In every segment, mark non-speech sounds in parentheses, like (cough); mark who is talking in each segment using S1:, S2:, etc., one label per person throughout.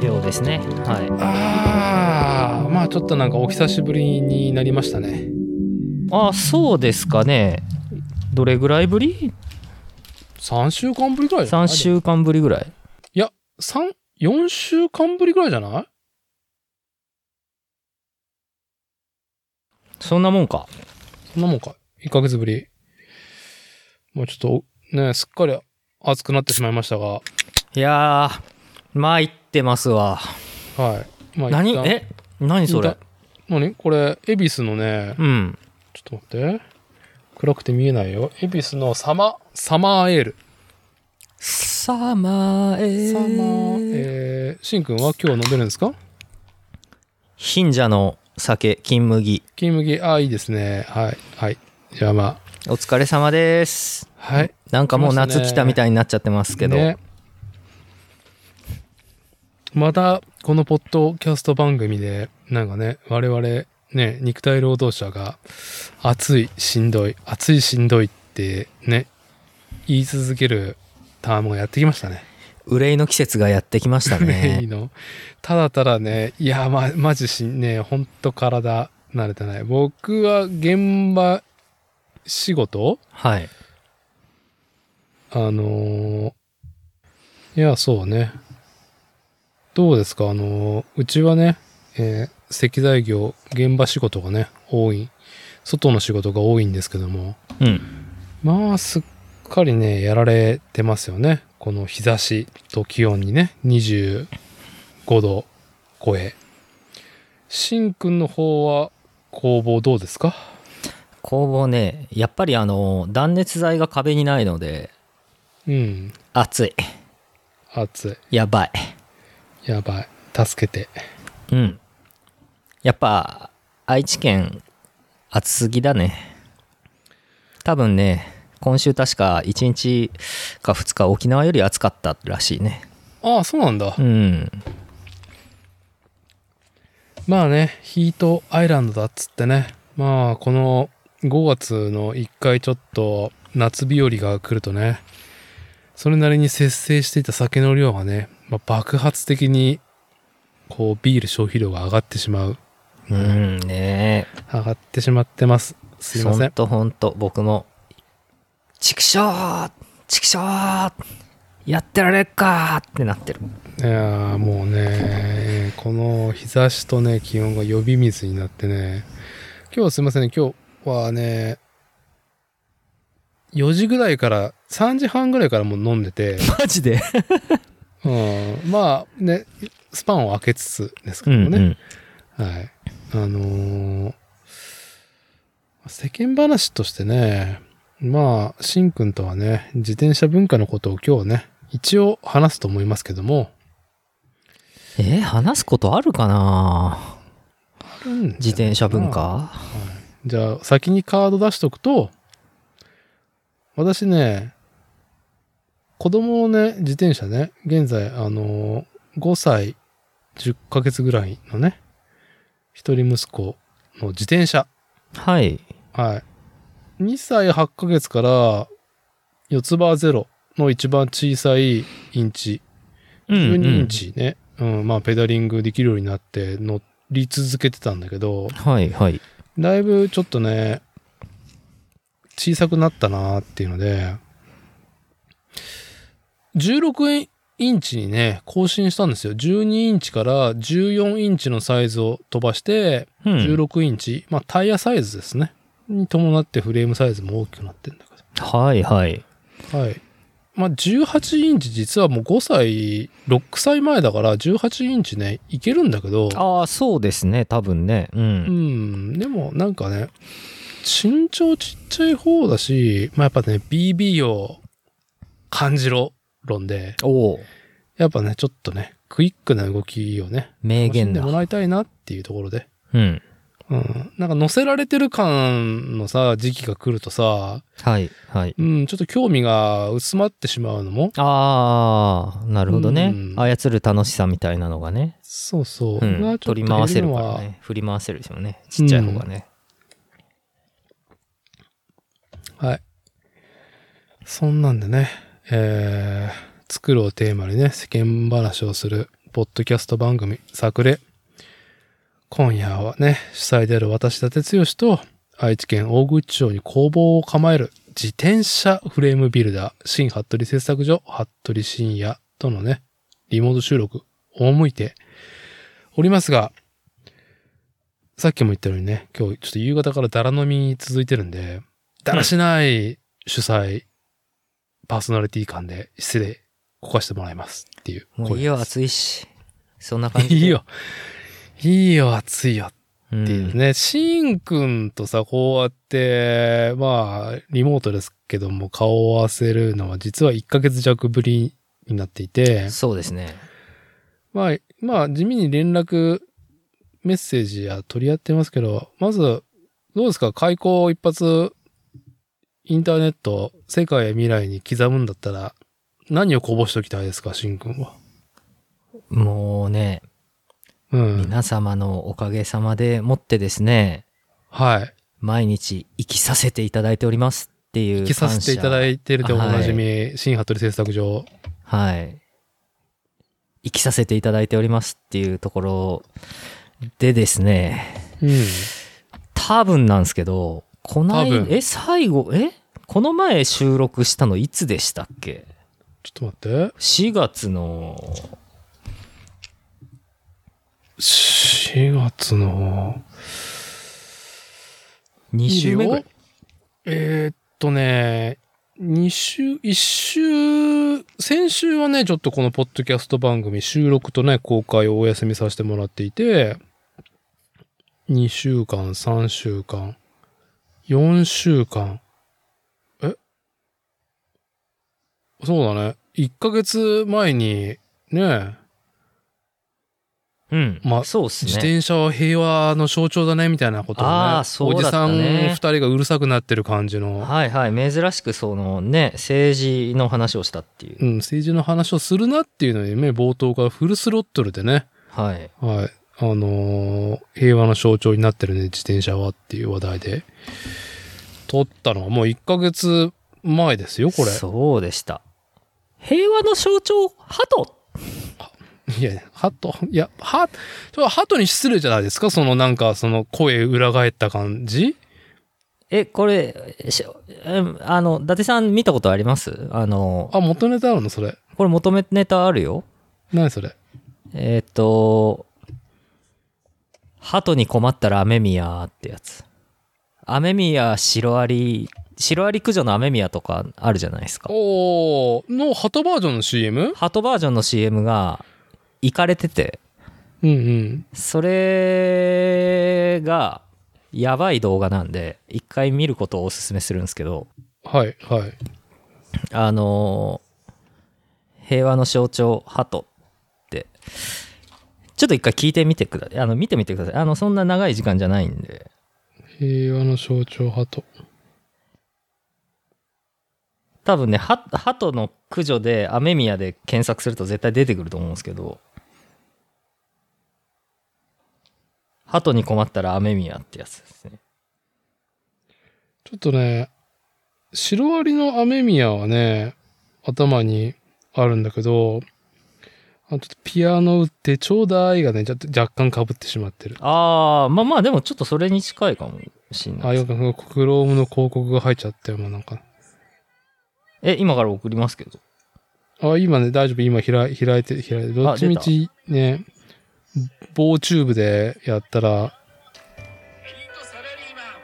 S1: 量ですね。はい。
S2: ああまあちょっとなんかお久しぶりになりましたね
S1: あ、そうですかね。どれぐらいぶり
S2: 3週間ぶりぐらいじゃない
S1: ?3 週間ぶりぐらい。
S2: 三4週間ぶりぐらいじゃない
S1: そんなもんか。
S2: そんなもんか1ヶ月ぶりもうちょっとねすっかり暑くなってしまいましたが
S1: いやー、参ってますわ。
S2: はいまあ
S1: 何
S2: 一旦
S1: え何それ
S2: 一旦何これ恵比寿のね
S1: うん。
S2: ちょっと待って暗くて見えないよ恵比寿のサマサマーエール
S1: サマーエ
S2: サマー
S1: ー。
S2: エールしんくんは今日飲めるんですか
S1: 貧者の酒、金麦。
S2: 金麦ああいいですねはいはいじゃあま
S1: お疲れ様です。
S2: あはい
S1: なんかもう夏
S2: 来ましたね
S1: 来たみたいになっちゃってますけど。
S2: ね、またこのポッドキャスト番組でなんかね我々ね肉体労働者が暑いしんどい暑いしんどいってね言い続けるターンもやってきましたね。
S1: 憂いの季節がやってきました
S2: ね (laughs) いい
S1: ね。
S2: のただただねいやまマジしんねほんと体慣れてない僕は現場仕事
S1: はい。
S2: あのーいや、そうね。どうですかあのーうちはね、えー石材業、現場仕事がね、多い、外の仕事が多いんですけども、
S1: うん。
S2: まあ、すっかりね、やられてますよね。この日差しと気温にね、25度超え。しんくんの方は、工房どうですか
S1: 工房ね、やっぱりあの、断熱材が壁にないので、
S2: うん、
S1: 暑い。
S2: 暑
S1: やばい。
S2: い。やばい。助けて。
S1: うん。やっぱ、愛知県、暑すぎだね。多分ね、今週確か1日か2日沖縄より暑かったらしいね。
S2: ああ、そうなんだ。
S1: うん。
S2: まあね、ヒートアイランドだっつってね、まあこの5月の1回ちょっと夏日和が来るとね、それなりに節制していた酒の量がね、まあ、爆発的にこうビール消費量が上がってしまう。
S1: うんね
S2: 上がってしまってます。すいませ
S1: ほん
S2: ん。
S1: とほんと、僕も、ちくしょうちくしょうやってられっかーってなってる。
S2: いやーもうね、この日差しとね、気温が呼び水になってね、今日はすいませんね、今日はね、4時ぐらいから、3時半ぐらいからもう飲んでて、
S1: マジで
S2: うん、まあね、スパンを開けつつですけ
S1: う
S2: ど
S1: ん、
S2: も
S1: う
S2: ね、
S1: ん。
S2: はい。あのー世間話としてね、まあ、しんくんとはね、自転車文化のことを今日ね、一応話すと思いますけども、
S1: えー話すことあるかな
S2: うん
S1: 自転車文化
S2: じゃあ、先にカード出しとくと、私ね、子供のね、自転車ね、現在、あのー、5歳10ヶ月ぐらいのね、一人息子の自転車。
S1: はい。
S2: はい。2歳8ヶ月から、四つ葉ゼロの一番小さいインチ、
S1: うんうん
S2: 12インチね、うん、まあ、ペダリングできるようになって乗り続けてたんだけど、
S1: はいはい。
S2: だいぶちょっとね、小さくなったなーっていうので、16インチにね、更新したんですよ。12インチから14インチのサイズを飛ばして、
S1: うん
S2: 16インチ、まあタイヤサイズですね。に伴ってフレームサイズも大きくなってるんだけ
S1: はいはい。
S2: ど。はい。まあ18インチ実はもう5歳、6歳前だから18インチね、いけるんだけど、
S1: ああ、そうですね、多分ね。う。
S2: うんん、でもなんかね、身長ちっちゃい方だし、まあやっぱね、BB を感じろ論で、
S1: おお、
S2: やっぱね、ちょっとね、クイックな動きをね、
S1: 名
S2: 楽し
S1: 言
S2: んで
S1: だ
S2: も。らいたいなっていうところで。
S1: うん。
S2: うん。なんか乗せられてる感のさ、時期が来るとさ、
S1: はいはい。
S2: うん、ちょっと興味が薄まってしまうのも、
S1: ああ、なるほどね
S2: うん。
S1: 操る楽しさみたいなのがね。
S2: そうそう。
S1: う
S2: が
S1: ん。
S2: ちょっと
S1: 取り回せるか
S2: 減
S1: ら
S2: のは
S1: ね。振り回せるでしょうね。ちっちゃい方がね。
S2: はい。そんなんでね、えー、作るをテーマにね、世間話をするポッドキャスト番組、作例。今夜はね、主催である私立剛と、愛知県大口町に工房を構える自転車フレームビルダー、新服部製作所、服部深也とのね、リモート収録、大向いておりますが、さっきも言ったようにね、今日ちょっと夕方からだら飲み続いてるんで、だらしない主催、パーソナリティ感で失礼、こかしてもらいますっていう声です。
S1: もういいよ、暑いし。そんな感じで。
S2: (laughs) いいよ。いいよ、暑いよ
S1: うん。
S2: っていうね。シンくんとさ、こうやって、まあ、リモートですけども、顔を合わせるのは実は1ヶ月弱ぶりになっていて、
S1: そうですね。
S2: まあ、まあ、地味に連絡、メッセージや取り合ってますけど、まず、どうですか開口一発、インターネット、世界や未来に刻むんだったら、何をこぼしておきたいですか、シンくんは。
S1: もうね、
S2: うん。
S1: 皆様のおかげさまでもってですね、
S2: はい。
S1: 毎日生きさせていただいておりますっていう
S2: 聞きさせていただいてるでおなじみ、新服部製作所。
S1: はい。生きさせていただいておりますっていうところでですね、
S2: うん。
S1: 多分なんですけど、こない
S2: 多分
S1: え、最後、えこの前収録したのいつでしたっけ
S2: ちょっと待って。
S1: 4月の、
S2: 4月の
S1: 2週目ぐらい
S2: い。えーっとね、2週、1週、先週はね、ちょっとこのポッドキャスト番組収録とね、公開をお休みさせてもらっていて、2週間、3週間、4週間、えそうだね。1ヶ月前に、ね、
S1: うん。
S2: まあ
S1: そうっす
S2: 自
S1: ね。
S2: 転車は平和の象徴だねみたいなことをね
S1: あーそう
S2: おじ
S1: だった
S2: さん
S1: ね
S2: 2人がうるさくなってる感じの、
S1: はいはい。珍しくそのね、政治の話をしたっていう
S2: う。ん、政治の話をするなっていうのにね冒頭からフルスロットルでね、
S1: はい。
S2: はいあのー平和の象徴になってるね自転車はっていう話題で撮ったのはもう1ヶ月前ですよこれ
S1: そうでした。平和の象徴、鳩
S2: いやハトいやハちょっとハトに失礼じゃないですかそのなんかその声裏返った感じ
S1: え、これ、しうんあの、伊達さん見たことありますあの、
S2: あ元ネタあるのそれ
S1: これ求めネタあるよ。
S2: 何それ
S1: えっ、と、鳩に困ったら雨宮ってやつ。雨宮シロアリ、シロアリ駆除の雨宮とかあるじゃないですか。
S2: おーのハトバージョンの CM?
S1: 鳩バージョンの CM が、いかれてて、
S2: うんうん。
S1: それが、やばい動画なんで、一回見ることをおすすめするんですけど、
S2: はい、はい。
S1: あのー平和の象徴、鳩って、ちょっと一回聞いてみてください。あの、見てみてください。あの、そんな長い時間じゃないんで。
S2: 平和の象徴ハト。
S1: 多分ね、は鳩の駆除で、雨宮で検索すると絶対出てくると思うんですけど、鳩に困ったら雨宮ってやつですね。
S2: ちょっとね、シロアリの雨宮はね、頭にあるんだけど、あちょっとピアノ打ってちょうだいがね、ちょっと若干被ってしまってる。
S1: あー、まあまあ、でもちょっとそれに近いかもしんな
S2: あ、
S1: いです。
S2: よくクロームの広告が入っちゃってもうなんか。
S1: え、今から送りますけど。
S2: あ、今ね、大丈夫。今開い開いて、開いて。どっちみちね、棒チューブでやったら、
S3: キリンとサラリーマン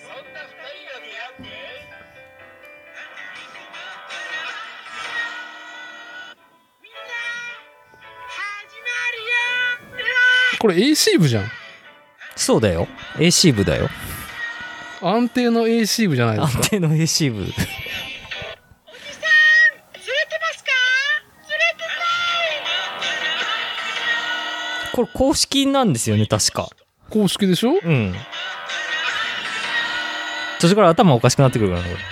S3: そんな二人が出会ってみんな始まるよ
S2: これ AC 部じゃん。
S1: そうだよ。AC 部だよ。
S2: 安定の AC 部じゃないですか
S1: 安定の AC 部。
S3: ずれてますかずれてな
S1: (laughs)
S3: い
S1: これ公式なんですよね、確か。
S2: 公式でしょ
S1: うん。途中から頭おかしくなってくるからね、これ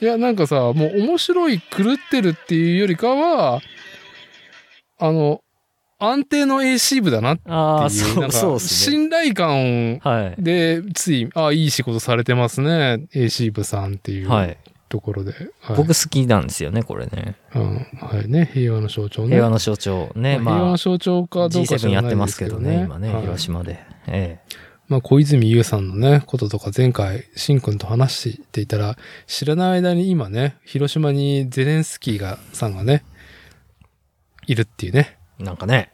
S2: いや、なんかさ、もう面白い狂ってるっていうよりかは、あの、安定の AC 部だなって
S1: ああ、
S2: いう、
S1: そ
S2: なん
S1: う、
S2: か
S1: そうですね。
S2: 信頼感を、
S1: はい。
S2: で、つい、あいい仕事されてますね、AC 部さんってい
S1: は
S2: う
S1: い。
S2: ところで。はい
S1: 僕好きなんですよね、これね。
S2: うん、はいね、平和の象徴ね。
S1: 平和の象徴。ね、
S2: まあ平和
S1: ま
S2: の
S1: あ、
S2: 象徴かどうかじ
S1: G7 や
S2: ゃ
S1: って
S2: ないで
S1: ます
S2: すけ
S1: け
S2: ど
S1: ど
S2: ね。
S1: ね、今ね、
S2: はい
S1: 広島で。ええ。
S2: まあ、小泉優さんのね、こととか前回、シン君と話していたら、知らない間に今ね、広島にゼレンスキーが、さんがね、いるっていうね。
S1: なんかね、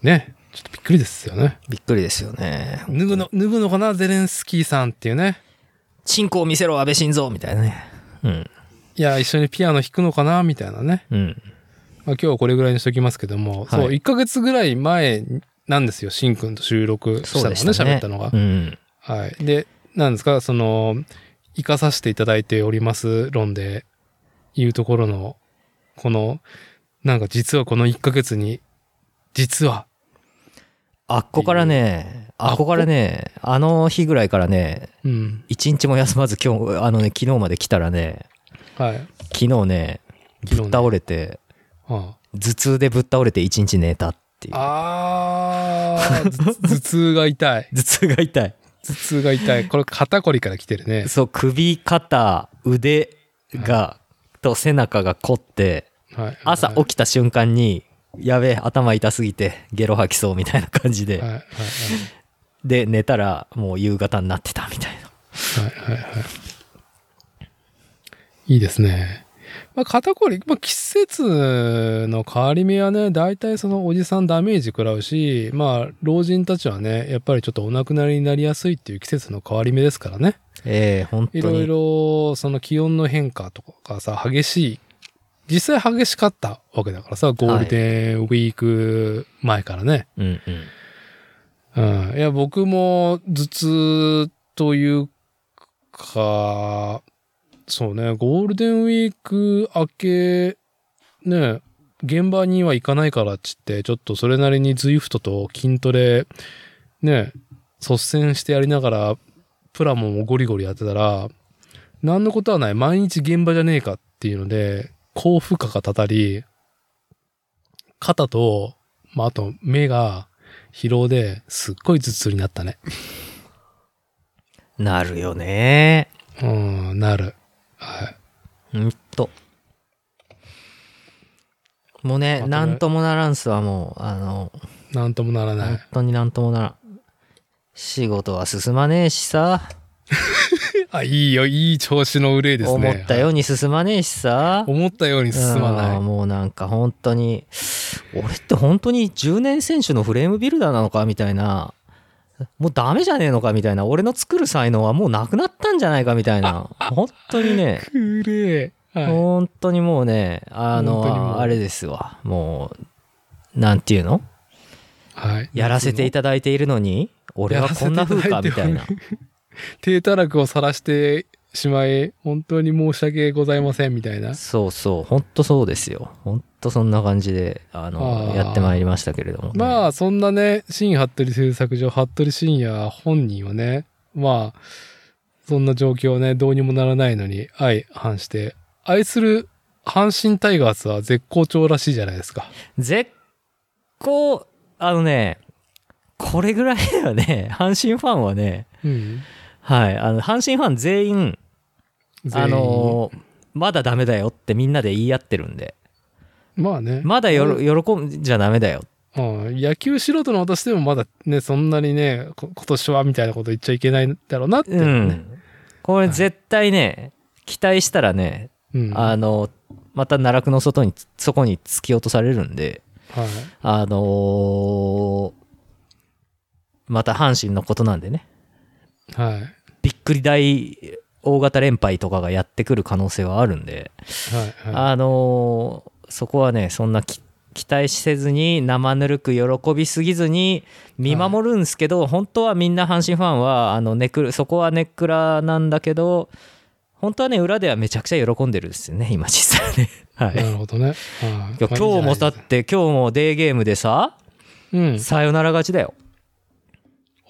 S2: ね。ちょっとびっくりですよね。
S1: びっくりですよね。
S2: 脱ぐの、脱ぐのかなゼレンスキーさんっていうね。
S1: チンコを見せろ、安倍晋三みたいなね。うん。
S2: いや、一緒にピアノ弾くのかなみたいなね。
S1: うん。
S2: まあ、今日はこれぐらいにしときますけども、
S1: はい
S2: そう、1ヶ月ぐらい前なんですよ。シン君と収録し
S1: そ
S2: た
S1: う
S2: のね、
S1: でした
S2: 喋、
S1: ね。
S2: ったのが。
S1: うん。
S2: はい。で、なんですか、その、生かさせていただいております論で、いうところの、この、なんか実はこの1ヶ月に、実は、
S1: あっこからね、あっこからね、あの日ぐらいからね、
S2: うん。
S1: 一日も休まず今日、あのね、昨日まで来たらね、
S2: はい。
S1: 昨日ね、
S2: 昨日ね
S1: 倒れて、
S2: あ
S1: 頭痛でぶっ倒れて一日寝たっていう。
S2: あー、ず頭痛が痛い。
S1: 頭痛が痛い。
S2: 頭痛が痛い。これ肩こりから来てるね。
S1: そう、首、肩、腕が、と背中が凝って、
S2: はい。
S1: 朝
S2: はい
S1: 起きた瞬間に、やべえ、頭痛すぎて、ゲロ吐きそうみたいな感じ
S2: はい
S1: で、
S2: はいはい
S1: で、寝たら、もう夕方になってたみたいな。
S2: はいはいはい。いいですね。まあ、肩こり、まあ、季節の変わり目はね、大体そのおじさんダメージ食らうし、まあ、老人たちはね、やっぱりちょっとお亡くなりになりやすいっていう季節の変わり目ですからね。
S1: ええ本当
S2: い
S1: に。
S2: ろいろ、その気温の変化とかがさ、激しい。実際激しかったわけだからさ、ゴールデンウィーク前からね。
S1: うんうん。
S2: うん。いや、僕も頭痛というか、そうね、ゴールデンウィーク明け、ね、現場には行かないからっつって、ちょっとそれなりに ZWIFT と筋トレ、ね、率先してやりながら、プラモンをゴリゴリやってたら、何のことはない、毎日現場じゃねえかっていうので、高負荷がたたり、肩と、まあ、あと目が疲労ですっごい頭痛になったね。
S1: なるよね。
S2: うん、なる。はい。
S1: うんと。もうね、
S2: まとめ
S1: なんともならんすわ、もう。あの、
S2: なんともならな
S1: 本
S2: い。
S1: 当になんともならん。仕事は進まねえしさ、
S2: あ、いいよ、いい調子の憂いですね。
S1: 思ったように進まねえしさ。
S2: 思ったように進まな
S1: うん
S2: い。
S1: もうなんか本当に、俺って本当に10年選手のフレームビルダーなのかみたいな、もうダメじゃねえのかみたいな、俺の作る才能はもうなくなったんじゃないかみたい
S2: (laughs)
S1: な、本当にね、
S2: くれえ。はい。
S1: 本当にもうね、あ
S2: 本当にもう
S1: の、あれですわ、もう、なんていうの
S2: はい、
S1: やらせていただいているのに、俺はこんな風かみたいな。
S2: 低たらくを晒してしまい、本当に申し訳ございません、みたいな。
S1: そうそう、本当そうですよ。本当そんな感じで、あの
S2: あー
S1: やってまいりましたけれどもね、
S2: まあ、そんなね、新服部製作所、服部深也本人はね、まあ、そんな状況ね、どうにもならないのに相反して、愛する阪神タイガースは絶好調らしいじゃないですか。
S1: 絶好、あのね、これぐらいだよね、阪神ファンはね、
S2: うん。
S1: はい、あの、阪神ファン全員、
S2: 全
S1: あ
S2: 員
S1: の、まだダメだよってみんなで言い合ってるんで、
S2: まあね、
S1: まだよろ喜んじゃダメだよ。
S2: うん、野球素人の私でもまだね、そんなにね、こ今年はみたいなこと言っちゃいけないんだろうなって、
S1: う
S2: ね。
S1: ん。これ絶対ね、期待したらね、
S2: うん。
S1: あの、また奈落の外に、そこに突き落とされるんで、
S2: はい。
S1: あのーまた阪神のことなんでね、
S2: はい。はい。
S1: びっくり大大型連敗とかがやってくる可能性はあるんで、
S2: はい。
S1: あのーそこはね、そんなき期待せずに、生ぬるく喜びすぎずに見守るんですけど、本当はみんな阪神ファンは、あのネクそこはネックラなんだけど、本当はね、裏ではめちゃくちゃ喜んでるんですよね、今実際ね。はい
S2: なるほどね。はい
S1: いや今日もだっ、て今日もデーゲームでさ
S2: うん。
S1: さよなら勝ちだよ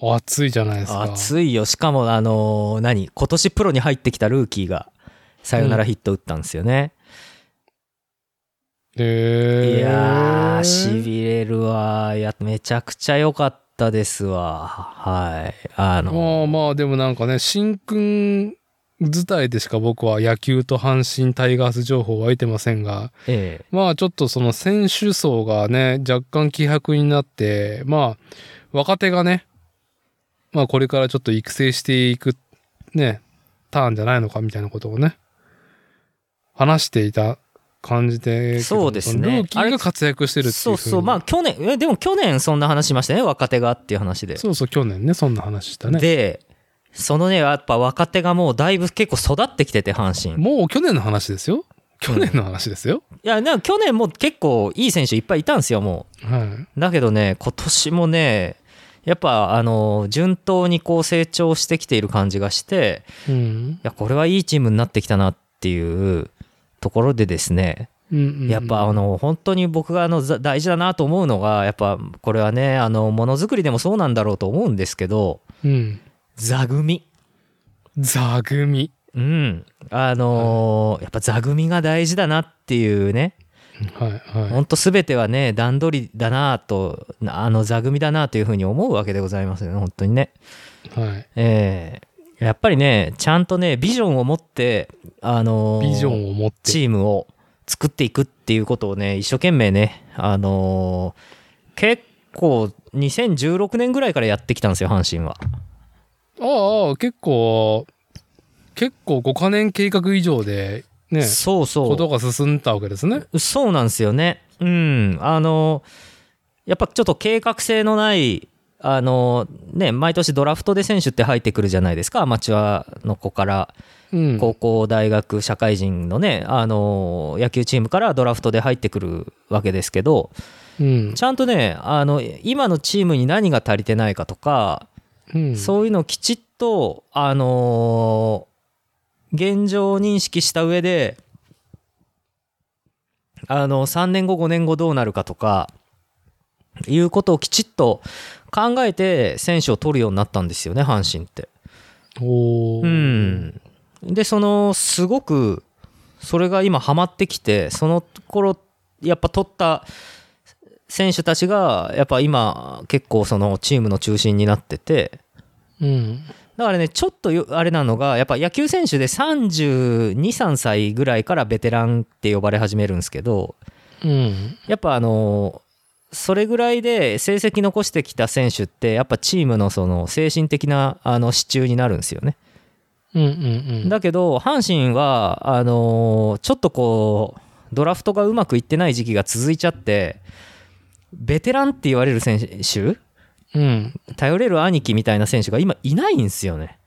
S2: 暑いじゃないですか。
S1: 暑いよしかもあのー何今年プロに入ってきたルーキーがさよならヒット打ったんですよね、
S2: えー、
S1: いやー、しびれるわ。いや、めちゃくちゃ良かったですわ。はい。あの、
S2: まあまあ、でもなんかね、新君自体でしか僕は野球と阪神タイガース情報は得てませんが、
S1: え
S2: まあちょっとその選手層がね、若干希薄になって、まあ若手がね、まあこれからちょっと育成していく、ね、ターンじゃないのかみたいなことをね、話していた感じで、
S1: そうですね
S2: ルーキーが活躍してる
S1: え。
S2: っていう
S1: そうそう。ま
S2: ま
S1: あ、去年、えでも去年そんな話しましたね。若手がっていう話で。
S2: そうそう、去年ね、そんな話したね。
S1: で、そのね、やっぱ若手がもうだいぶ結構育ってきてて、阪神。い
S2: もう去年の話ですよ。去年の話ですよ。
S1: や、なんか去年も結構いい選手いっぱいいたんですよ、もう。
S2: はい。
S1: だけどね今年もねやっぱあの順当にこう成長してきている感じがして
S2: うん
S1: いやこれはいいチームになってきたなっていうところでですね
S2: うんうん
S1: やっぱあの本当に僕があのざ大事だなと思うのがやっぱこれはねあのものづくりでもそうなんだろうと思うんですけど
S2: うん
S1: 座組
S2: 座組
S1: うんあのーやっぱ座組が大事だなっていうね
S2: はいは
S1: 本当すべてはね段取りだなとあの座組だなというふうに思うわけでございますよね本当にね。
S2: いはい
S1: えーやっぱりねちゃんとねビジョンを持って、あのー
S2: ビジョンを持って
S1: チームを作っていくっていうことをね一生懸命ね、あのー結構2016年ぐらいからやってきたんですよ阪神は。
S2: ああ結構結構5か年計画以上でね
S1: そうそ
S2: ことが進んだわけですね
S1: うそうなんですよね。うんあのーやっぱちょっと計画性のないあのーね、毎年ドラフトで選手って入ってくるじゃないですかアマチュアの子から
S2: うん
S1: 高校、大学、社会人のね、あの野球チームからドラフトで入ってくるわけですけど、
S2: うん
S1: ちゃんとね、あの今のチームに何が足りてないかとか、
S2: うん
S1: そういうのをきちっと、あの現状認識した上で、あの3年後、5年後どうなるかとか、いうことをきちっと考えて選手を取るようになったんですよね、阪神って。
S2: おー
S1: うん、でそのすごくそれが今ハマってきてその頃やっぱ取った選手たちがやっぱ今結構そのチームの中心になってて
S2: うん
S1: だからねちょっとよあれなのがやっぱ野球選手で323歳ぐらいからベテランって呼ばれ始めるんですけど
S2: うん
S1: やっぱあのそれぐらいで成績残してきた選手ってやっぱチームのその精神的なあの支柱になるんですよね。
S2: うんうん
S1: だけど阪神はあのーちょっとこうドラフトがうまくいってない時期が続いちゃってベテランって言われる選手
S2: うん
S1: 頼れる兄貴みたいな選手が今いないんですよね。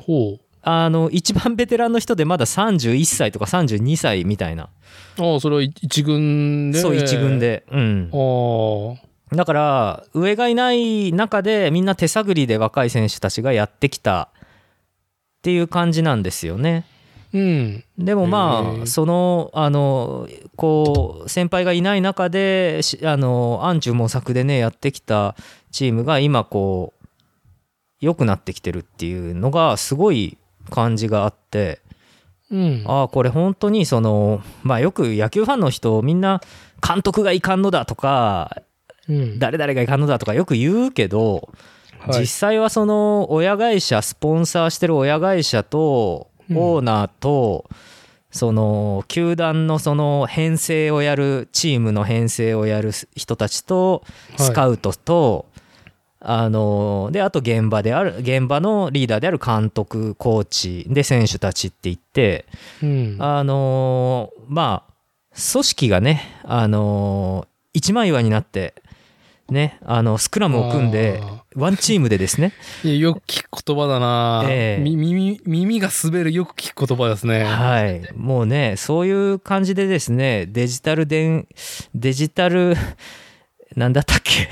S2: ほう
S1: あの一番ベテランの人でまだ31歳とか32歳みたいな、
S2: ああそれは一軍で
S1: そう一軍で、うん
S2: あ、あ
S1: だから上がいない中でみんな手探りで若い選手たちがやってきたっていう感じなんですよね。
S2: うん
S1: でも
S2: へ
S1: ま
S2: ー
S1: あそのあのこう先輩がいない中でしあの暗中模索でねやってきたチームが今こう良くなってきてるっていうのがすごい感じがあって
S2: うん
S1: ああこれ本当にそのまあよく野球ファンの人みんな監督がいかんのだとか
S2: うん
S1: 誰々がいかんのだとかよく言うけど
S2: はい
S1: 実際はその親会社スポンサーしてる親会社と
S2: うん
S1: オーナーと、その球団のその編成をやるチームの編成をやる人たちと
S2: はい
S1: スカウトと、あのであと現場である現場のリーダーである監督コーチで選手たちって言って、
S2: うん
S1: あのーまあ組織がね、あのー一枚岩になって、ね、あのスクラムを組んで
S2: あー
S1: ワンチームでです
S2: (laughs)
S1: ね
S2: いやよく聞く言葉だな、
S1: ええ
S2: み耳耳が滑るよく聞く言葉ですね。
S1: はい、もうねそういう感じでですねデジタル電デジタルなんだったっけ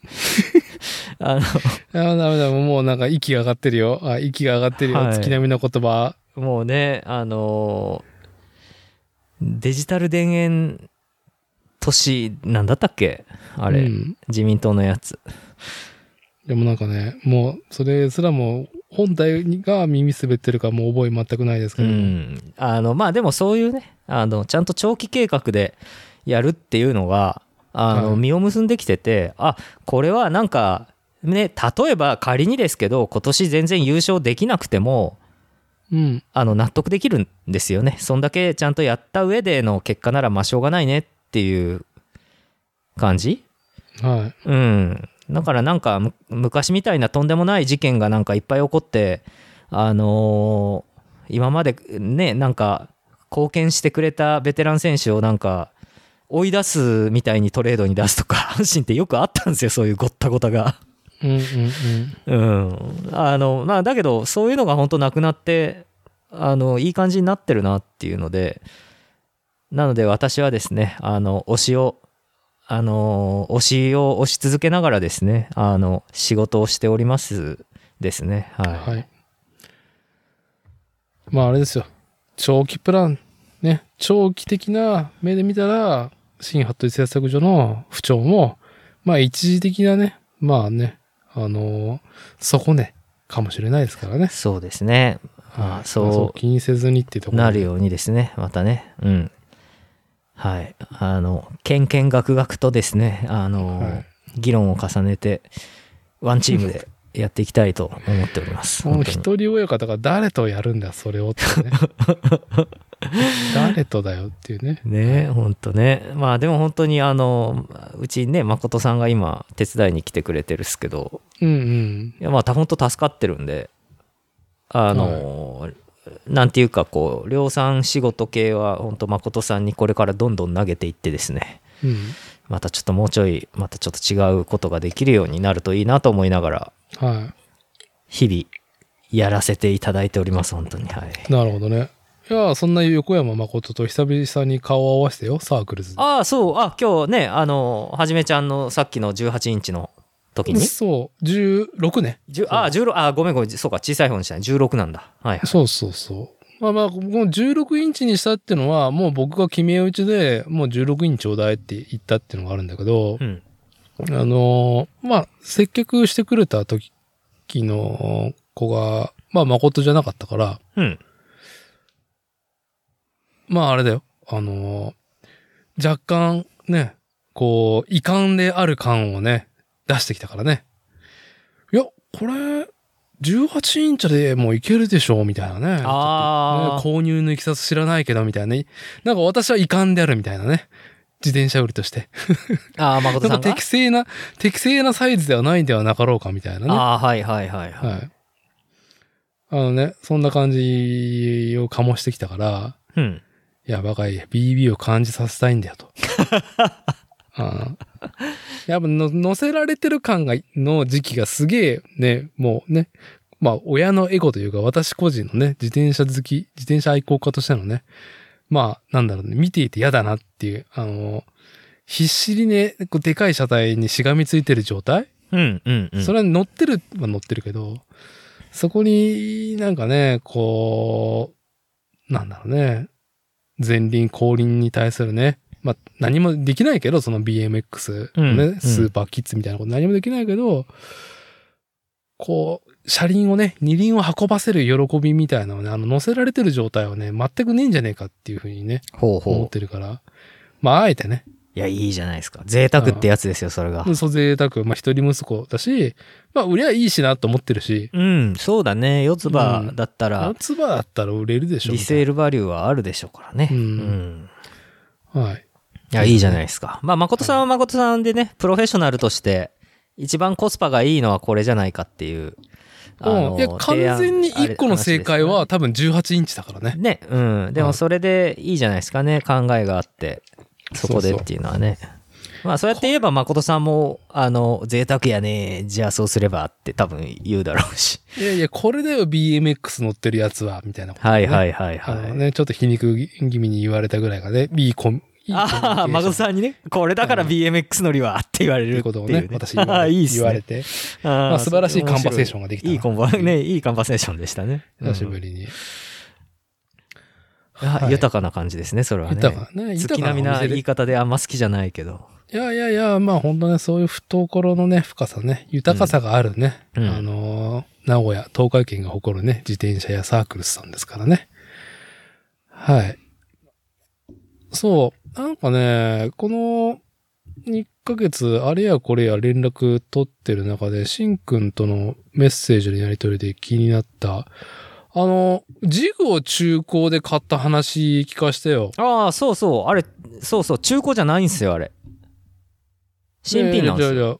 S1: (laughs) あ
S2: あーダメだもうなんか息が上がってるよあ息が上がってるよ、
S1: はい
S2: 月並みの言葉
S1: のもうねあのデジタル田園都市なんだったっけあれ、
S2: うん
S1: 自民党のやつ
S2: でもなんかねもうそれすらも本体が耳滑ってるかもう覚え全くないですけ
S1: う
S2: ど、
S1: ん、あのまあでもそういうねあのちゃんと長期計画でやるっていうのがあの、
S2: はい
S1: 実を結んできててあこれはなんかね例えば仮にですけど今年全然優勝できなくても
S2: うん。
S1: あの納得できるんですよねそんだけちゃんとやった上での結果ならまあしょうがないねっていう感じ
S2: はい。
S1: うん、だからなんかむ昔みたいなとんでもない事件がなんかいっぱい起こってあのー今までねなんか貢献してくれたベテラン選手をなんか追い出すみたいにトレードに出すとか (laughs) 阪神ってよくあったんですよそういうごったごたが。
S2: うんうん
S1: うん、あのまあだけどそういうのが本当なくなってあのいい感じになってるなっていうのでなので私はですねあの推しをあの推しを推し続けながらですねあの仕事をしておりますですね
S2: うん。
S1: は
S2: はい。まああれですよ。長期プラン。ね。長期的な目で見たら、新服部製作所の不調も、まあ一時的なね、まあね、あのー、底ね、かもしれないですからね
S1: い。そうですねまあそう
S2: ま気にせずにっていうところ。
S1: なる。ようにですねまたねうんはいあのけんけんがくがくとですねあの、
S2: はい
S1: 議論を重ねてワンチーム
S2: (laughs)
S1: でやっていきたいと思っております
S2: もう
S1: 本当に
S2: 一人親方が誰とやるんだ、それをって (laughs) ね。誰とだよっていうね。
S1: ねほんとねまあでも本当にあのうちね誠さんが今手伝いに来てくれてるっすけど
S2: うんうん。
S1: いやまあ本当助かってるんであの、なんていうかこう量産仕事系は本当誠さんにこれからどんどん投げていってですね
S2: うん。
S1: またちょっともうちょいまたちょっと違うことができるようになるといいなと思いながら
S2: は
S1: 日々やらせていただいております本当にはい
S2: い。なるほどね。いや、そんな横山誠と久々に顔を合わせてよ、サークルズ。
S1: (laughs) ああそうあ今日ねあのはじめちゃんのさっきの18インチの時に
S2: そう、16ね。
S1: 10あ16あごめんごめんそうか小さい方にしたね16なんだはいはい
S2: そうそうそう。まあまあ、この16インチにしたってのは、もう僕が決め打ちで、もう16インチちょうだいって言ったっていうのがあるんだけど、
S1: うん
S2: あのーまあ、接客してくれた時の子が、まあ、誠じゃなかったから、
S1: うん
S2: まあ、あれだよ。あのー若干、ね、こう、遺憾である感をね、出してきたからね。いや、これ、18インチでもういけるでしょうみたいなね。
S1: あー
S2: ちょっとね購入のいきさつ知らないけど、みたいなね。なんか私は遺憾であるみたいなね。自転車売りとして。
S1: ああ誠
S2: な
S1: さ
S2: ん
S1: ん
S2: か
S1: が
S2: 適正な、適正なサイズではないんではなかろうかみたいなね。
S1: ああはいはいはいはい、
S2: はい。あのね、そんな感じを醸してきたから、
S1: うん
S2: いや、バカい、BB を感じさせたいんだよと。ああやっぱの、乗せられてる感が、の時期がすげえ、ね、もうね、まあ、親のエゴというか、私個人のね、自転車好き、自転車愛好家としてのね、まあ、なんだろうね、見ていて嫌だなっていう、あの、必死にね、こうでかい車体にしがみついてる状態
S1: うんうんうん
S2: それは乗ってるは乗ってるけど、そこになんかね、こう、なんだろうね、前輪後輪に対するね、まあ何もできないけど、その BMX のね、
S1: うん
S2: スーパーキッズみたいなこと何もできないけど、こう、車輪をね、二輪を運ばせる喜びみたいなのをね、あの乗せられてる状態はね、全くねえんじゃねえかっていうふうにね、
S1: ほう
S2: 思っ
S1: ほう
S2: てるから、まああえてね、
S1: いやいいじゃないですか贅沢ってやつですよそれが
S2: そう贅沢。まあ、一人息子だし、まあ、売りゃいいしなと思ってるし、
S1: うんそうだね四つ葉だったら
S2: 夏場だったら売れるでしょ。
S1: リセールバリューはあるでしょうからね
S2: う
S1: う
S2: ん
S1: ん
S2: みたいなはい。
S1: いや、いいじゃないですか。まあ、誠さんは誠さんでね、プロフェッショナルとして、一番コスパがいいのはこれじゃないかっていう。
S2: うん。いや、完全に一個の正解は、多分18インチだからね。
S1: ね。うん。で
S2: う
S1: も
S2: ん
S1: それでいいじゃないですかね。考えがあって、そこでっていうのはね。まあ、そうやって言えば誠さんも、あの、贅沢やね。じゃあそうすればって多分言うだろうし。
S2: いやいや、これだよ、BMX 乗ってるやつは、みたいなこと、。
S1: はいはいいはいは
S2: あ
S1: い。
S2: のね、ちょっと皮肉気味に言われたぐらいがね、いいコミいいコミュニケーション
S1: ああ、誠さんにね、これだから BMX 乗りはって言われ
S2: ってい
S1: る
S2: う
S1: ってい
S2: こと
S1: う
S2: を
S1: ね
S2: ね、。私言
S1: (laughs)
S2: わ
S1: あ
S2: れ
S1: ーいいっすね
S2: 言われて、
S1: ま
S2: まあ素晴らしいカンバセーションができたない
S1: いコンバ、ね、いいカンバセーションでしたね。
S2: 久しぶ
S1: り。
S2: りに。
S1: あ
S2: はい
S1: 豊かな感じですね、それはね。
S2: 豊かね、豊
S1: 月
S2: かなお
S1: 並みな
S2: 店で
S1: 言い方であんま好きじゃないけど。
S2: いやいやいや、まあ本当ね、そういう懐のね、深さね、豊かさがあるね、
S1: うん
S2: あのー名古屋、東海県が誇るね、自転車やサークルスさんですからね。はい。そう、なんかね、この1ヶ月、あれやこれや連絡取ってる中で、しんくんとのメッセージのやり取りで気になった、あの、ジグを中古で買った話聞かしてよ。
S1: ああ、そうそう。あれ、そうそう。中古じゃないんですよ、あれ。新品なんですよ。
S2: ねえじゃあじゃあ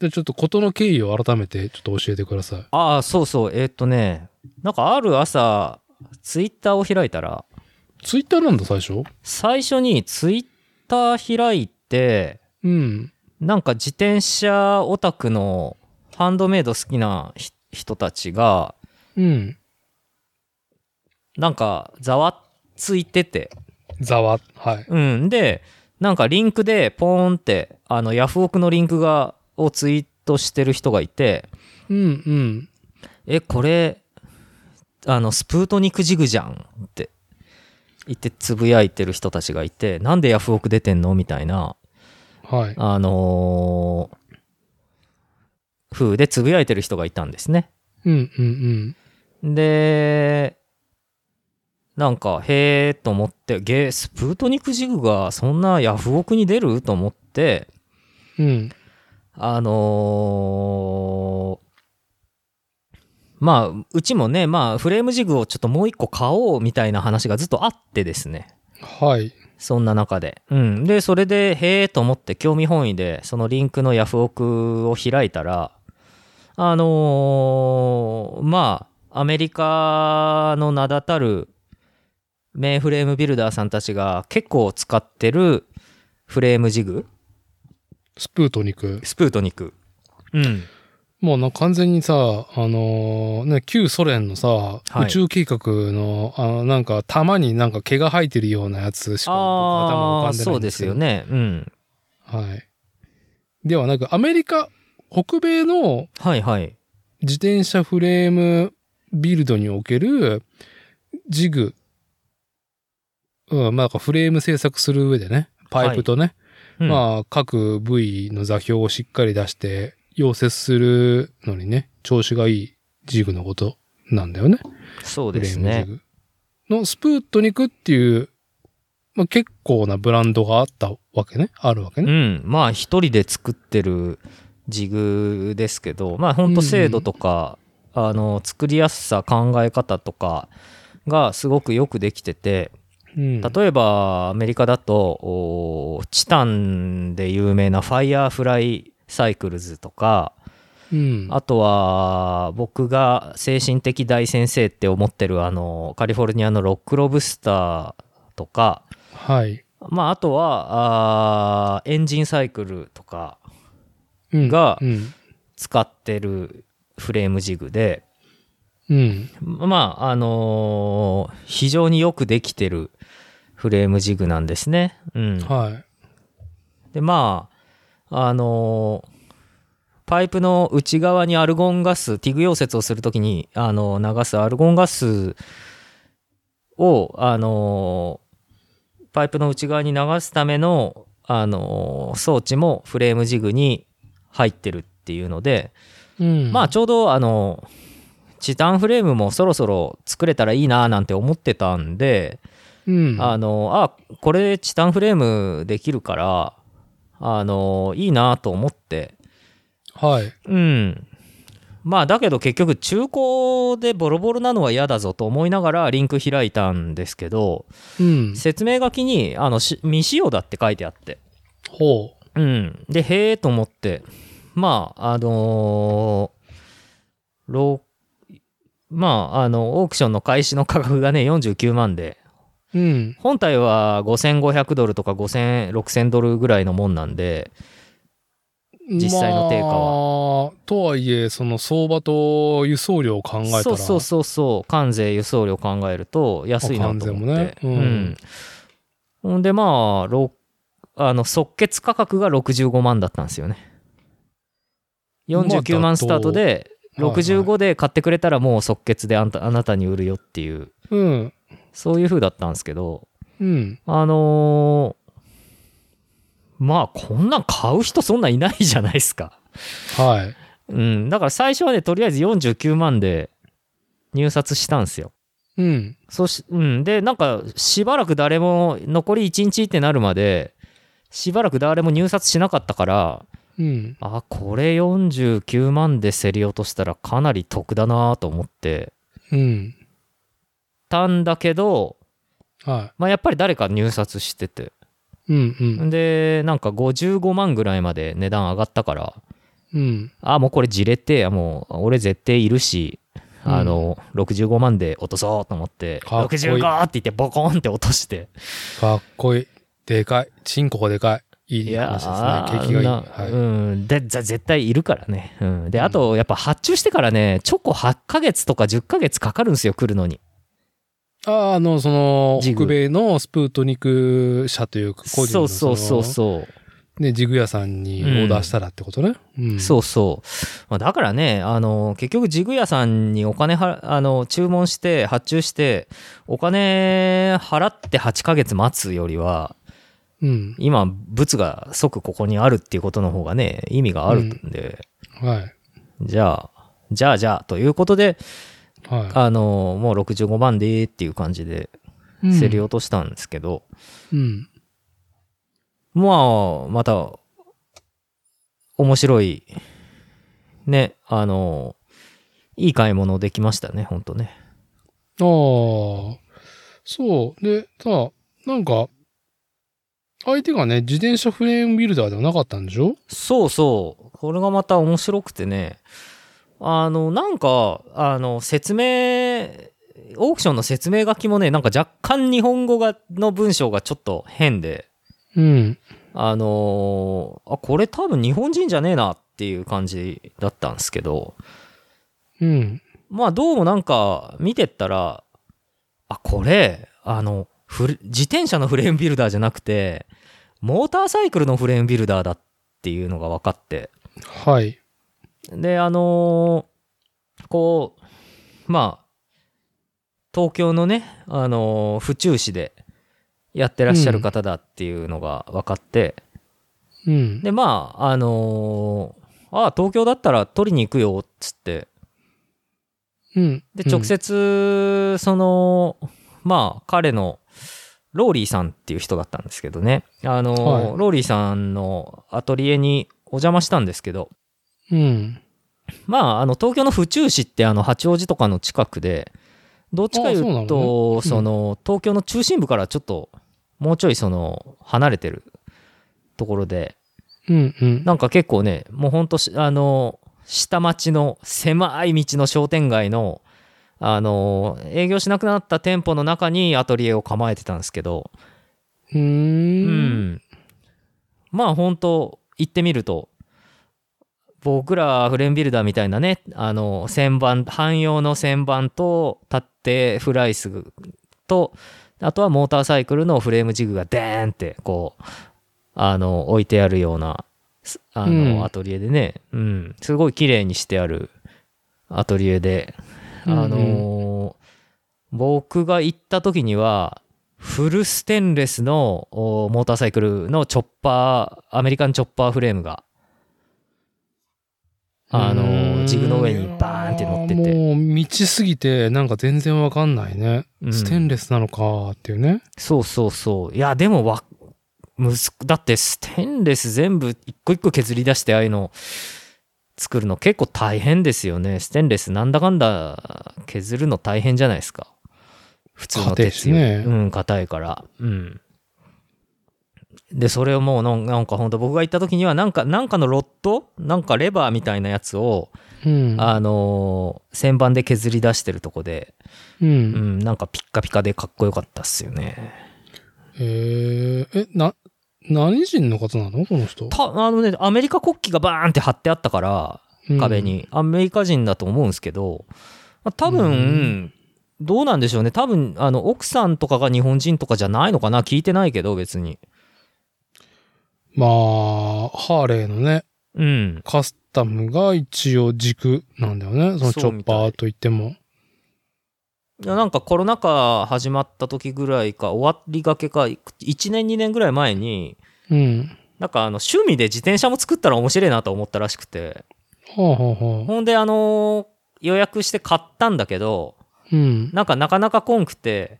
S2: じゃあちょっと事の経緯を改めてちょっと教えてください。
S1: ああ、そうそう。えーっとね、なんかある朝、ツイッターを開いたら、
S2: ツイッターなんだ、最初
S1: 最初にツイッター開いて、
S2: うん。
S1: なんか自転車オタクのハンドメイド好きなひ人たちが、
S2: うん。
S1: なんかざわついてて、
S2: ざわ。はい。
S1: うん。で、なんかリンクでポーンって、あの、ヤフオクのリンクが、をツイートしてる人がいて、
S2: うんうん。
S1: え、これ、あの、スプートニクジグじゃんって言ってつぶやいてる人たちがいて、なんでヤフオク出てんのみたいな、
S2: はい。
S1: あのー風でつぶやいてる人がいたんですね。
S2: うんうんうん。
S1: で、なんか、へえと思って、ゲスプートニクジグがそんなヤフオクに出ると思って、
S2: うん。
S1: あのーまあ、うちもね、まあ、フレームジグをちょっともう一個買おうみたいな話がずっとあってですね。
S2: はい。
S1: そんな中で。うん。で、それで、へえと思って興味本位で、そのリンクのヤフオクを開いたら、あのーまあ、アメリカの名だたるメインフレームビルダーさんたちが結構使ってるフレームジグ、
S2: スプートニク。
S1: スプートニク。うん。
S2: もうな完全にさ、あのーね、旧ソ連のさ、
S1: い
S2: 宇宙計画の、あの、なんか、玉になんか毛が生えてるようなやつしか僕は頭
S1: あ
S2: が
S1: あ
S2: 浮かんでな
S1: そ
S2: い
S1: うんです
S2: け
S1: よ
S2: ど。
S1: ね。うん。
S2: はい。ではなく、アメリカ、北米の
S1: はいはい。
S2: 自転車フレームビルドにおけるジグ、うん、まあなんかフレーム制作する上でね、パイプとね、
S1: うん、あ、
S2: まあ各部位の座標をしっかり出して溶接するのにね、調子がいいジグのことなんだよね。
S1: そう
S2: フ
S1: で
S2: レ
S1: す
S2: ームジ
S1: ね。
S2: グのスプートニクっていう、まあ結構なブランドがあったわけね、あるわけ
S1: う
S2: ね。
S1: ん。まあ、一人で作ってるジグですけど、まあ、本当精度とか、あの、作りやすさ、考え方とかがすごくよくできてて、
S2: うん。
S1: 例えば、アメリカだと、おーチタンで有名なファイヤーフライサイクルズとか、
S2: うん。
S1: あとは僕が精神的大先生って思ってるあのカリフォルニアのロックロブスターとか、
S2: はい。
S1: まあ、あとはあーエンジンサイクルとか
S2: うん
S1: が
S2: うん。
S1: 使ってるフレームジグで
S2: うん。
S1: まああのー非常によくできてるフレームジグなんですね。うん、
S2: はい。
S1: でまああのーパイプの内側にアルゴンガスティグ溶接をするときに、あのー流すアルゴンガスを、あのーパイプの内側に流すための、あのー装置もフレームジグに入ってるっていうので、
S2: うん。
S1: まあちょうどあのーチタンフレームもそろそろ作れたらいいななんて思ってたんで、
S2: うん。
S1: あのあこれチタンフレームできるからあのいいなと思って
S2: はい。
S1: うんまあだけど結局中古でボロボロなのは嫌だぞと思いながらリンク開いたんですけど
S2: うん。
S1: 説明書きにあのし未使用だって書いてあって
S2: ほ
S1: うんでへえと思ってまああのーロまああのオークションの開始の価格がね49万で
S2: う。うん。
S1: 本体は5500ドルとか5000、6000ドルぐらいのもんなんで、実際の定価
S2: は。とはいえ、その相場と輸送量を考えたら。
S1: そうそうそうそう、関税、輸送量考えると安いなと思って。
S2: あ関税もね
S1: うん。ほんで、まあ、ろあの即決価格が65万だったんですよね。49
S2: まあ妥当
S1: 万スタートで、
S2: はいはい
S1: 65で買ってくれたらもう即決であんたあなたに売るよっていう、
S2: うん。
S1: そういう風だったんですけど、
S2: うん。
S1: あのーまあこんなん買う人そんなんいないじゃないですか。
S2: はい。
S1: うん、だから最初はね、とりあえず49万で入札したんですよ。
S2: うん。
S1: そし、うん。で、なんか、しばらく誰も、残り1日ってなるまで、しばらく誰も入札しなかったから、
S2: うん。
S1: あ、これ49万で競り落としたらかなり得だなと思って
S2: うん。
S1: たんだけど、
S2: は
S1: まあ、やっぱり誰か入札してて。
S2: い。うんうん。
S1: で、なんか55万ぐらいまで値段上がったから、
S2: うん。
S1: あ、もうこれじれってえや、もう俺絶対いるし、
S2: うん
S1: あの、65万で落とそうと思って、
S2: かっこいい
S1: 65って言ってボコンって落として。
S2: かっこいい。でかい。チンコがでかい。い
S1: い
S2: い
S1: や
S2: 話です
S1: ー
S2: ね。景気がいい。
S1: な
S2: はい。
S1: うん。で、ぜ絶対いるからね。うん。で、あと、やっぱ発注してからね、チョコ8ヶ月とか10ヶ月かかるんですよ、来るのに。
S2: ああ、あの、その、
S1: ジグ
S2: 北米のスプートニク社というか、個人
S1: そ
S2: の
S1: うそうそう
S2: う。
S1: そう。
S2: ね、ジグ屋さんにオーダーしたらってことね。うん。
S1: そうそう。まあ、だからね、あの、結局、ジグ屋さんにお金は、あの、注文して、発注して、お金払って8ヶ月待つよりは、
S2: うん。
S1: 今、物が即ここにあるっていうことの方がね、意味があるんで、
S2: はい。
S1: じゃあ、じゃあじゃあ、ということで、
S2: は
S1: あの、もう65万でっていう感じで、
S2: い。うん
S1: 競り落としたんですけど、
S2: うん。
S1: まあ、また、面白い、ね、あの、いい買い物できましたね、ほんとね。
S2: ああ。そう。で、さ、なんか、相手がね、自転車フレームビルダーではなかったんでしょ
S1: そうそう。これがまた面白くてね。あの、なんか、あの、説明、オークションの説明書きもね、なんか若干日本語が、の文章がちょっと変で、
S2: うん。
S1: あのーあ、これ多分日本人じゃねえなっていう感じだったんですけど、
S2: うん。
S1: まあどうもなんか見てったら、あ、これ、あの、フレ自転車のフレームビルダーじゃなくて、モーターサイクルのフレームビルダーだっていうのが分かって、
S2: はい。
S1: で、あのーこう、まあ、東京のね、あのー府中市でやってらっしゃる方だっていうのが分かって、
S2: うん。
S1: で、まあ、あのーああ、東京だったら取りに行くよ、っつって、
S2: うん。
S1: で、
S2: うん
S1: 直。接、その、まあ、彼の、ローリーさんっていう人だったんですけどね。あの、
S2: はい
S1: ローリーさんのアトリエにお邪魔したんですけど、
S2: うん。
S1: まあ、あの、東京の府中市って、あの、八王子とかの近くで、どっちかい
S2: あそうな
S1: うと、
S2: のねうん
S1: その、東京の中心部からちょっと、もうちょいその、離れてるところで、
S2: うん。うん。
S1: なんか結構ね、もうほんとし、あの、下町の狭い道の商店街の、あの、営業しなくなった店舗の中にアトリエを構えてたんですけど、
S2: うー。
S1: うんまあほんと、行ってみると、僕らフレームビルダーみたいなね、あの、旋盤、汎用の旋盤と、立ってフライスと、あとはモーターサイクルのフレームジグがデーンって、こう、あの、置いてあるような、すあの、
S2: うん
S1: アトリエでね、うん、すごい綺麗にしてあるアトリエで、あのー僕が行った時には、フルステンレスのおモーターサイクルのチョッパー、アメリカンチョッパーフレームが、あのージグの上にバーンって乗ってて、
S2: もう、道すぎて、なんか全然わかんないね。
S1: うん
S2: ステンレスなのかっていうね。
S1: そうそうそう。いや、でもわ、むず、だってステンレス全部一個一個削り出してああいうの作るの結構大変ですよね。ステンレスなんだかんだ削るの大変じゃないですか。普通の
S2: 硬い
S1: 鉄
S2: し
S1: より
S2: ね
S1: うん、硬いから。うん。で、それをもうなんなんか本当僕が行った時にはなんか、なんかのロットなんかレバーみたいなやつを、
S2: うん。
S1: あのー旋盤で削り出してるとこで、
S2: う。
S1: うんん、なんかピッカピカでかっこよかったっすよね。
S2: えー、え、な、何人の方なのこの人。
S1: たあのねアメリカ国旗がバーンって貼ってあったから
S2: うん
S1: 壁。に、アメリカ人だと思うんですけど、まあ、多分、
S2: うん
S1: どうなんでしょうね多分あの奥さんとかが日本人とかじゃないのかな聞いてないけど別に
S2: まあ、ハーレーのね、
S1: うん
S2: カスタムが一応軸なんだよね。そのチ
S1: そう
S2: ョッ
S1: みたい
S2: パーといっても。
S1: いやなんかコロナ禍始まった時ぐらいか終わりがけか1年2年ぐらい前に
S2: うん。
S1: なんかあの趣味で自転車も作ったら面白いなと思ったらしくて
S2: ほうほうほ
S1: ほんで、あのー予約して買ったんだけど、
S2: う。うん。
S1: なんかなかなか来んくて、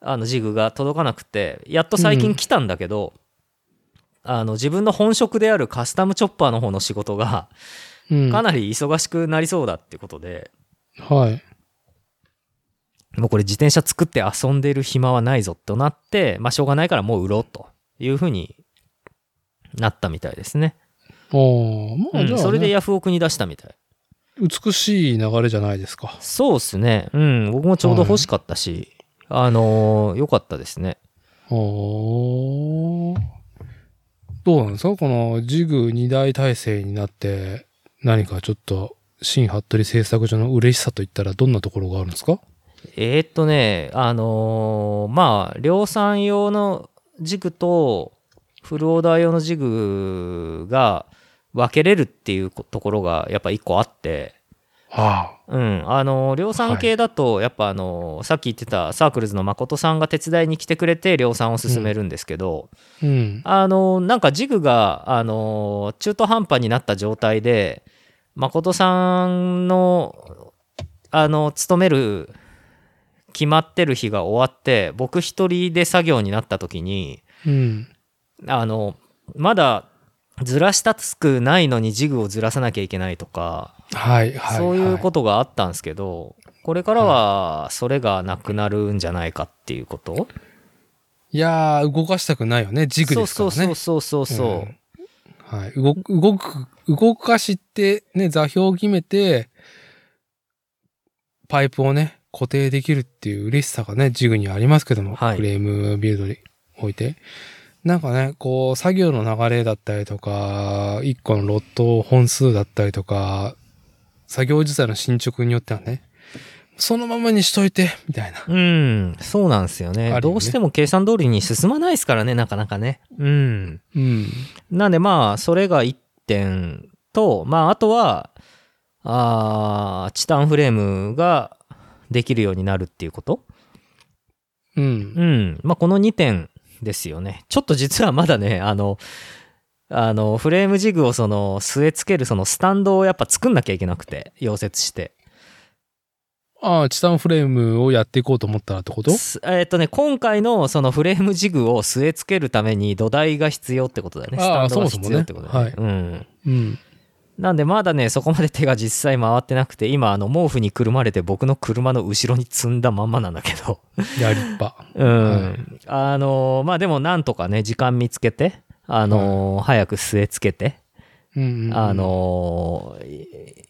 S1: あのジグが届かなくて、やっと最
S2: う
S1: 近
S2: ん
S1: 来たんだけど、あの自分の本職であるカスタムチョッパーの方の仕事が、
S2: うん。
S1: かなり忙しくなりそうだってことで、
S2: はい。
S1: もうこれ自転車作って遊んでる暇はないぞとなって、まあしょうがないからもう売ろうというふうになったみたいですね。
S2: おーま
S1: う
S2: あ、
S1: ん
S2: じゃあ、ね
S1: それでヤフオクに出したみたい。
S2: 美しい流れじゃないですか。
S1: そうっすね。うん、僕もちょうど欲しかったし、あのー良かったですね。
S2: おーどうなんですかこのジグ二大体制になって、何かちょっと、新服部製作所の嬉しさといったらどんなところがあるんですか
S1: えーっとね、あのーまあ、量産用のジグとフルオーダー用のジグが分けれるっていうこところがやっぱ一個あって、
S2: あ
S1: うん、あの量産系だとやっぱあの、さっき言ってたサークルズの誠さんが手伝いに来てくれて量産を進めるんですけど、
S2: あ。うん。
S1: あのなんかジグがあの中途半端になった状態で誠さんのあの勤める決まってる日が終わって僕一人で作業になった時に
S2: うん。
S1: あのまだずらしたくないのにジグをずらさなきゃいけないとか
S2: はい、はい。。
S1: そういうこととがあったんですけど、これからはそれがなくなるんじゃないかっていうこと、
S2: いやー、動かしたくないよね。ジグ
S1: そう
S2: ですか
S1: そ
S2: ら
S1: う
S2: ね。
S1: そうそうそうそう、
S2: うんはい。動く、動く、動かして、ね、座標を決めて、パイプをね、固定できるっていう嬉しさがね、ジグにはありますけども、
S1: はい
S2: フレームビルドにおいて。なんかね、こう、作業の流れだったりとか、一個のロット本数だったりとか、作業自体の進捗によってはね、そのままにしといて、みたいな。
S1: うん、そうなんですよね
S2: あるよね
S1: どうしても計算通りに進まないですからね、なかなかね。うん。
S2: うん。
S1: なんでまあ、それが1点と、まあ、あとは、あーチタンフレームができるようになるっていうこと
S2: うん。
S1: うん。まあ、この2点ですよね。ちょっと実はまだね、あの、あの、フレームジグをその、据え付けるそのスタンドをやっぱ作んなきゃいけなくて、溶接して。
S2: ああ、チタンフレームをやっていこうと思ったらってこと
S1: すえーっとね、今回のそのフレームジグを据え付けるために土台が必要ってことだね。スタン
S2: ああ
S1: ドが
S2: そ
S1: 必
S2: もそもね
S1: 要ってことだね。うん。
S2: うん。
S1: なんでまだね、そこまで手が実際回ってなくて、今、あの、毛布にくるまれて僕の車の後ろに積んだまんまなんだけど。
S2: やりっぱ。
S1: うん、
S2: は
S1: あのーまあでもなんとかね時間見つけてあのー早く据え付けて、
S2: うんうんうん
S1: あ、のーいい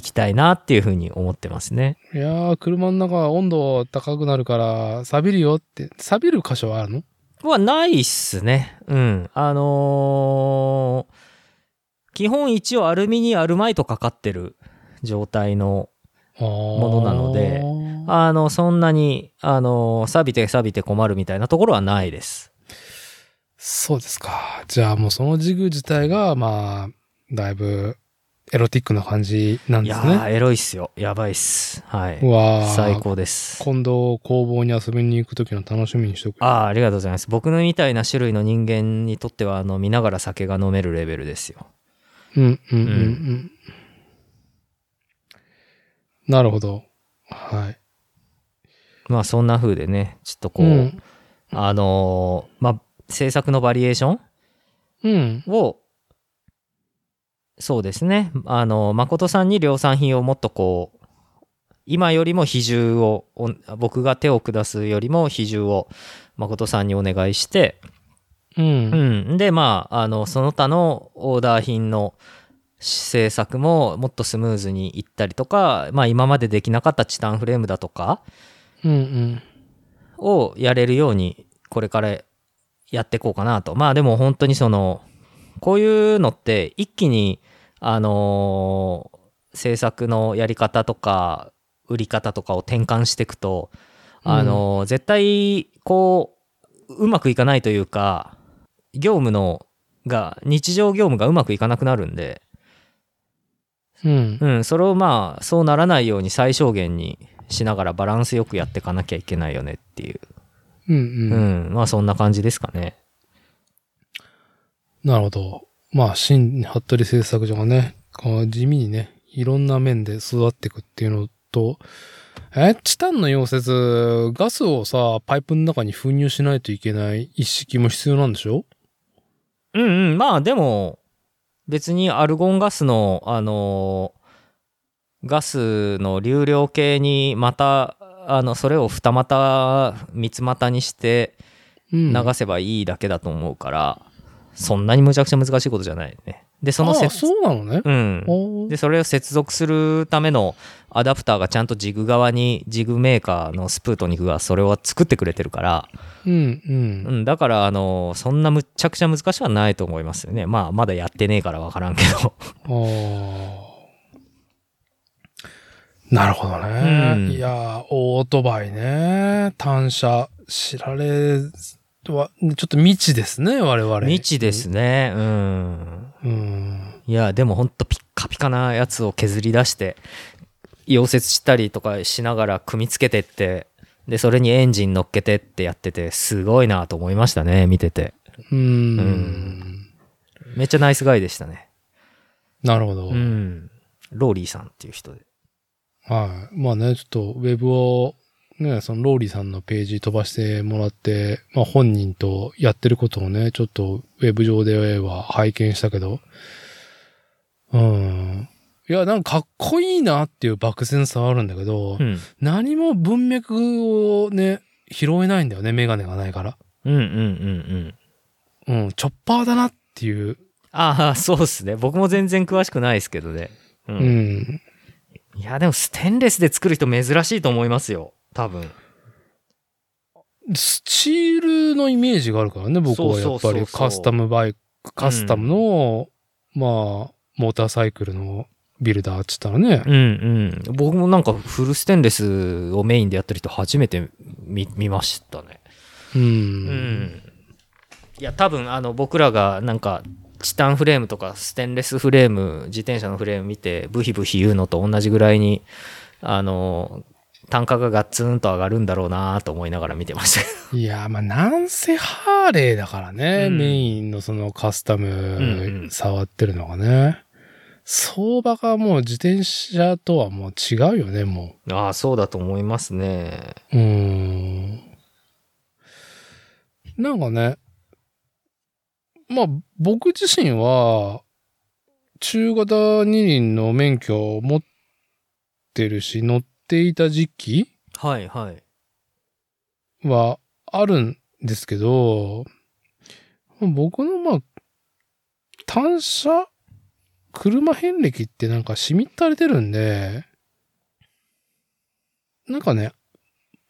S1: 行きたいなっていうふうに思ってますね
S2: いやー、車の中は温度高くなるから、錆びるよって、錆びる箇所はあるの
S1: はないっすねうんあのー基本一応アルミにアルマイトかかってる状態のの
S2: も
S1: なのであのそんなにあのー錆びて錆びて困るみたいなところはないです
S2: そうですか。じゃあもうそのジグ自体が、まあ、だいぶ、エロティックな感じなん
S1: い
S2: で
S1: や
S2: す
S1: ー
S2: ね。
S1: エロいっすよやばいっすはいう
S2: わー
S1: 最。高です
S2: 今度、工房に遊びに行くときの楽しみにしとく。
S1: ああ、ありがとうございます。僕のみたいな種類の人間にとっては、あの、見ながら酒が飲めるレベルですよ。
S2: うんうんうんうん。なるほど。はい。
S1: まあ、そんな風でね、ちょっとこう、
S2: ん。
S1: あのーまあ、制作のバリエーショ
S2: うん。
S1: ンを、そうですね、あのー誠さんに量産品をもっとこう、今よりも比重を、お僕が手を下すよりも比重を誠さんにお願いして、
S2: う。
S1: うんん、でまああのその他のオーダー品の制作ももっとスムーズにいったりとか、まあ、今までできなかったチタンフレームだとか
S2: うんうん。
S1: をやれるようにこれからやっていこうかなとまあでも本当にそのこういうのって一気にあのー制作のやり方とか売り方とかを転換していくとあのー絶対こううまくいかないというか業務のが日常業務がうまくいかなくなるんで、
S2: うん。
S1: うん、それをまあそうならないように最小限にしながらバランスよくやっていかなきゃいけないよねっていう、
S2: うん
S1: う
S2: うん
S1: んまあそんな感じですかね。
S2: なるほど。まあ、新服部製作所がね、こう地味にね、いろんな面で育っていくっていうのと、え、チタンの溶接、ガスをさ、パイプの中に封入しないといけない一式も必要なんでしょ
S1: うんうん、まあでも、別にアルゴンガスの、あのーガスの流量計にまた、あの、それを二股、三つ股にして
S2: うん。
S1: 流せばいいだけだと思うから、そんなにむちゃくちゃ難しいことじゃないね。で、その
S2: ああ、
S1: 接、
S2: そうなのね。
S1: うん。
S2: おー
S1: で、それを接続するためのアダプターがちゃんとジグ側に、ジグメーカーのスプートニクがそれを作ってくれてるから、
S2: うん、う。
S1: うんん、だから、あの、そんなむっちゃくちゃ難しくはないと思いますよね。まあ、まだやってねえからわからんけど。
S2: あーなるほどね。
S1: うん
S2: いやー、オートバイね。単車、知られは、ちょっと未知ですね、我々。
S1: 未知で。すね。うん。
S2: うん。
S1: いや、でもほんとピッカピカなやつを削り出して、溶接したりとかしながら組み付けてって、で、それにエンジン乗っけてってやってて、すごいなと思いましたね、見てて。
S2: うん。
S1: んめっちゃナイスガイでしたね。
S2: なるほど。
S1: うん。ローリーさんっていう人で。
S2: はい。まあね、ちょっとウェブを、ね、そのローリーさんのページ飛ばしてもらって、まあ本人とやってることをね、ちょっとウェブ上では拝見したけど、うん。いや、なんかかっこいいなっていう漠然さはあるんだけど、
S1: うん。
S2: 何も文脈をね、拾えないんだよね、メガネがないから。
S1: うんうんうんうん。
S2: うん、チョッパーだなっていう、
S1: ああ、そうっすね。僕も全然詳しくないですけどね。う。
S2: うんん。
S1: いや、でもステンレスで作る人珍しいと思いますよ。多分。
S2: スチールのイメージがあるからね、僕はやっ
S1: そうそ
S2: ぱ
S1: うそう
S2: り
S1: そう
S2: カスタムバイク、カスタムの、まあ、モーターサイクルのビルダーっつったらね。
S1: うんうん。僕もなんかフルステンレスをメインでやってる人初めて見見ましたね。
S2: うん。
S1: うん。いや、多分あの僕らがなんかチタンフレームとかステンレスフレーム、自転車のフレーム見てブヒブヒ言うのと同じぐらいに、あの、単価がガッツンと上がるんだろうなと思いながら見てました。
S2: いや、まあ、なんせハーレーだからね、
S1: うん
S2: メインのそのカスタ
S1: んう
S2: ム
S1: ん
S2: 触ってるのがね。相場がもう自転車とはもう違うよね、も
S1: (laughs) ああ、そうだと思いますね。
S2: う。うん。なんかね、まあ、僕自身は、中型二輪の免許を持ってるし、乗っていた時期
S1: はいはい。
S2: はあるんですけど、僕のまあ、単車、車遍歴ってなんかしみったれてるんで、なんかね、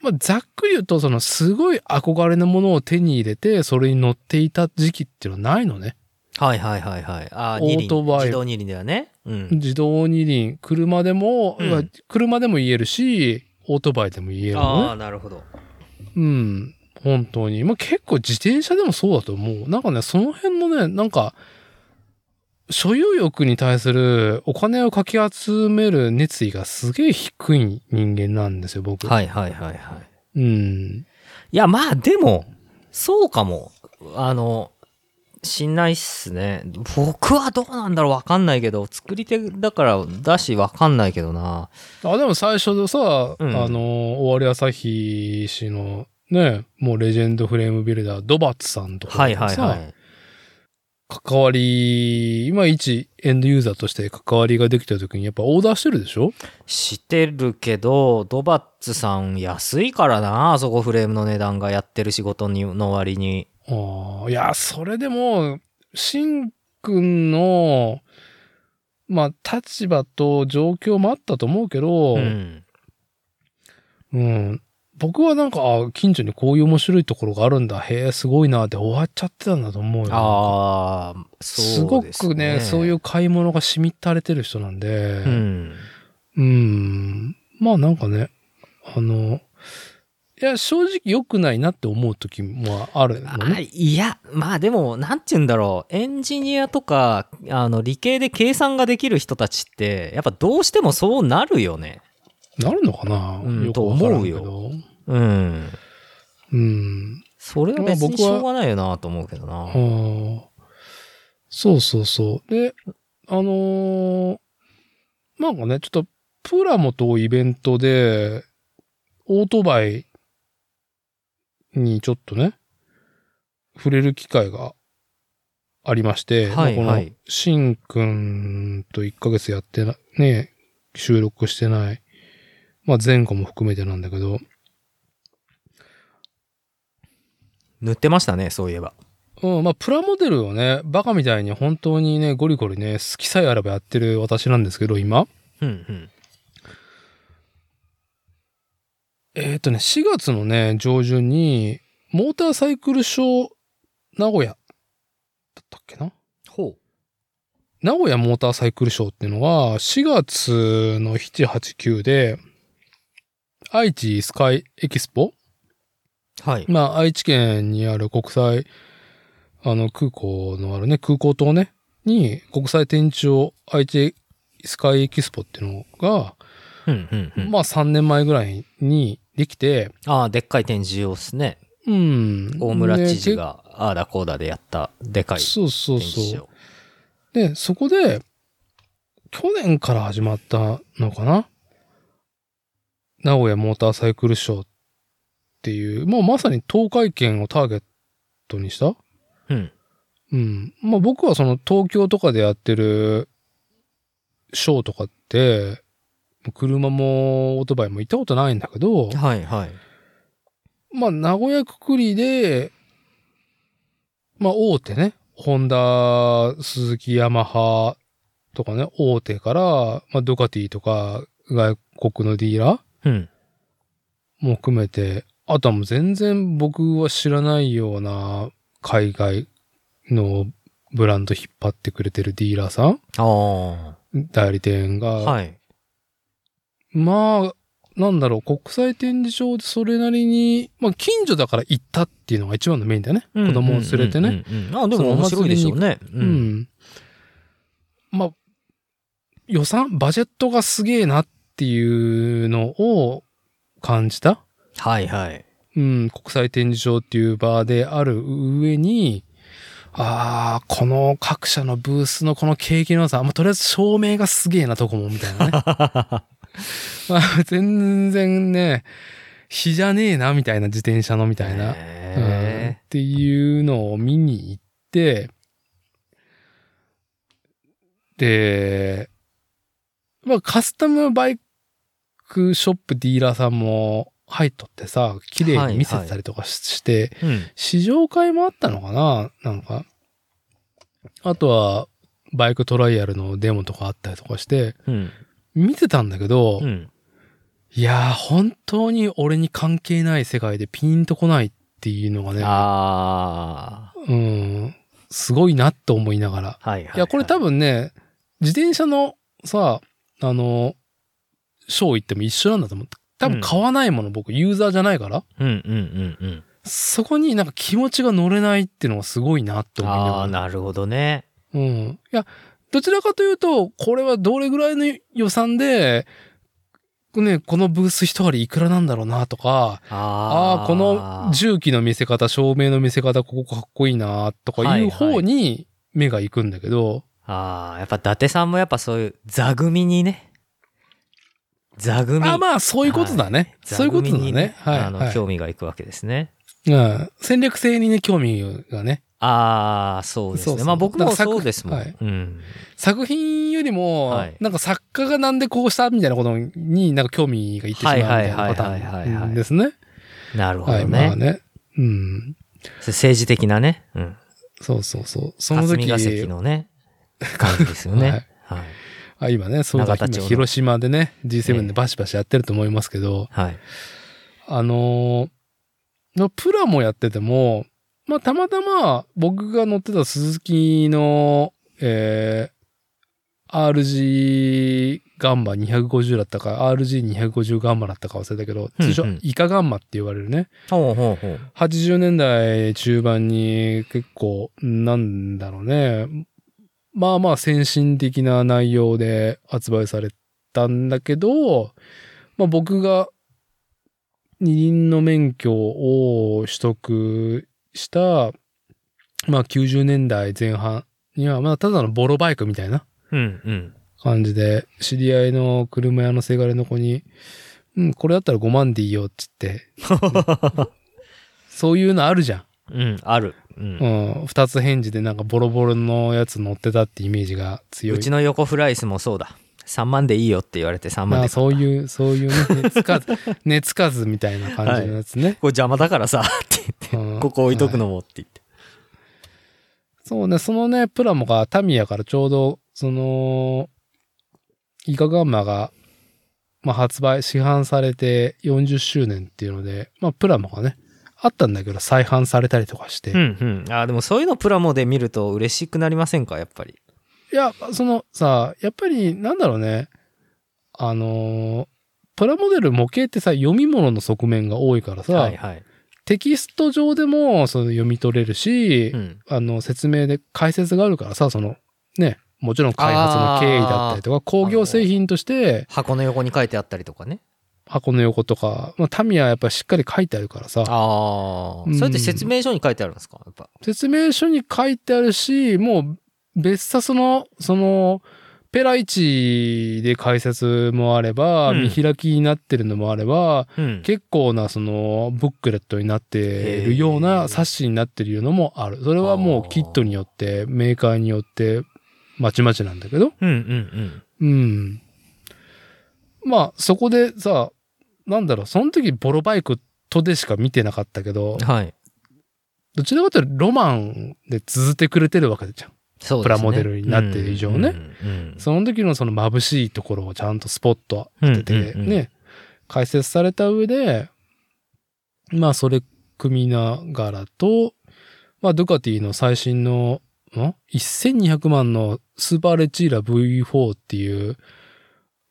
S2: まあ、ざっくり言うと、そのすごい憧れのものを手に入れて、それに乗っていた時期っていうのはないのね。
S1: はいはいはいはい。ああ、
S2: オー
S1: 二輪
S2: トバイ
S1: 自動二輪ではね。うん。
S2: 自動二輪、車でも、
S1: うん
S2: まあ車でも言えるし、オートバイでも言えるのね
S1: ああ、。なるほど。
S2: うん。本当に。まあ、結構自転車でもそうだと思う。なんかね、その辺のね、なんか、所有欲に対するお金をかき集める熱意がすげえ低い人間なんですよ、僕。
S1: はいはいはいはい。
S2: うん。
S1: いや、まあでも、そうかも。あの、しんないっすね。僕はどうなんだろうわかんないけど、作り手だからだしわかんないけどな。
S2: あ、でも最初のさ、
S1: うん
S2: あの、終わり朝日氏のね、もうレジェンドフレームビルダー、ドバッツさんとか
S1: はい
S2: にさ、
S1: はいはい。
S2: 関わり、今一エンドユーザーとして関わりができた時にやっぱオーダーしてるでしょ
S1: してるけど、ドバッツさん安いからな、あそこフレームの値段がやってる仕事にの割に。
S2: ああ、いや、それでも、しんくんの、まあ、立場と状況もあったと思うけど、
S1: う
S2: うん、
S1: ん。
S2: 僕はなんか、あ近所にこういう面白いところがあるんだ、へえ、すごいなって終わっちゃってたんだと思うよ。
S1: ああ、そうです
S2: すごくね、そういう買い物がしみったれてる人なんで、
S1: うん。
S2: うんまあなんかね、あの、いや、正直良くないなって思う時もあるの
S1: あ
S2: ね。
S1: いや、まあでも、なんて言うんだろう。エンジニアとか、あの、理系で計算ができる人たちって、やっぱどうしてもそうなるよね。
S2: なるのかな、
S1: うん
S2: よくわからんけ
S1: と
S2: ど。
S1: うん。
S2: うん。
S1: それは別
S2: まあ
S1: に
S2: 僕
S1: し
S2: は
S1: ょうがないよなと思うけどな。
S2: ああ。そうそうそう。で、あのーなんかね、ちょっと、プラモとイベントで、オートバイにちょっとね、触れる機会がありまして、
S1: はい
S2: まあ
S1: は
S2: この
S1: い、
S2: しんくんと1ヶ月やってな、ね、収録してない、まあ前後も含めてなんだけど、
S1: 塗ってましたね、そういえば。
S2: うん、まあ、プラモデルをね、バカみたいに本当にね、ゴリゴリね、好きさえあればやってる私なんですけど、今。
S1: うんうん。
S2: えっ、とね、4月のね、上旬に、モーターサイクルショー、名古屋、だったっけな
S1: ほ
S2: 名古屋モーターサイクルショーっていうのが、4月の7、8、9で、愛知スカイエキスポ
S1: う。はい。
S2: まあ、愛知県にある国際、あの、空港のあるね、空港島ね、に国際展示場愛知スカイエキスポっていうのが、
S1: うんうんうん。
S2: まあ3年前ぐらいにできて、
S1: ああ、でっかい展示をですね。
S2: うん。
S1: 大村
S2: で
S1: 知事。が、ああだこうだでやった、でかい
S2: けそうそう
S1: 展示
S2: そう。
S1: を。
S2: で、そこで、去年から始まったのかな名古屋モーターサイクルショーっていう、もうまさに東海圏をターゲットにした
S1: うん。
S2: うん。まあ僕はその東京とかでやってるショーとかって、車もオートバイも行ったことないんだけど、
S1: はいはい。
S2: まあ名古屋くくりで、まあ大手ね、ホンダ、スズキ、ヤマハとかね、大手から、まあドカティとか外国のディーラー
S1: うん。
S2: も含めて、あとはもう全然僕は知らないような海外のブランド引っ張ってくれてるディーラーさん
S1: あ
S2: 代理店が、
S1: あ。はい。
S2: まあ、なんだろう、国際展示場でそれなりに、まあ近所だから行ったっていうのが一番のメインだよね。子供を連れてね。
S1: うんうんうんうん。ああ、でも面白いでしょうね。う。
S2: うんん。まあ、予算、バジェットがすげえなっていうのを感じた。
S1: はいはい。
S2: うん、国際展示場っていう場である上に、ああ、この各社のブースのこの景気の良さ、まあ、とりあえず照明がすげえなとこも、みたいなね。まあ、全然ね、日じゃねえな、みたいな自転車のみたいな。うんっ
S1: へ
S2: ていうのを見に行って、で、まあカスタムバイクショップディーラーさんも入っとってさ、綺麗に見せてたりとかしして、
S1: えうん。
S2: 試乗会もあったのかななんか。あとは、バイクトライアルのデモとかあったりとかして、
S1: うん。
S2: 見てたんだけど、
S1: うん。
S2: いやー、本当に俺に関係ない世界でピンとこないっていうのがね、
S1: あ
S2: うん、すごいなと思いながら。
S1: あ。はいはいはい。
S2: いや、これ多分ね、自転車のさ、あの、ショー行っても一緒なんだと思う。多分買わないもの、僕ユーザーじゃないから、
S1: うんうんうんうん。
S2: そこになんか気持ちが乗れないっていうのがすごいなと思いな
S1: ああ、
S2: がら。
S1: なるほどね。
S2: うん。いや、どちらかというと、これはどれぐらいの予算で、ね、このブース一割いくらなんだろうなとか、あ
S1: あ
S2: あ
S1: あ。
S2: ー、この重機の見せ方、照明の見せ方、ここかっこいいなとかいう方に目が行くんだけど、
S1: ああ、やっぱ伊達さんもやっぱそういう座組にね。座組。
S2: あまあ、そういうことだね。そういうことだ
S1: 座組に
S2: ね。はい。
S1: あ
S2: は
S1: の、
S2: い
S1: 興味がいくわけですね。
S2: うん、戦略性にね、興味がね。
S1: ああ、そうです
S2: そうそ
S1: ね。
S2: う
S1: まあ僕
S2: だ
S1: も
S2: から作
S1: そうですも
S2: はい
S1: ん。うん。
S2: 作品よりも、
S1: はい
S2: なんか作家がなんでこうしたみたいなことに、なんか興味がいってしまうみたいなパタ
S1: はいはいはいはい
S2: ー
S1: は
S2: ン
S1: い
S2: ですね。
S1: なるほ
S2: はい、
S1: ど
S2: ま
S1: ね。
S2: あね。うん。
S1: 政治的なね。うん。
S2: そうそうそう。その
S1: 霞
S2: 時、
S1: が関の
S2: (laughs)
S1: ね、感じですよね。はい。
S2: あ今ね、そうだ、
S1: 永田
S2: 今
S1: 町の
S2: 広島でね、G7
S1: え
S2: で
S1: え
S2: バシバシやってると思いますけど、
S1: はい。
S2: あのーのプラもやってても、まあ、たまたま僕が乗ってたスズキの、えー、RG ガンマ250だったか、RG250 ガンマだったか忘れたけど、
S1: うん
S2: 通称
S1: うん
S2: イカガンマって言われるね。
S1: ほうほうほう。
S2: 80年代中盤に結構、なんだろうね。まあまあ先進的な内容で発売されたんだけど、まあ僕が二輪の免許を取得した、まあ90年代前半には、まあただのボロバイクみたいな
S1: うんうん。
S2: 感じで、知り合いの車屋のせがれの子に、うん、これだったら5万でいいよっつって。
S1: (laughs)
S2: そういうのあるじゃん。
S1: うん、ある。うん
S2: うん、二つ返事でなんかボロボロのやつ乗ってたってイメージが強
S1: う
S2: い。
S1: ちの横フライスもそうだ。3万でいいよって言われて3万
S2: ま
S1: で
S2: あ
S1: 買った。
S2: そういう、そういうね、寝つかず、
S1: (laughs)
S2: 寝つかずみたいな感じのやつね。
S1: これ邪魔だから
S2: (laughs)
S1: さ、って言っ
S2: うん
S1: て、ここ置いとくのもって言って。
S2: そうね、そのね、プラモがタミヤからちょうど、その、イカガンマが、まあ、発売、市販されて40周年っていうので、まあ、プラモがね、あったんだけど再販されたりとかして。い
S1: うんうん。あーでもそういうのプラモで見ると嬉しくなりませんか、やっぱり。
S2: や、そのさ、やっぱりなんだろうね、あのープラモデル模型ってさ、読み物の側面が多いからさ、
S1: はいはい。
S2: テキスト上でもその読み取れるし、
S1: うん。
S2: あの、説明で解説があるからさ、その、ね、もちろん開発の経緯だったりとか、工業製品として
S1: 箱の横に書いてあったりとかね。
S2: 箱の横とか、まあ、タミヤはやっぱしっかり書いてあるからさ、
S1: ああ。それって説明書に書いてあるんですかやっぱ。
S2: 説明書に書いてあるし、もう別冊の、その、ペラ1で解説もあれば、
S1: うん
S2: 見開きになってるのもあれば、
S1: うん。
S2: 結構なそのブックレットになってるよう
S1: へー
S2: な冊子になってるのもある。それはもうキットによって、メーカーによって、まちまちなんだけど。
S1: うんうんうん。
S2: うん。まあ、そこでさ、なんだろう、その時ボロバイクとでしか見てなかったけど、
S1: はい。
S2: どちらかというとロマンで綴ってくれてるわけじゃん。
S1: そうですね。
S2: プラモデルになってる以上ね
S1: うんうんうん。
S2: その時のその眩しいところをちゃんとスポット
S1: うん
S2: 当てて、
S1: うんうん
S2: ね、解説された上で、まあ、それ組みながらと、まあ、ドゥカティの最新の、ん ?1200 万のスーパーレチーラ V4 っていう、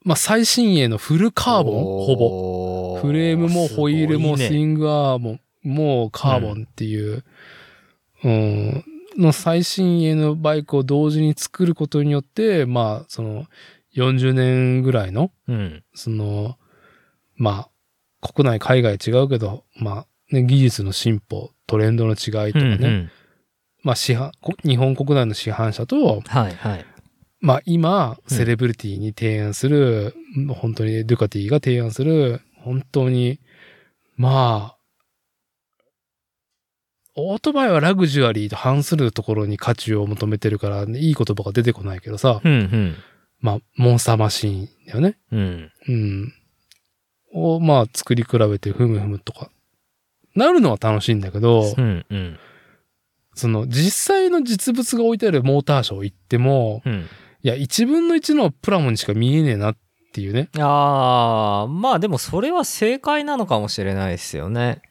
S2: まあ、最新鋭のフルカーボン、ほぼ。
S1: ぼ
S2: フレームもホイールもスイ
S1: ン
S2: ングアームもカーボンっていう、うん、の最新鋭のバイクを同時に作ることによって、まあ、その40年ぐらいの、
S1: グ。うん。
S2: その、まあ、国内海外違うけど、まあ、ね、技術の進歩、トレンドの違いと
S1: う
S2: か
S1: ん
S2: ね、
S1: うん。
S2: まあ、市販、こ日本国内の市販車と、
S1: はいはい。
S2: まあ今、
S1: うん
S2: セレブリティに提案する、本当にドゥカティが提案する、本当に、まあ、オートバイはラグジュアリーと反するところに価値を求めてるから、いい言葉が出てこないけどさ、
S1: うん
S2: まあ、モンスターマシーンだよね。
S1: うん。うん。
S2: うん。を、まあ、作り比べて、ふむふむとか。なるのは楽しいんだけど、
S1: うんうん。
S2: その、実際の実物が置いてあるモーターショー行っても、
S1: うん。
S2: いや、1分の1のプラモにしか見えねえなっていうね。
S1: ああ、まあでもそれは正解なのかもしれないですよね。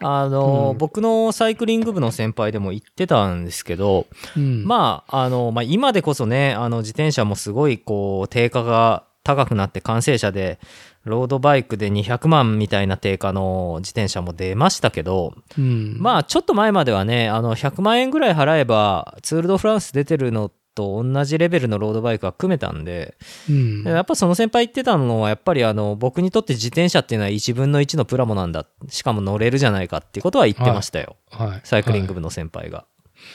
S1: あの、
S2: うん
S1: 僕のサイクリング部の先輩でも言ってたんですけど、
S2: うん、
S1: まあ、あの、まあ、今でこそね、あの、自転車もすごい、こう、定価が高くなって、完成車で、ロードバイクで200万みたいな定価の自転車も出ましたけど、
S2: うん、
S1: まあ、ちょっと前まではね、あの、100万円ぐらい払えば、ツール・ド・フランス出てるのと同じレベルのロードバイクは組めたんで、
S2: うん、
S1: やっぱその先輩言ってたのはやっぱりあの僕にとって自転車っていうのは1分の1のプラモなんだしかも乗れるじゃないかっていうことは言ってましたよ、
S2: はい、
S1: サイクリング
S2: は
S1: 部の先輩が、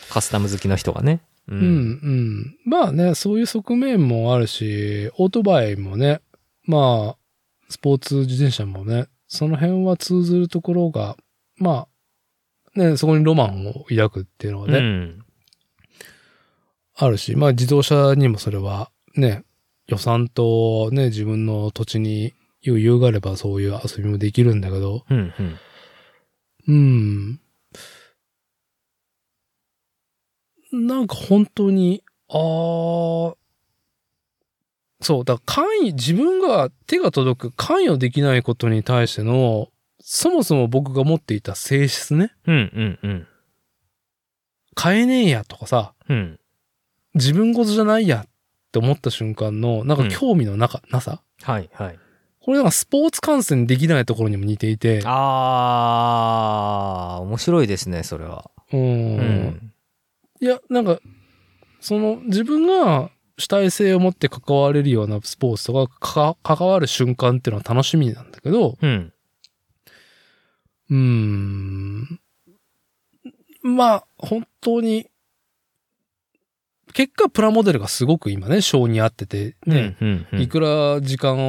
S1: カスタム好きの人がねう
S2: いうん、うん。まあね、そういう側面もあるし、オートバイもね、まあ、スポーツ自転車もね、その辺は通ずるところが、まあ、ね、そこにロマンを抱くっていうのはね、
S1: うん
S2: あるし、まあ自動車にもそれは、ね、予算とね、自分の土地に余裕があればそういう遊びもできるんだけど、
S1: うんうん
S2: うん。なんか本当に、あーそう、だから関与、自分が手が届く関与できないことに対しての、そもそも僕が持っていた性質ね。
S1: うんうんうん
S2: 変えねえやとかさ、
S1: うん
S2: 自分事じゃないやって思った瞬間の、なんか興味のなか、なさ。
S1: はいはい
S2: これなんかスポーツ観戦できないところにも似ていて、
S1: あー面白いですねそれは
S2: うんいや、なんか、その、自分が主体性を持って関われるようなスポーツとかかか、関わる瞬間っていうのは楽しみなんだけど、
S1: うん
S2: うーん。まあ、本当に、結果プラモデルがすごく今ね、性に合ってて、ね、
S1: うんうん
S2: いくら時間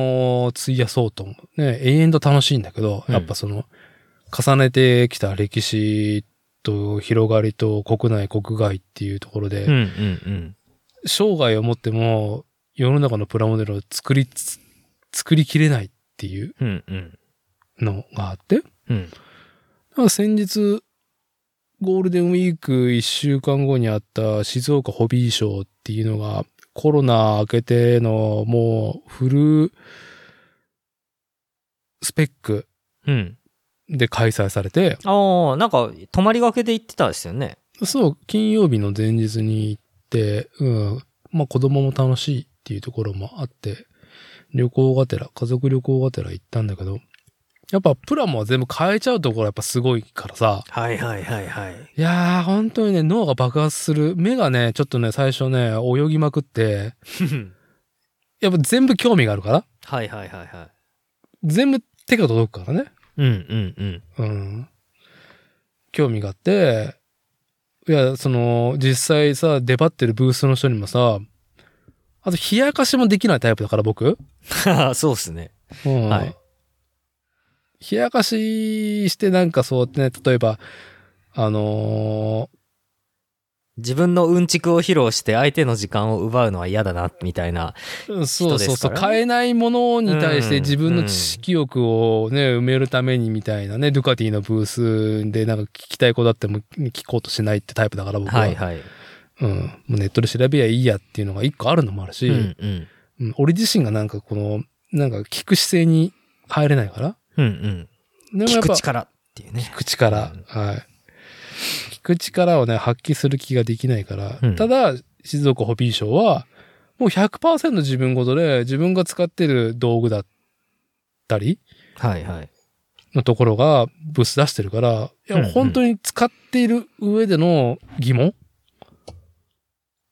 S2: を費やそうとも、ね、永遠と楽しいんだけど、
S1: うん
S2: やっぱその、重ねてきた歴史と広がりと国内国外っていうところで、
S1: うんうん
S2: 生涯をもっても世の中のプラモデルを作りつ、作りきれないっていう
S1: うんうんうん
S2: のがあって、だ
S1: うん
S2: から先日、ゴールデンウィーク1週間後にあった静岡ホビーショーっていうのが、コロナ明けてのもうフルスペック
S1: うん
S2: で開催されて、
S1: ああなんか泊まりがけで行ってたんですよね
S2: そう、金曜日の前日に行って、うん、まあ子供も楽しいっていうところもあって、旅行がてら、家族旅行がてら行ったんだけど、やっぱプラモは全部変えちゃうところはやっぱすごいからさ、
S1: はいはいはいはい
S2: いやー、本当にね、脳が爆発する。目がね、ちょっとね、最初ね、泳ぎまくって、やっぱ全部興味があるから、
S1: はいはいはいは
S2: 全部手が届くからね。
S1: いうんうんうん
S2: うん。興味があって、いや、その、実際さ、出張ってるブースの人にもさ、あと、冷やかしもできないタイプだから、僕。
S1: は (laughs) はそうっすね
S2: うん。
S1: はい
S2: 冷やかしして、なんかそうやってね、例えば、あの
S1: 自分のうんちくを披露して相手の時間を奪うのは嫌だなみたいな
S2: ーそうそうそ
S1: 人
S2: う、
S1: ですからね
S2: 買えないものに対して
S1: うん
S2: 自分の知識欲をね、埋めるためにみたいなね、ドゥカティのブースでなんか聞きたいことあっても聞こうとしないってタイプだから、僕は。
S1: はいはい
S2: うん。もうネットで調べりゃいいやっていうのが一個あるのもあるし、
S1: うんうん
S2: うん俺自身がなんかこの、なんか聞く姿勢に入れないから。
S1: うんうん
S2: でもや
S1: 聞
S2: っ
S1: く
S2: ぱ
S1: 力っていうね
S2: 聞く力。はい。聞く力をね、発揮する気ができないから。
S1: うん
S2: ただ、静岡ホビーショーは、もう100%自分ごとで自分が使ってる道具だったり
S1: はいはい
S2: のところがブース出してるから、い
S1: うんう
S2: や、
S1: ん
S2: 本当に使っている上での疑問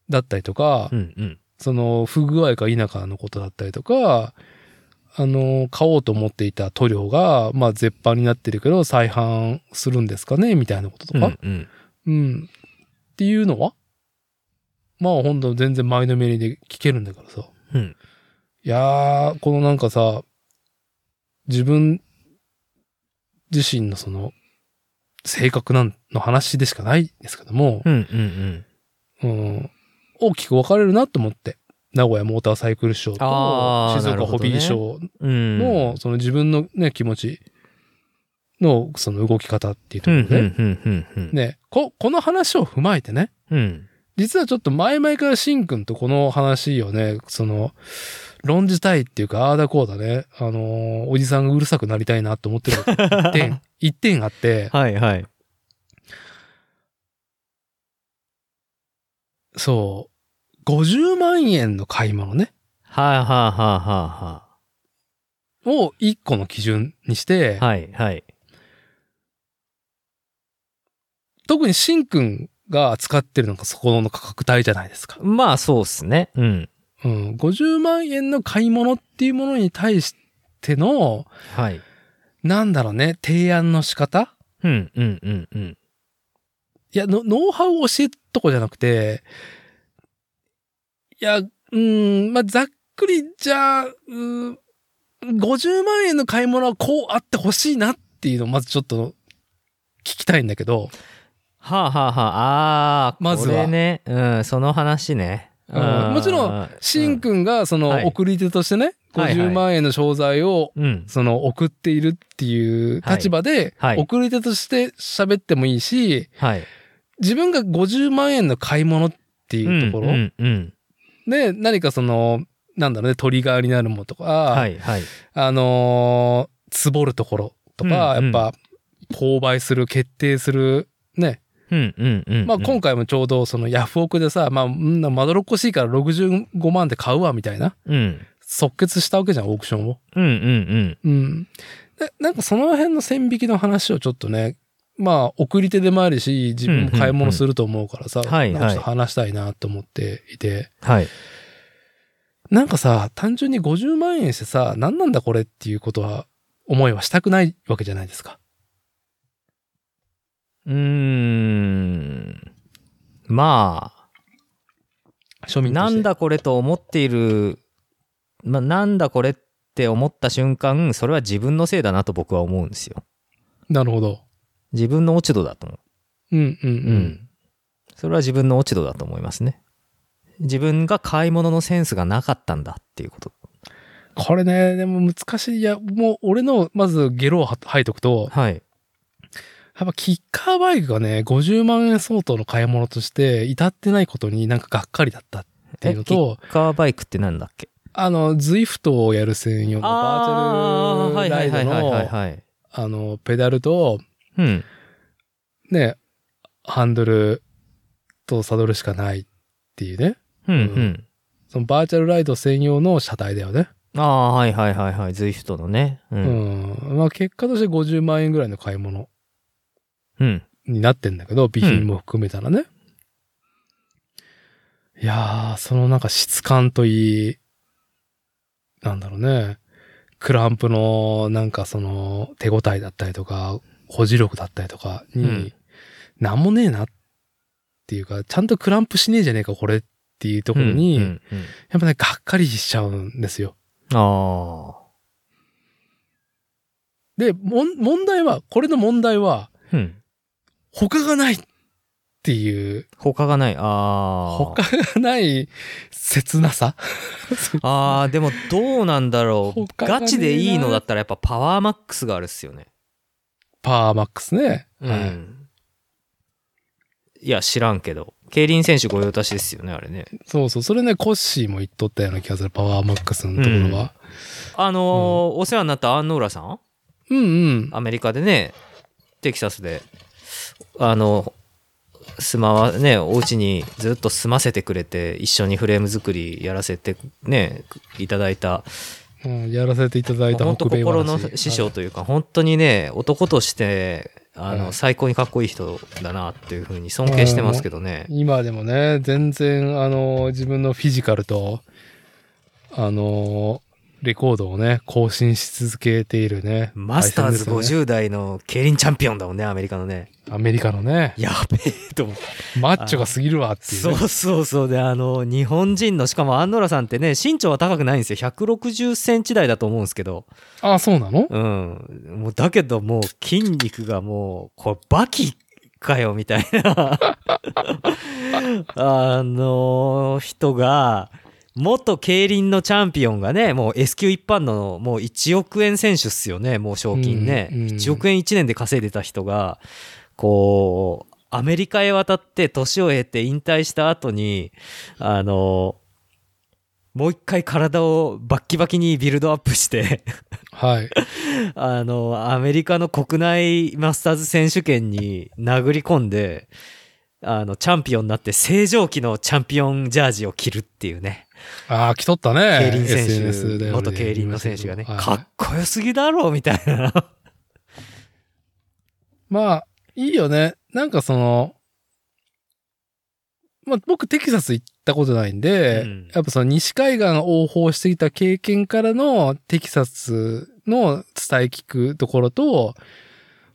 S2: だったりとか、
S1: うんうん
S2: その不具合か否かのことだったりとか、あの、買おうと思っていた塗料が、まあ絶版になってるけど再販するんですかねみたいなことと
S1: う
S2: か
S1: ん、うん
S2: うん、っていうのはまあ本当全然前のめりで聞けるんだからさ。
S1: うん
S2: いやー、このなんかさ、自分自身のその、性格なんの話でしかないですけども、
S1: うんうん
S2: うん、大きく分かれるなと思って、名古屋モーターサイクルショーと
S1: あー
S2: 静
S1: なる
S2: 岡
S1: ほ
S2: ホ
S1: どね
S2: ビーショー
S1: うんうん
S2: の、その自分のね、気持ちのその動き方っていうと
S1: うん
S2: ころ
S1: うんう
S2: で、
S1: んうんうん
S2: ね、こ、この話を踏まえてね、
S1: うん
S2: 実はちょっと前々からしんくんとこの話をね、その、論じたいっていうか、ああだこうだね、あのーおじさんがうるさくなりたいなと思って
S1: (laughs)
S2: る一点、一点あって、
S1: はいはい
S2: そう、50万円の買い物ね、
S1: はいはいはいは
S2: を一個の基準にして
S1: い、はいはいはい
S2: 特にしんくんが使ってるのがそこの価格帯じゃないですか。
S1: まあそうっすねうん
S2: うん。50万円の買い物っていうものに対しての、
S1: はい
S2: なんだろうね、提案の仕方
S1: うんうんうんうん
S2: いや、のノウハウを教えるとこじゃなくて、いや、うん、まあ、ざっくりじゃあ、うん、50万円の買い物はこうあってほしいなっていうのをまずちょっと聞きたいんだけど、
S1: はあはあはあああ
S2: まずは
S1: これねうんその話ね
S2: うんもちろんしんくんがそ
S1: はい
S2: の送り手としてね、
S1: はいはい
S2: 50万円の商材を
S1: うん
S2: その送っているっていう立場で、
S1: はいはい
S2: 送り手として喋ってもいいし、
S1: はい
S2: 自分が50万円の買い物っていうとこ
S1: う
S2: ろ、
S1: んうんうん
S2: で、何かその、なんだろうね、トリガーになるものとか、
S1: はいはい
S2: あのーつぼるところとか、
S1: うんうん
S2: やっぱ、購買する、決定する、ね。
S1: うんうんうんうん
S2: まあ今回もちょうどそのヤフオクでさ、まあ、うんまどろっこしいから65万で買うわ、みたいな。
S1: うん
S2: 即決したわけじゃん、オークションを。
S1: うんうん
S2: うん。でなんかその辺の線引きの話をちょっとね、まあ、送り手でもあるし、自分も買い物すると思うからさ、
S1: うんうんうんはい
S2: なんかちょっと話したいなと思っていて、
S1: はい
S2: なんかさ、単純に50万円してさ、何なんだこれっていうことは、思いはしたくないわけじゃないですか。
S1: うーんまあ
S2: 庶民とし
S1: な
S2: て
S1: んだこれと思っている、まあ、なんだこれって思った瞬間、それは自分のせいだなと僕は思うんですよ。
S2: なるほど。
S1: 自分の落ち度だと思
S2: うんうんう。
S1: う。うんそれは自分の落ち度だと思いますね。自分が買い物のセンスがなかったんだっていうこと。
S2: これね、でも難しい。いや、もう俺の、まずゲロをは吐いとくと、
S1: はい。
S2: やっぱキッカーバイクがね、50万円相当の買い物として、至ってないことになんかがっかりだったっていうのと、
S1: えキッカーバイクってなんだっけ
S2: あの、ズイフトをやる専用のバーチ
S1: あ
S2: ャルライド
S1: ーはいはいはい
S2: の、
S1: はいはい。
S2: あの、ペダルと、
S1: うん。
S2: ね、ハンドルとサドルしかないっていうね。
S1: うん
S2: う
S1: うん。
S2: そのバーチャルライド専用の車体だよね。
S1: ああ、はいはいはいはい。ズイフトのね。う。
S2: うんん。まあ結果として50万円ぐらいの買い物
S1: うん。
S2: になってんだけど、備品も含めたらね。いやー、そのなんか質感といい、なんだろうね。クランプのなんかその手応えだったりとか、保持力だったりとかに、
S1: うん
S2: なんもねえなっていうか、ちゃんとクランプしねえじゃねえか、これっていうところに、
S1: うんうん
S2: やっぱね、がっかりしちゃうんですよ。
S1: うんあ
S2: で、もん問題は、これの問題は、
S1: あ。うん。
S2: 他がないっていう、
S1: 他がない。ああ。
S2: 他がない切なさ。
S1: あーでもどうなんだろう
S2: 他がねえな
S1: ガチでいいのだったらやっぱパワーマックスがあるっすよね
S2: パワーマックスね。
S1: うん、
S2: はい
S1: い、や知らんけど競輪選手御用達ですよねあれね
S2: そうそう。それね、コッシーも言っとったような気がする、パワーマックスのところは。
S1: あのーお世話になったアンノーラさん
S2: うん、うん、
S1: アメリカでねテキサスであの住まわねお家にずっと住ませてくれて一緒にフレーム作りやらせてねいただいた
S2: うんやらせていただいた
S1: 本当
S2: 北米話
S1: 心の師匠というか、本当にね男としてあの、
S2: はい
S1: 最高にかっこいい人だなっていうふうに尊敬してますけどね、
S2: 今でもね、全然、あの、自分のフィジカルと、あの、レコードをね、更新し続けているね。
S1: マスターズ
S2: 大変ですよね
S1: 50代の競輪チャンピオンだもんねアメリカのね
S2: アメリカのね、
S1: やべえと思って
S2: マッチョが過ぎるわっていう
S1: そ
S2: ね、
S1: うそうそうであの日本人のしかもアンドラさんってね身長は高くないんですよ160センチ台だと思うんですけど
S2: あ、そうなの
S1: うんもうだけどもう筋肉がもうこれバキかよみたいな (laughs) あの人が元競輪のチャンピオンがねもう S 級一般のもう1億円選手っすよねもう賞金ね、
S2: うんうん
S1: 1億円1年で稼いでた人がこうアメリカへ渡って年を経て引退した後にあのもう一回体をバッキバキにビルドアップして
S2: はい。
S1: あの、アメリカの国内マスターズ選手権に殴り込んで、あの、チャンピオンになって、正常期のチャンピオンジャージを着るっていうね。
S2: ああ、来とったね。
S1: 競輪選
S2: SNS
S1: 手、
S2: で
S1: 元競輪の選手がね、
S2: はい
S1: かっこよすぎだろうみたいな。 (laughs)
S2: まあ、いいよね。なんかその、まあ僕テキサス行ったことないんで、
S1: うん
S2: やっぱその西海岸を横行してきた経験からのテキサスの伝え聞くところと、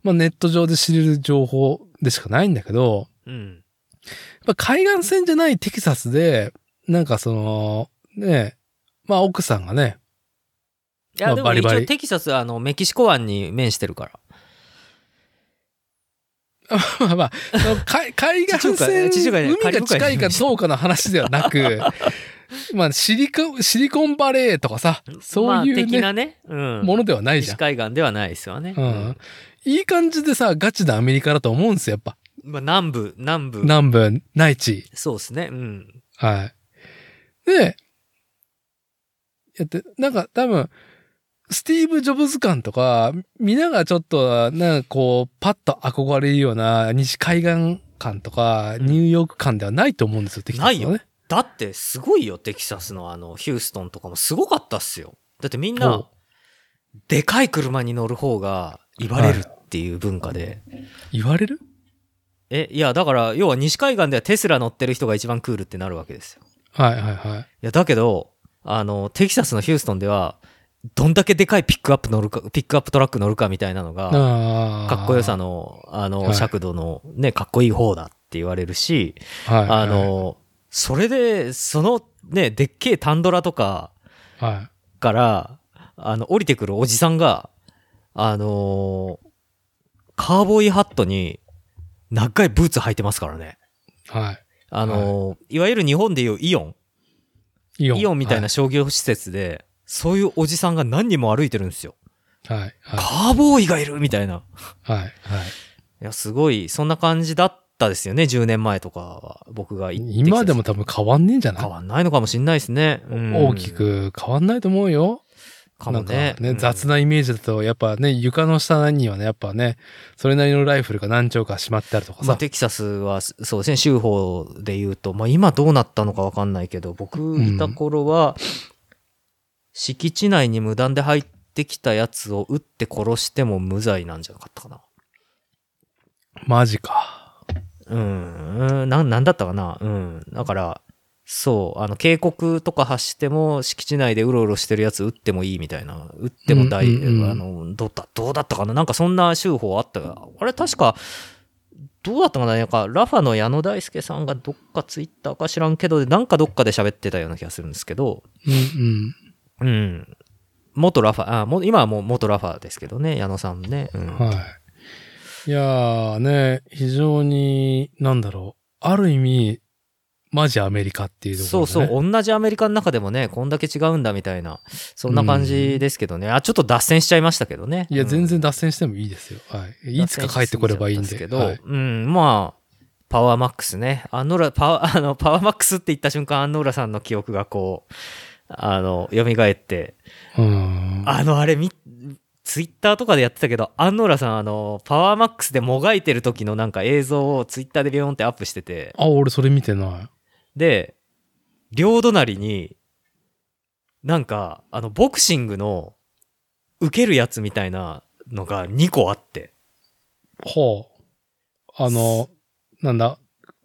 S2: まあネット上で知れる情報でしかないんだけど、
S1: うん。
S2: まあ、海岸線じゃないテキサスで、なんかその、ね、まあ奥さんがね、
S1: いや、でも
S2: まあバリ
S1: 一
S2: バリ
S1: 応テキサス、あの、メキシコ湾に面してるから。
S2: (laughs) まあまあ、その海 (laughs) 海岸線、
S1: 地中海地中海じゃない
S2: 海が近いかどうかの話では
S1: (laughs)
S2: なく、まあシリコン、シリコンバレーとかさ、そういう
S1: まあ、
S2: ね、
S1: 的なね、うん。
S2: ものではないじゃ
S1: 西
S2: ん。
S1: 海岸ではないですよね。
S2: うん。いい感じでさ、ガチなアメリカだと思うんですよ、やっぱ。
S1: まあ、南部、南部。
S2: 南部、内地。
S1: そうですね。うん。
S2: はい。で、やって、なんか多分、スティーブ・ジョブズ感とか、皆がちょっと、なんかこう、パッと憧れるような西海岸感とか、
S1: うん
S2: ニューヨーク感ではないと思うんですよ、テキサスはね。
S1: ないよだってすごいよテキサスのあのヒューストンとかもすごかったっすよだってみん
S2: おう
S1: なでかい車に乗る方が威張れるっていう文化で、
S2: 言われる
S1: えいやだから要は西海岸ではテスラ乗ってる人が一番クールってなるわけですよ
S2: はいはいはい。
S1: いやだけどあのテキサスのヒューストンではどんだけでかいピックアップ乗るかピックアップトラック乗るかみたいなのが
S2: あー
S1: かっこよさ。のあ
S2: は
S1: の
S2: い
S1: 尺度のねかっこいい方だって言われるし
S2: はいはい
S1: あ、の、それで、そのね、でっけえタンドラとか
S2: は
S1: から、あの、降りてくるおじさんが、あのーカーボーイハットに、長いブーツ履いてますからね。
S2: い。は
S1: あのーいわゆる日本でいうイオン。
S2: い。イオン。
S1: イオンみたいな
S2: は
S1: 商業施設で、そういうおじさんが何人も歩いてるんですよ。
S2: い。はい。はい。
S1: カーボーイがいるみたいな。
S2: はい。はい。
S1: いや、すごい、そんな感じだったですよね、10年前とかは。僕が行ってきた
S2: 今でも多分変わんねえんじゃない
S1: 変わんないのかもしんないですね。うん
S2: 大き。く変わんないと思うよ。
S1: かも
S2: な
S1: ね
S2: ん。かね、
S1: うん
S2: 雑なイメージだと、やっぱね、床の下にはね、やっぱね、それなりのライフルが何丁かしまってあるとか
S1: まあ、
S2: さ。
S1: テキサスはそうですね州法でいうと、まあ、今どうなったのか分かんないけど僕いた頃は、敷地内に無断で入ってきたやつを撃って殺しても無罪なんじゃなかったかな
S2: マジか。
S1: うんうんななんだったかなうんだからそうあの警告とか発しても敷地内でうろうろしてるやつ撃ってもいいみたいな撃っても大、
S2: うんうんうん
S1: あのどうだどうだったかななんかそんな州法あったがあれ確かどうだったかななんかラファの矢野大輔さんがどっかツイッターか知らんけどなんかどっかで喋ってたような気がするんですけど
S2: うんうん。
S1: うん元ラファあもう今はもう元ラファですけどね矢野さんね、うん
S2: はい。いやーね、非常に、なんだろう。ある意味、マジアメリカっていうとこ
S1: そ
S2: ろ、
S1: う
S2: ね。
S1: そう、同じアメリカの中でもね、こんだけ違うんだみたいな、そんな感じですけどね、あちょっと脱線しちゃいましたけどね。
S2: いや、
S1: うん
S2: 全、然脱線してもいいですよ。はい。いつか帰ってこればいいんで。
S1: 脱線しすぎちゃった
S2: は
S1: です
S2: い
S1: け、ど、うん、まあ、パワーマックスね、アンノーラパワー (laughs) あのパワーマックスって言った瞬間、アンノーラさんの記憶がこう、あの蘇って、
S2: うーん。
S1: あの、あれみ、ツイッターとかでやってたけど、アンノーラさん、あの、パワーマックスでもがいてる時のなんか映像をツイッターでビヨーンってアップしてて、
S2: あ、俺それ見てない。
S1: で、両隣に、なんか、あの、ボクシングの、受けるやつみたいなのが2個あって、
S2: ほう。あの、なんだ。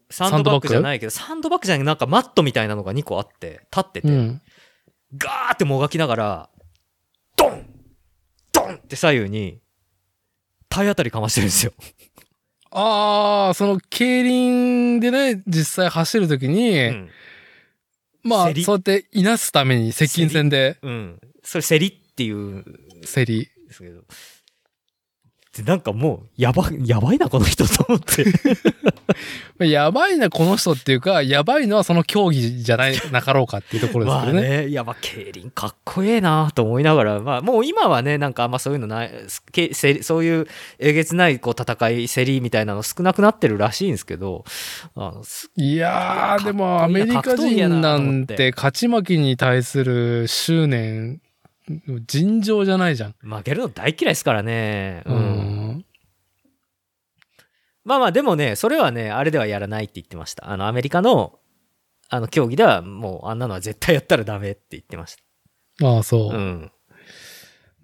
S1: サンドバッグ
S2: サンドバッグ
S1: じゃないけど、サンドバッグじゃないなんかマットみたいなのが2個あって、立ってて、
S2: うん。
S1: ガーってもがきながら、ドンドンって左右に、体当たりかましてるんですよ。
S2: ああ、その、競輪でね、実際走るときに、
S1: うん。
S2: まあ、
S1: 競り
S2: そうやって、いなすために接近戦で、
S1: うん。それ、セリっていうん
S2: 競り。
S1: ですけど。で、なんかもう、やば、やばいな、この人と思って。
S2: やばいな、この人っていうか、やばいのはその競技じゃない、なかろうかっていうところです
S1: ま
S2: (laughs) け
S1: あ
S2: どね。
S1: ね、いやまあ競輪かっこええなと思いながら、まあもう今はね、なんかあんまそういうのない、けせそういうえげつないこう戦い、競りみたいなの少なくなってるらしいんですけど、あのす
S2: いやー、でもアメリカ人なんて勝ち負けに対する執念、尋常じゃないじゃん。
S1: 負けるの大嫌いですからね。う
S2: う。
S1: んん。まあまあでもね、それはね、あれではやらないって言ってました。あのアメリカの、あの競技ではもうあんなのは絶対やったらダメって言ってまし
S2: ああ、そう
S1: た。、うん。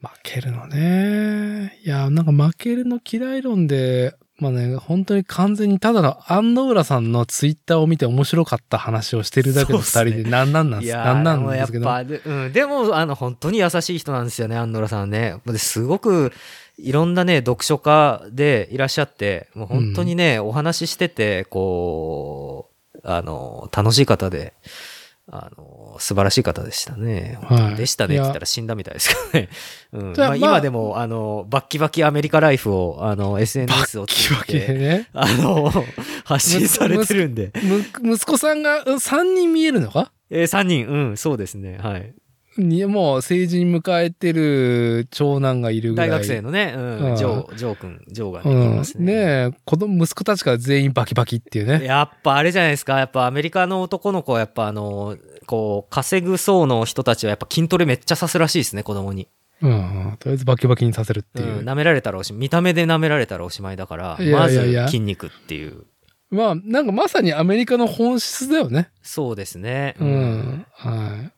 S2: 負けるのね。いやー、なんか負けるの嫌い論で、まあね、本当に完全にただの安野浦さんのツイッターを見て面白かった話をしてるだけの二人
S1: そうっ
S2: で、なんなんなん
S1: い
S2: す、
S1: やー
S2: なんなんですけど
S1: もう。やっぱでうん、でもあの本当に優しい人なんですよねアンドラさんねですごくいろんなね読書家でいらっしゃってもう本当にね、お話ししててこうあの楽しい方であの素晴らしい方でしたね、
S2: はい
S1: でしたねって
S2: いや
S1: 言ったら死んだみたいですけどね、 (laughs) うん
S2: じゃあ
S1: まあ、
S2: まあ
S1: 今でもあのバッキバキアメリカライフをあの SNS を
S2: キ (laughs)
S1: 通
S2: ワ
S1: じ
S2: キで
S1: て
S2: ね。
S1: あ
S2: (laughs)
S1: の発信されてるんで、
S2: む息子さんがうん3人見えるのか
S1: えー、3人うんそうですねはい
S2: にもう成人迎えてる長男がいるぐら
S1: 大
S2: い。
S1: 学生のね、うん
S2: うん
S1: ジョー、ジョー君、ジョーがね、います
S2: うん。
S1: ね。
S2: ねえ、子供、息子たちから全員バキバキっていうね。
S1: やっぱあれじゃないですか、やっぱアメリカの男の子はやっぱあの、こう、稼ぐ層の人たちはやっぱ筋トレめっちゃさすらしいですね、子供に。
S2: うん。とりあえずバキバキにさせるって
S1: う
S2: い
S1: ん、
S2: う。
S1: 舐められたらおし、見た目で舐められたらおしまいだから、
S2: いやいや
S1: まず
S2: いや
S1: 筋肉っていう。
S2: まあ、なんかまさにアメリカの本質だよね。
S1: そうですね。
S2: うん。はい。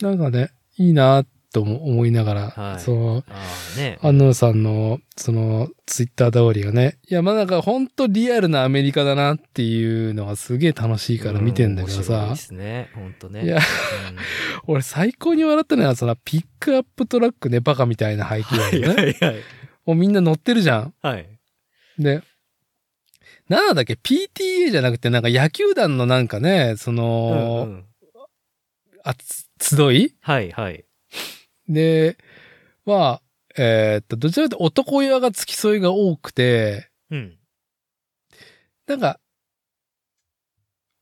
S2: なんかね、いいなとも思いながら、
S1: はい
S2: その、
S1: ああね。
S2: 安納さんの、その、ツイッター通りがね、いや、まあなんかほんとリアルなアメリカだなっていうのがすげえ楽しいから見てんだけど
S1: う面白い
S2: さ
S1: で、すね、ほんとね。
S2: いや俺最高に笑ったのは、そのピックアップトラックね、バカみたいな排気
S1: うん
S2: 量
S1: は
S2: ね。
S1: いはいはい。
S2: もうみんな乗ってるじゃん。
S1: はい。
S2: で、なんだっけ ?PTA じゃなくて、なんか野球団のなんかね、その、
S1: うんうん
S2: あつ集い
S1: はいはい。
S2: で、まあ、えーっと、どちらかというと男親が付き添いが多くて、
S1: うん。
S2: なんか、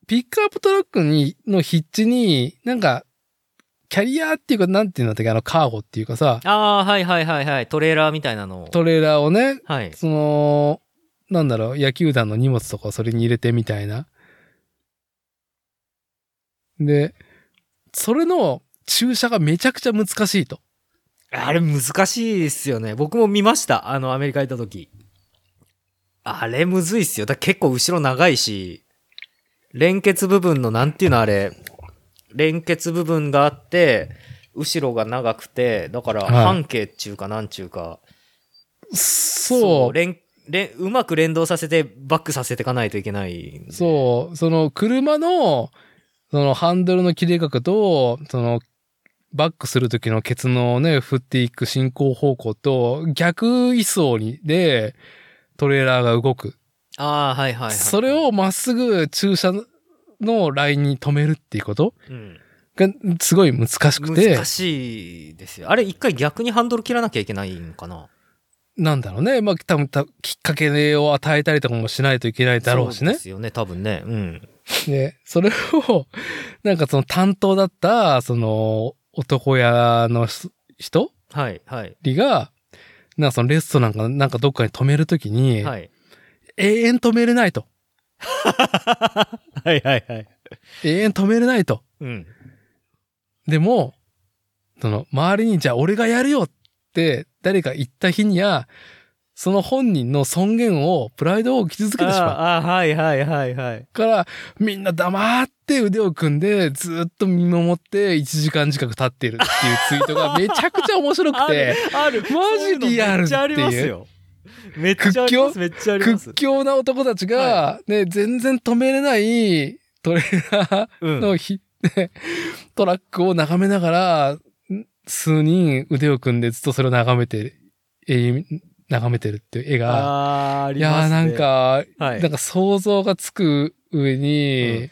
S2: ピックアップトラックに、のヒッチに、なんか、キャリアっていうか、なんていうんだったっけ、あの、カーゴっていうかさ、
S1: ああー、はいはいはいはい。トレーラーみたいなのを。
S2: トレーラーをね、
S1: はい。
S2: その、なんだろう、野球団の荷物とかをそれに入れてみたいな。で、それの駐車がめちゃくちゃ難しいと。
S1: あれ難しいですよね。僕も見ました。あの、アメリカ行った時。あれむずいっすよ。だから結構後ろ長いし、連結部分の、なんていうのあれ、連結部分があって、後ろが長くて、だから
S2: はい
S1: 半径っちゅうかなんちゅうか、。
S2: そう
S1: 連、連、うまく連動させて、バックさせていかないといけないんで。
S2: う、そう、その車の、そのハンドルの切れ角と、その、バックする時のケツのね、振っていく進行方向と、逆位相に、で、トレーラーが動く。
S1: ああ、はいはい、はい。
S2: それ、をまっすぐ駐車のラインに止めるっていうこと
S1: うん。
S2: がすごい難しくて
S1: 難、しいですよ。あれ、一回逆にハンドル切らなきゃいけないんかな。
S2: なんだろうね。まあ、多分たきっかけを与えたりとかもしないといけないだろうし
S1: そう
S2: ね
S1: で。すよね、多分ね。うん。
S2: で、それを、なんかその担当だった、その、男屋のし人
S1: はい、はい、
S2: りが、なんかそのレストランかなんかどっかに止めるときに、
S1: はい。
S2: 永遠止めれないと。
S1: はい、はい、はい。
S2: 永遠止めれないと。
S1: うん。
S2: でも、その、周りに、じゃあ俺がやるよって、誰か言った日には、その本人の尊厳を、プライドを傷つけてしまう。
S1: あーあー、はい、はい、はい、はい。
S2: から、みんな黙って腕を組んで、ずっと見守って、1時間近く経っているっていうツイートがめちゃくちゃ面白くて、 (laughs)
S1: ある、
S2: マジリアルっ
S1: そううのめっ
S2: ていう
S1: ちゃありますよ。めっちゃあります、めっちゃあります
S2: 屈。強な男たちが、ね、全然止めれないトレーラ
S1: う
S2: ー
S1: ん。
S2: のひ、ねトラックを眺めながら、ん数人腕を組んでずっとそれを眺めて、え眺めてるっていう絵が、
S1: あーあ
S2: い
S1: りま
S2: やー
S1: す、ね。
S2: なん、か、
S1: はい、
S2: なんか想像がつく上に、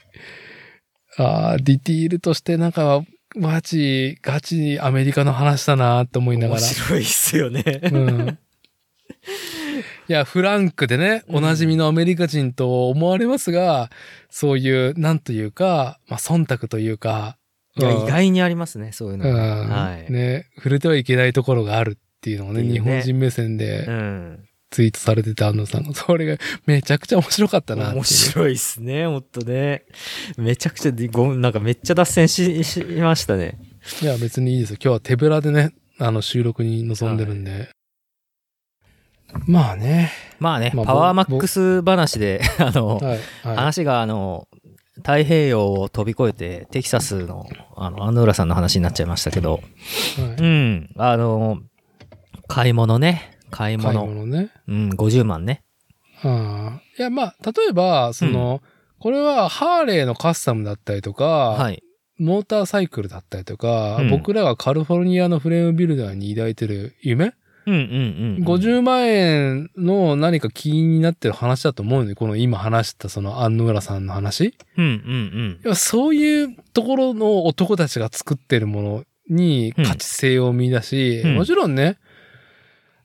S2: あーディティールとしてなんか、マジ、ガチにアメリカの話だなと思いな
S1: 面
S2: がら。
S1: 白いっすよね。
S2: うん。いや、フランクでね、おなじみのアメリカ人と思われますが、そういう、なんというか、まあ、忖度というか、
S1: いや
S2: うん
S1: 意外にありますね、そういうの
S2: う
S1: が。
S2: ん、
S1: はい。
S2: ね、触れてはいけないところがあるっていうのが
S1: っ
S2: ね、
S1: ていうね
S2: 日本人目線で
S1: うん。
S2: ツイートされてた安野さんが、それがめちゃくちゃ面白かったなっていう
S1: 面白いっすね、ほんとね。めちゃくちゃで、ごめんなんかめっちゃ脱線ししましたね。
S2: いや、別にいいですよ。今日は手ぶらでね、あの、収録に臨んでるんで。まあね。
S1: まあね、
S2: まあ
S1: パワーマックス話で、 (laughs) あの、
S2: はい。は
S1: 話があの、太平洋を飛び越えて、テキサスの、あの、アンヌーラさんの話になっちゃいましたけど、
S2: い。は
S1: う
S2: い、
S1: ん、あの、買い物ね、買い
S2: 買い
S1: 物。
S2: 物ね。
S1: うん、50万ね。
S2: ああいや、まあ、例えば、その、これはハーレーのカスタムだったりとか、
S1: はい。
S2: モーターサイクルだったりとか、
S1: うん
S2: 僕らがカリフォルニアのフレームビルダーに抱いてる夢、
S1: うんうんうん。
S2: ?50 万円の何か気になってる話だと思うんで、この今話したその安野浦さんの話。
S1: うんうん
S2: いやそういうところの男たちが作ってるものに価値性を見出し、
S1: うん
S2: もちろんね、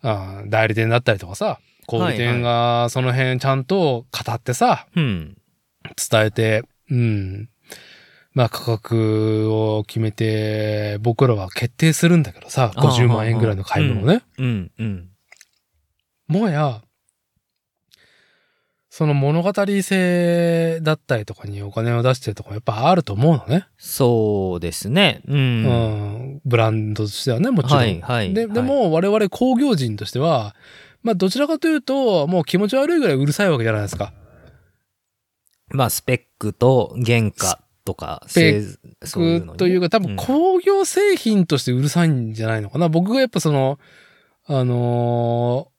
S2: あー代理店だったりとかさ、小売店がその辺ちゃんと語ってさ、
S1: うん。うん。
S2: 伝えて、うん。まあ価格を決めて、僕らは決定するんだけどさ、
S1: あー
S2: 50万円ぐらいの買い物をね。
S1: うんうん。
S2: もはや、その物語性だったりとかにお金を出してるとこやっぱあると思うのね。
S1: そうですね。う。
S2: うんんブランドとしてはね、もちろん。
S1: はいはい。
S2: で
S1: はい
S2: で、も、我々工業人としては、まあ、どちらかというと、もう気持ち悪いぐらいうるさいわけじゃないですか。
S1: まあ、スペックと原価とか、
S2: ペ
S1: 製そういうのに
S2: というか、多分
S1: ん
S2: 工業製品としてうるさいんじゃないのかな。僕がやっぱその、あのー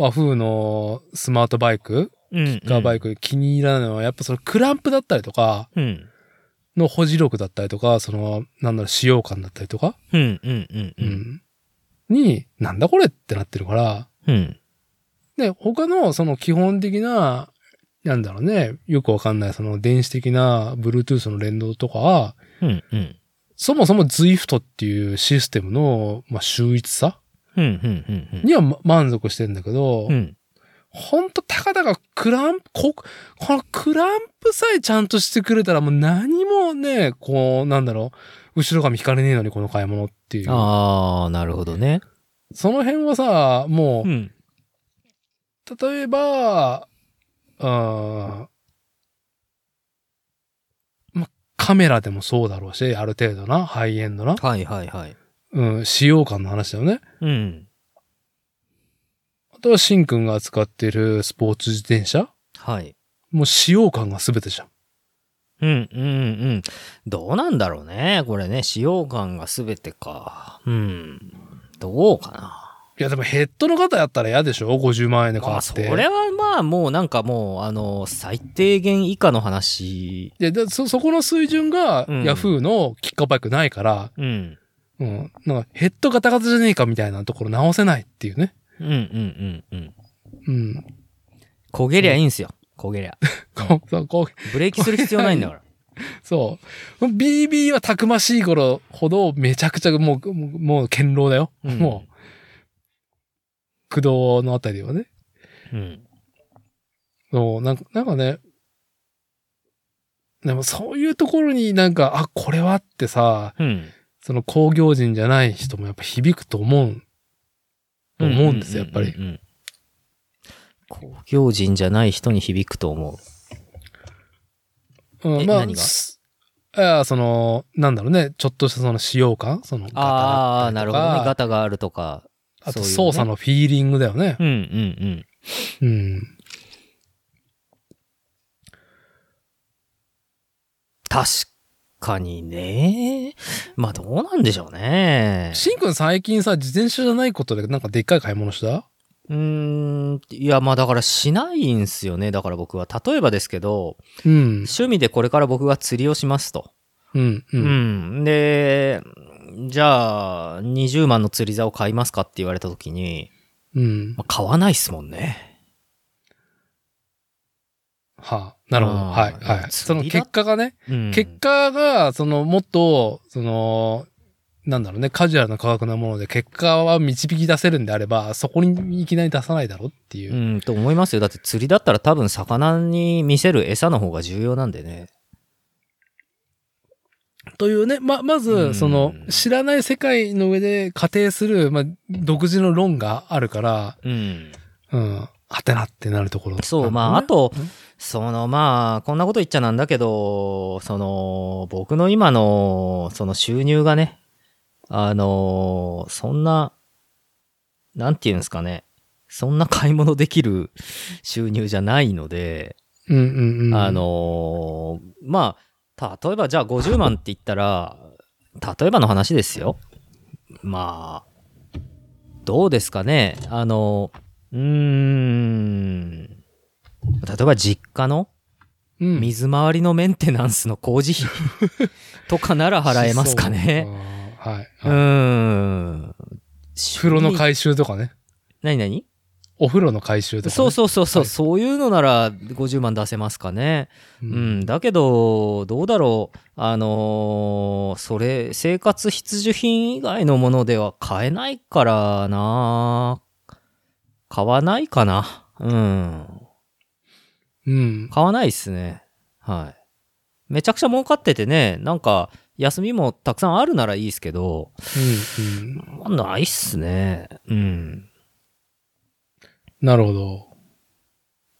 S2: 和風のスマートバイク、
S1: うん
S2: ガーバイク気に入らないのは、やっぱそのクランプだったりとか、
S1: うん。
S2: の保持力だったりとか、その、なんだろう、使用感だったりとか、
S1: うんうんうんう。
S2: うんん。に、なんだこれってなってるから、
S1: うん。
S2: で、他のその基本的ななんだろうね、よくわかんない、その電子的な Bluetooth の連動とか、
S1: うんうん。
S2: そもそも Zwift っていうシステムの、まあ、秀逸さ
S1: うんうんうんうん。
S2: にはま満足してんだけど、
S1: うん。
S2: ほんとたかだかクランプ、こ、このクランプさえちゃんとしてくれたらもう何もね、こう、なんだろう、後ろ髪引かれねえのにこの買い物っていう。
S1: ああ、なるほどね。
S2: その辺はさ、もう、
S1: ん。
S2: 例えば、あーま、カメラでもそうだろうし、ある程度な、ハイエンドな、
S1: はいはいはい。
S2: うん、使用感の話だよね。
S1: うん。
S2: あとは、シンくんが使ってるスポーツ自転車
S1: はい。
S2: もう使用感が全てじゃん。
S1: うんうんうん。どうなんだろうね。これね、使用感が全てか。うん。どうかな。
S2: いや、でもヘッドの方やったら嫌でしょ ?50 万円で買
S1: まあ、
S2: っ
S1: そ
S2: て。
S1: れはまあもうなんかもう、あの、最低限以下の話。
S2: ででそ、そこの水準が、
S1: うん
S2: ヤフーのキッカーバイクないから、
S1: うん。
S2: うん、なんかヘッドガタガタじゃねえかみたいなところ直せないっていうね。
S1: うんうんうんうん。 (laughs)
S2: うん。
S1: 焦げりゃいいんすよ。焦げりゃ。
S2: こうそう、こう、
S1: ブレーキする必要ないんだから。
S2: そう。BB はたくましい頃ほどめちゃくちゃもう、もう、もう堅牢だよ。
S1: うん
S2: もう、駆動のあたりはね。
S1: (laughs) うん。
S2: そう、なんか、なんかね、でもそういうところになんか、あ、これはってさ、
S1: うん。
S2: その工業人じゃない人もやっぱ響くと思う、と思うんですよ、やっぱり
S1: う。んうんうん。工業人じゃない人に響くと思う。
S2: うん、
S1: え
S2: まあ
S1: 何、が
S2: すああその、なんだろうね、ちょっとしたその使用感その、ガタ
S1: ああ、
S2: だ
S1: な
S2: った
S1: るほ
S2: りとか
S1: どね。ガタがあるとか。
S2: あと
S1: そういうね
S2: 操作のフィーリングだよね。
S1: うんうん
S2: うん。
S1: 確かにね。まあどうなんでしょうね。
S2: しんくん最近さ、自転車じゃないことでなんかでっかい買い物した
S1: うーん。いや、まあだからしないんすよね。だから僕は。例えばですけど、
S2: うん。
S1: 趣味でこれから僕が釣りをしますと。
S2: うん。
S1: う
S2: う。
S1: んん。で、じゃあ、20万の釣り竿買いますかって言われた時に、
S2: うん。
S1: まあ、買わないっすもんね。
S2: はあ、なるほど。
S1: ああ
S2: はい。はい。その
S1: 釣りだ
S2: 結果がね、
S1: うん。
S2: 結果が、その、もっと、その、なんだろうね、カジュアルな価格なもので、結果は導き出せるんであれば、そこにいきなり出さないだろうっていうう。
S1: ん、と思いますよ。だって釣りだったら多分魚に見せる餌の方が重要なんでね。
S2: というね、ま、ま
S1: う
S2: ず、
S1: ん
S2: その、知らない世界の上で仮定する、まあ、独自の論があるから、
S1: うん。
S2: うん、はてなってなるところ、
S1: そう、まあ、あ
S2: と、
S1: と
S2: うん、
S1: その、まあ、こんなこと言っちゃなんだけど、その、僕の今の、その収入がね、あの、そんな、なんていうんですかね、そんな買い物できる収入じゃないので、
S2: うんうんうん。
S1: あ、の、まあ、例えば、じゃあ50万って言ったら、例えばの話ですよ。まあ、どうですかね。あの、うーん。例えば実家の
S2: うん、
S1: 水回りのメンテナンスの工事費とかなら払えますか
S2: (laughs)
S1: ね。
S2: そうか。はい。
S1: うーん。
S2: 風呂
S1: 趣
S2: の
S1: 味
S2: 回収とかね。
S1: 何何
S2: お風呂の回収とか、ね。
S1: そうそうそうそう、
S2: はい
S1: そういうのなら50万出せますかね。
S2: う。
S1: うんん、だけど、どうだろう、あのーそれ、生活必需品以外のものでは買えないからな、買わないかな。うん、
S2: うん。
S1: 買わないっすね。はい。めちゃくちゃ儲かっててね、なんか、休みもたくさんあるならいいですけど、
S2: うん。うん。
S1: まあないっすね。うん。
S2: なるほど。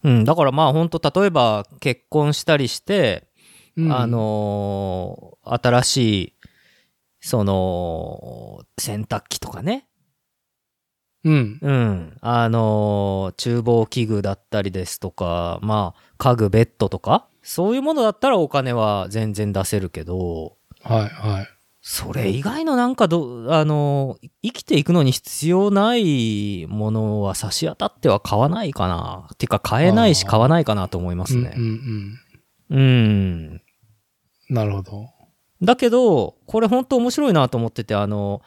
S1: うん、だからまあ本当例えば結婚したりして、
S2: うん
S1: あ、のー新しい、その、洗濯機とかね。
S2: うん。
S1: うん。あのー厨房器具だったりですとか、まあ、家具、ベッドとか、そういうものだったらお金は全然出せるけど、
S2: はい、はい。
S1: それ以外のなんかど、あのー生きていくのに必要ないものは差し当たっては買わないかな。てか、買えないし
S2: あー
S1: 買わないかなと思います
S2: うん、
S1: ね。
S2: うん、うん。
S1: うん。
S2: なるほど。
S1: だけど、これ本当面白いなと思ってて、あの、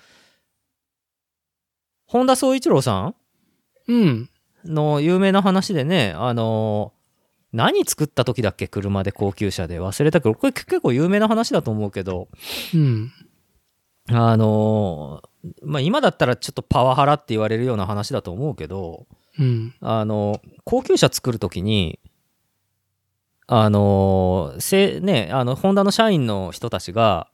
S1: 本田宗一郎さ
S2: うん。
S1: んの有名な話でね、あの、何作った時だっけ車で高級車で忘れたけどこれ結構有名な話だと思うけど
S2: うん。
S1: あのーまあ今だったらちょっとパワハラって言われるような話だと思うけど
S2: うん。
S1: あの高級車作る時にあのせねあのホンダの社員の人たちが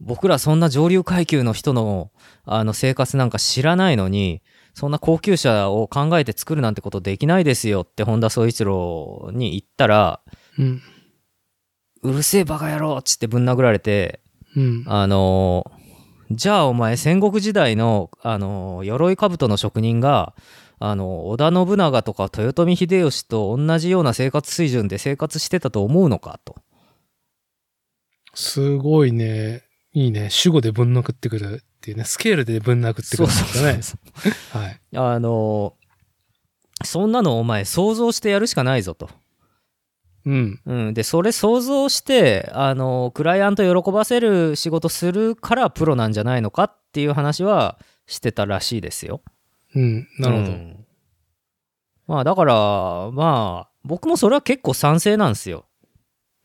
S1: 僕らそんな上流階級の人のあの生活なんか知らないのにそんな高級車を考えて作るなんてことできないですよって本田宗一郎に言ったら
S2: うん。
S1: うるせえバカ野郎っつってぶん殴られて
S2: うん。
S1: あのじゃあお前戦国時代の、あの鎧兜の職人が、あの織田信長とか豊臣秀吉と同じような生活水準で生活してたと思うのかと。
S2: すごいね。いいね。主語でぶん殴ってくるっていうね。スケールでぶん殴ってくるんですよね。
S1: そう
S2: はい。
S1: あのそんなのお前想像してやるしかないぞと。
S2: うん。
S1: うん、でそれ想像して、あのクライアント喜ばせる仕事するからプロなんじゃないのかっていう話はしてたらしいですよ。
S2: うん。なるほど。
S1: うんまあだからまあ僕もそれは結構賛成なんですよ。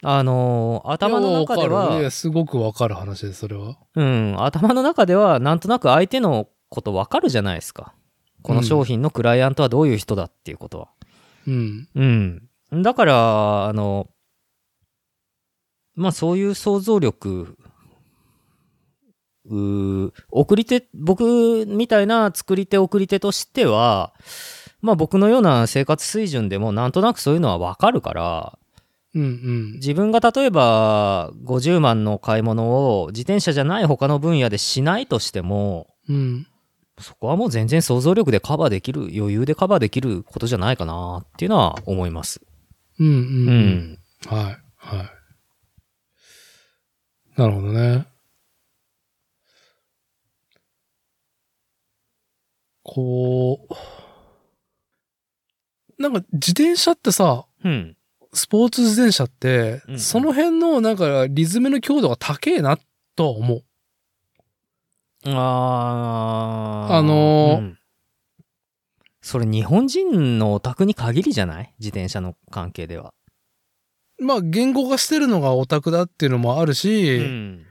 S1: あのー頭の中で
S2: いやわかるい
S1: は、
S2: やすごくわかる話です、それは。
S1: うん、頭の中ではなんとなく相手のことわかるじゃないですか。この商品のクライアントはどういう人だっていうことは。
S2: うん。
S1: うん。だから、あの、まあそういう想像力、うー送り手、僕みたいな作り手送り手としては、まあ僕のような生活水準でもなんとなくそういうのはわかるから、
S2: うんうん。
S1: 自分が例えば50万の買い物を自転車じゃない他の分野でしないとしても、
S2: うん。
S1: そこはもう全然想像力でカバーできる、余裕でカバーできることじゃないかなっていうのは思います。
S2: うんうん。
S1: う
S2: うん
S1: ん
S2: はい。はい。なるほどね。こう、なんか自転車ってさ、
S1: うん。
S2: スポーツ自転車って、
S1: うん
S2: その辺のなんかリズムの強度が高えなとは思う。
S1: あー
S2: あのー
S1: うんそれ日本人のオタクに限りじゃない自転車の関係では。
S2: まあ言語化してるのがオタクだっていうのもあるし、
S1: うん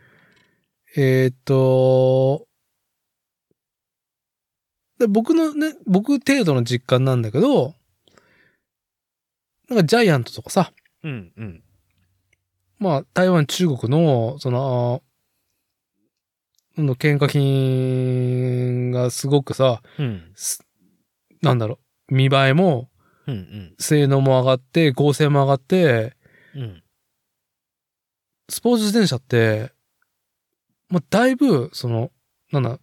S2: えーっと、で僕のね、僕程度の実感なんだけど、なんかジャイアントとかさ、
S1: うんうん
S2: まあ台湾、中国の、その、あの喧嘩品がすごくさ、
S1: うん
S2: すなんだろう、見栄えも、
S1: うんうん
S2: 性能も上がって、合成も上がって、
S1: うん
S2: スポーツ自転車って、まあ、だいぶ、その、なんだ、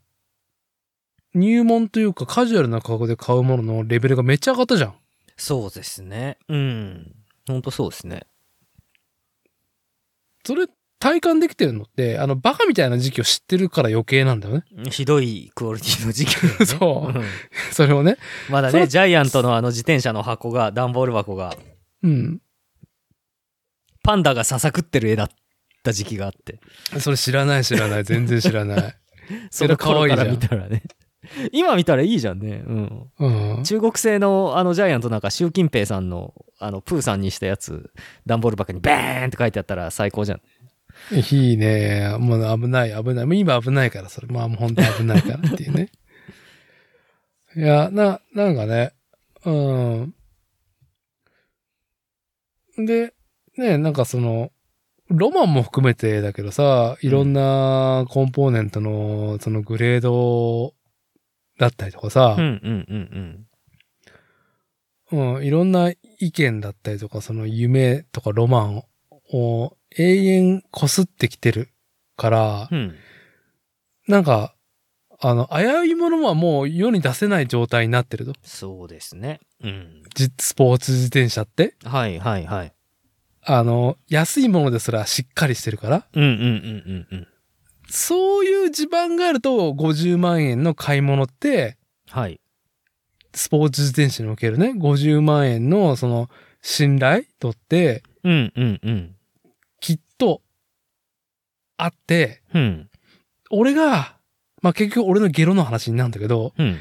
S2: 入門というかカジュアルな価格で買うもののレベルがめっちゃ上がったじゃん。
S1: そうですね。うん。ほんとそうですね。
S2: それ、体感できてるのって、あの、バカみたいな時期を知ってるから余計なんだよね。
S1: ひどいクオリティの時期だよね、
S2: (laughs) そうん (laughs) それをね。
S1: まだ
S2: そ
S1: ね、
S2: の
S1: ジャイアントのあの自転車の箱が、段ボール箱が、
S2: うん。
S1: パンダがささくってる絵だった時期があって。
S2: それ知らない知らない。全然知らない。
S1: そ
S2: それ
S1: の
S2: 可愛
S1: 頃
S2: いじ
S1: か
S2: ゃん
S1: ら見たらね。今見たらいいじゃんね。うん。
S2: (laughs) うん。
S1: 中国製のあのジャイアントなんか習近平さんのあのプーさんにしたやつ段ボール箱にバーンって書いてあったら最高じゃん
S2: (laughs) いいね。もう危ない、危ない。もう今危ないから、それ。まあ、もう本当危ないからっていうね。 (laughs) いや、な、なんかね、うん。で、ね、なんかその、ロマンも含めてだけどさ、いろんなコンポーネントの、そのグレードだったりとかさ、
S1: んうんうん
S2: うん、いろんな意見だったりとか、その夢とかロマンを永遠こすってきてるから、
S1: ん
S2: なんか、あの、危ういものはもう世に出せない状態になってると。
S1: そうですねうん
S2: じスポーツ自転車って。
S1: はいはいはい
S2: あの、安いものですらしっかりしてるから。
S1: うんうんうんうんうん
S2: そういう地盤があると、50万円の買い物って、
S1: はい
S2: スポーツ自転車におけるね、50万円のその、信頼とって、
S1: うんうんうん
S2: きっと、あって、
S1: うん
S2: 俺が、まあ、結局俺のゲロの話になるんだけど、
S1: うん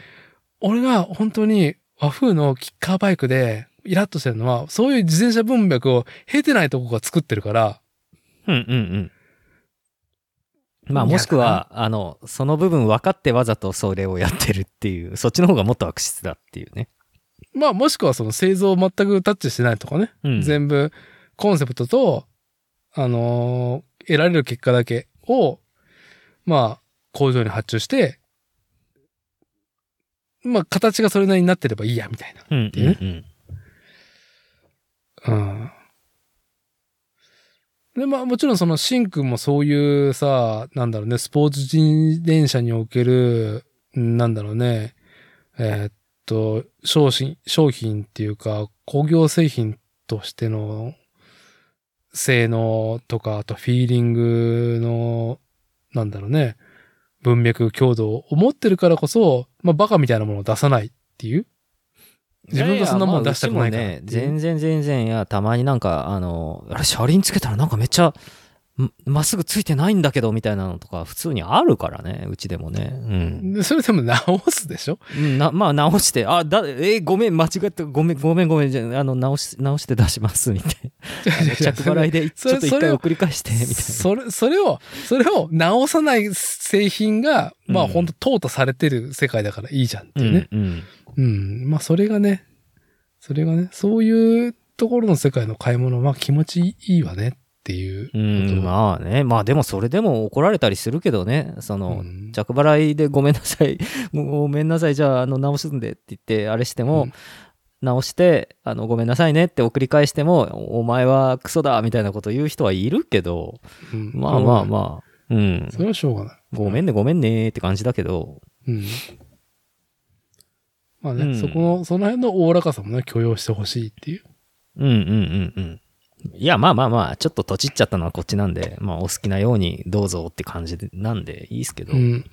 S2: 俺が本当に和風のキッカーバイクで、イラッとしてるのは、そういう自転車文脈を経てないとこが作ってるから、
S1: うんうんうん。まあ、もしくは、あの、その部分分かってわざとそれをやってるっていう、そっちの方がもっと悪質だっていうね。
S2: まあもしくはその製造を全くタッチしてないとかね。
S1: うん
S2: 全部コンセプトと、あのー得られる結果だけを、まあ、工場に発注して、まあ、形がそれなりになってればいいや、みたい
S1: うんうんうん。
S2: な。うん。で、まあ、もちろんその、シンくんもそういうさ、なんだろうね、スポーツ自転車における、なんだろうね、えーっと、商品、商品っていうか、工業製品としての性能とか、あとフィーリングの、なんだろうね、文脈、強度を持ってるからこそ、まあ、バカみたいなものを出さないっていう。自分がそんなもん出したくないから
S1: ややまあうちもね、全然全然、いや、たまになんか、あの、あれ、車輪つけたらなんかめっちゃ、んまっすぐついてないんだけど、みたいなのとか、普通にあるからね、うちでもね。うん
S2: でそれでも直すでしょ
S1: うん。なまあ、直して、あ、だ、えーごめん、間違って、ごめん、ごめん、ごめん、じゃあ、あの、直し、直して出します、みた (laughs) い
S2: (laughs)
S1: な。着払いで、ち
S2: それ
S1: ょっと一
S2: それ
S1: 回
S2: を
S1: 送り返して、みたいな。
S2: それ、それを、それを直さない製品が、ま
S1: う
S2: あ
S1: ん
S2: 本当淘汰されてる世界だからいいじゃんっていうね。
S1: うんうん
S2: うん、まあそれがね、それがね、そういうところの世界の買い物は気持ちいいわねっていう
S1: う
S2: こと
S1: ん、まあね、まあでもそれでも怒られたりするけどね、その、
S2: うん
S1: 着払いでごめんなさい、 (laughs) ごごめんなさい、じゃああの直すんでって言って、あれしても、
S2: うん
S1: 直してあの、ごめんなさいねって送り返しても、おお前はクソだみたいなこと言う人はいるけど、
S2: うん
S1: まあまあまあ、うん、
S2: それはしょうがない。
S1: ごめんね、ごめんねって感じだけど、
S2: うん。まあね、
S1: うん
S2: そこの、その辺のおおらかさもね、許容してほしいっていう。
S1: うんうんうんうん。いや、まあまあまあ、ちょっととちっちゃったのはこっちなんで、まあお好きなようにどうぞって感じでなんでいいですけど。
S2: うん、